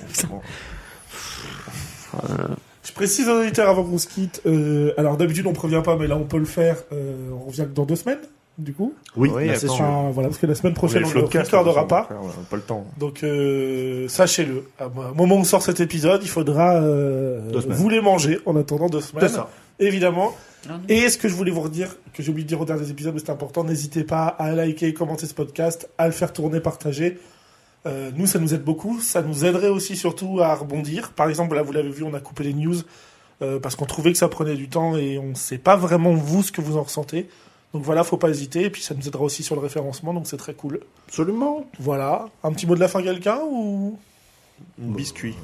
D: Je précise aux auditeurs avant qu'on se quitte. euh, alors d'habitude, on prévient pas, mais là, on peut le faire. euh, on revient que dans deux semaines, du coup.
F: Oui,
G: Oui,
F: là, c'est
G: attends.
F: sûr.
D: Enfin, voilà, parce que la semaine prochaine,
G: Prochaine
D: on ne recordera pas.
G: euh, On n'a pas le temps.
D: Donc euh, sachez-le, à- au moment où on sort cet épisode, il faudra euh,
F: Deux semaines.
D: vous les manger en attendant deux semaines,
G: C'est ça.
D: évidemment.
C: Ah.
D: Et ce que je voulais vous redire, que j'ai oublié de dire au dernier épisode, mais c'est important, n'hésitez pas à liker, commenter ce podcast, à le faire tourner, partager. Euh, nous, ça nous aide beaucoup, ça nous aiderait aussi surtout à rebondir. Par exemple, là, vous l'avez vu, on a coupé les news euh, parce qu'on trouvait que ça prenait du temps et on ne sait pas vraiment vous ce que vous en ressentez. Donc voilà, faut pas hésiter. Et puis ça nous aidera aussi sur le référencement, donc c'est très cool.
F: Absolument.
D: Voilà. Un petit mot de la fin, quelqu'un ou
G: Biscuit.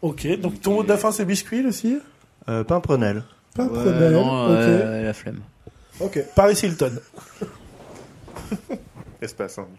D: Ok. Donc ton mot de la fin, c'est biscuit aussi.
F: Euh, pain prenel.
D: Pas
C: Ouais,
D: problème.
C: non,
D: Ok.
C: euh, la flemme.
F: Ok.
D: Paris Hilton.
G: Espace. hein.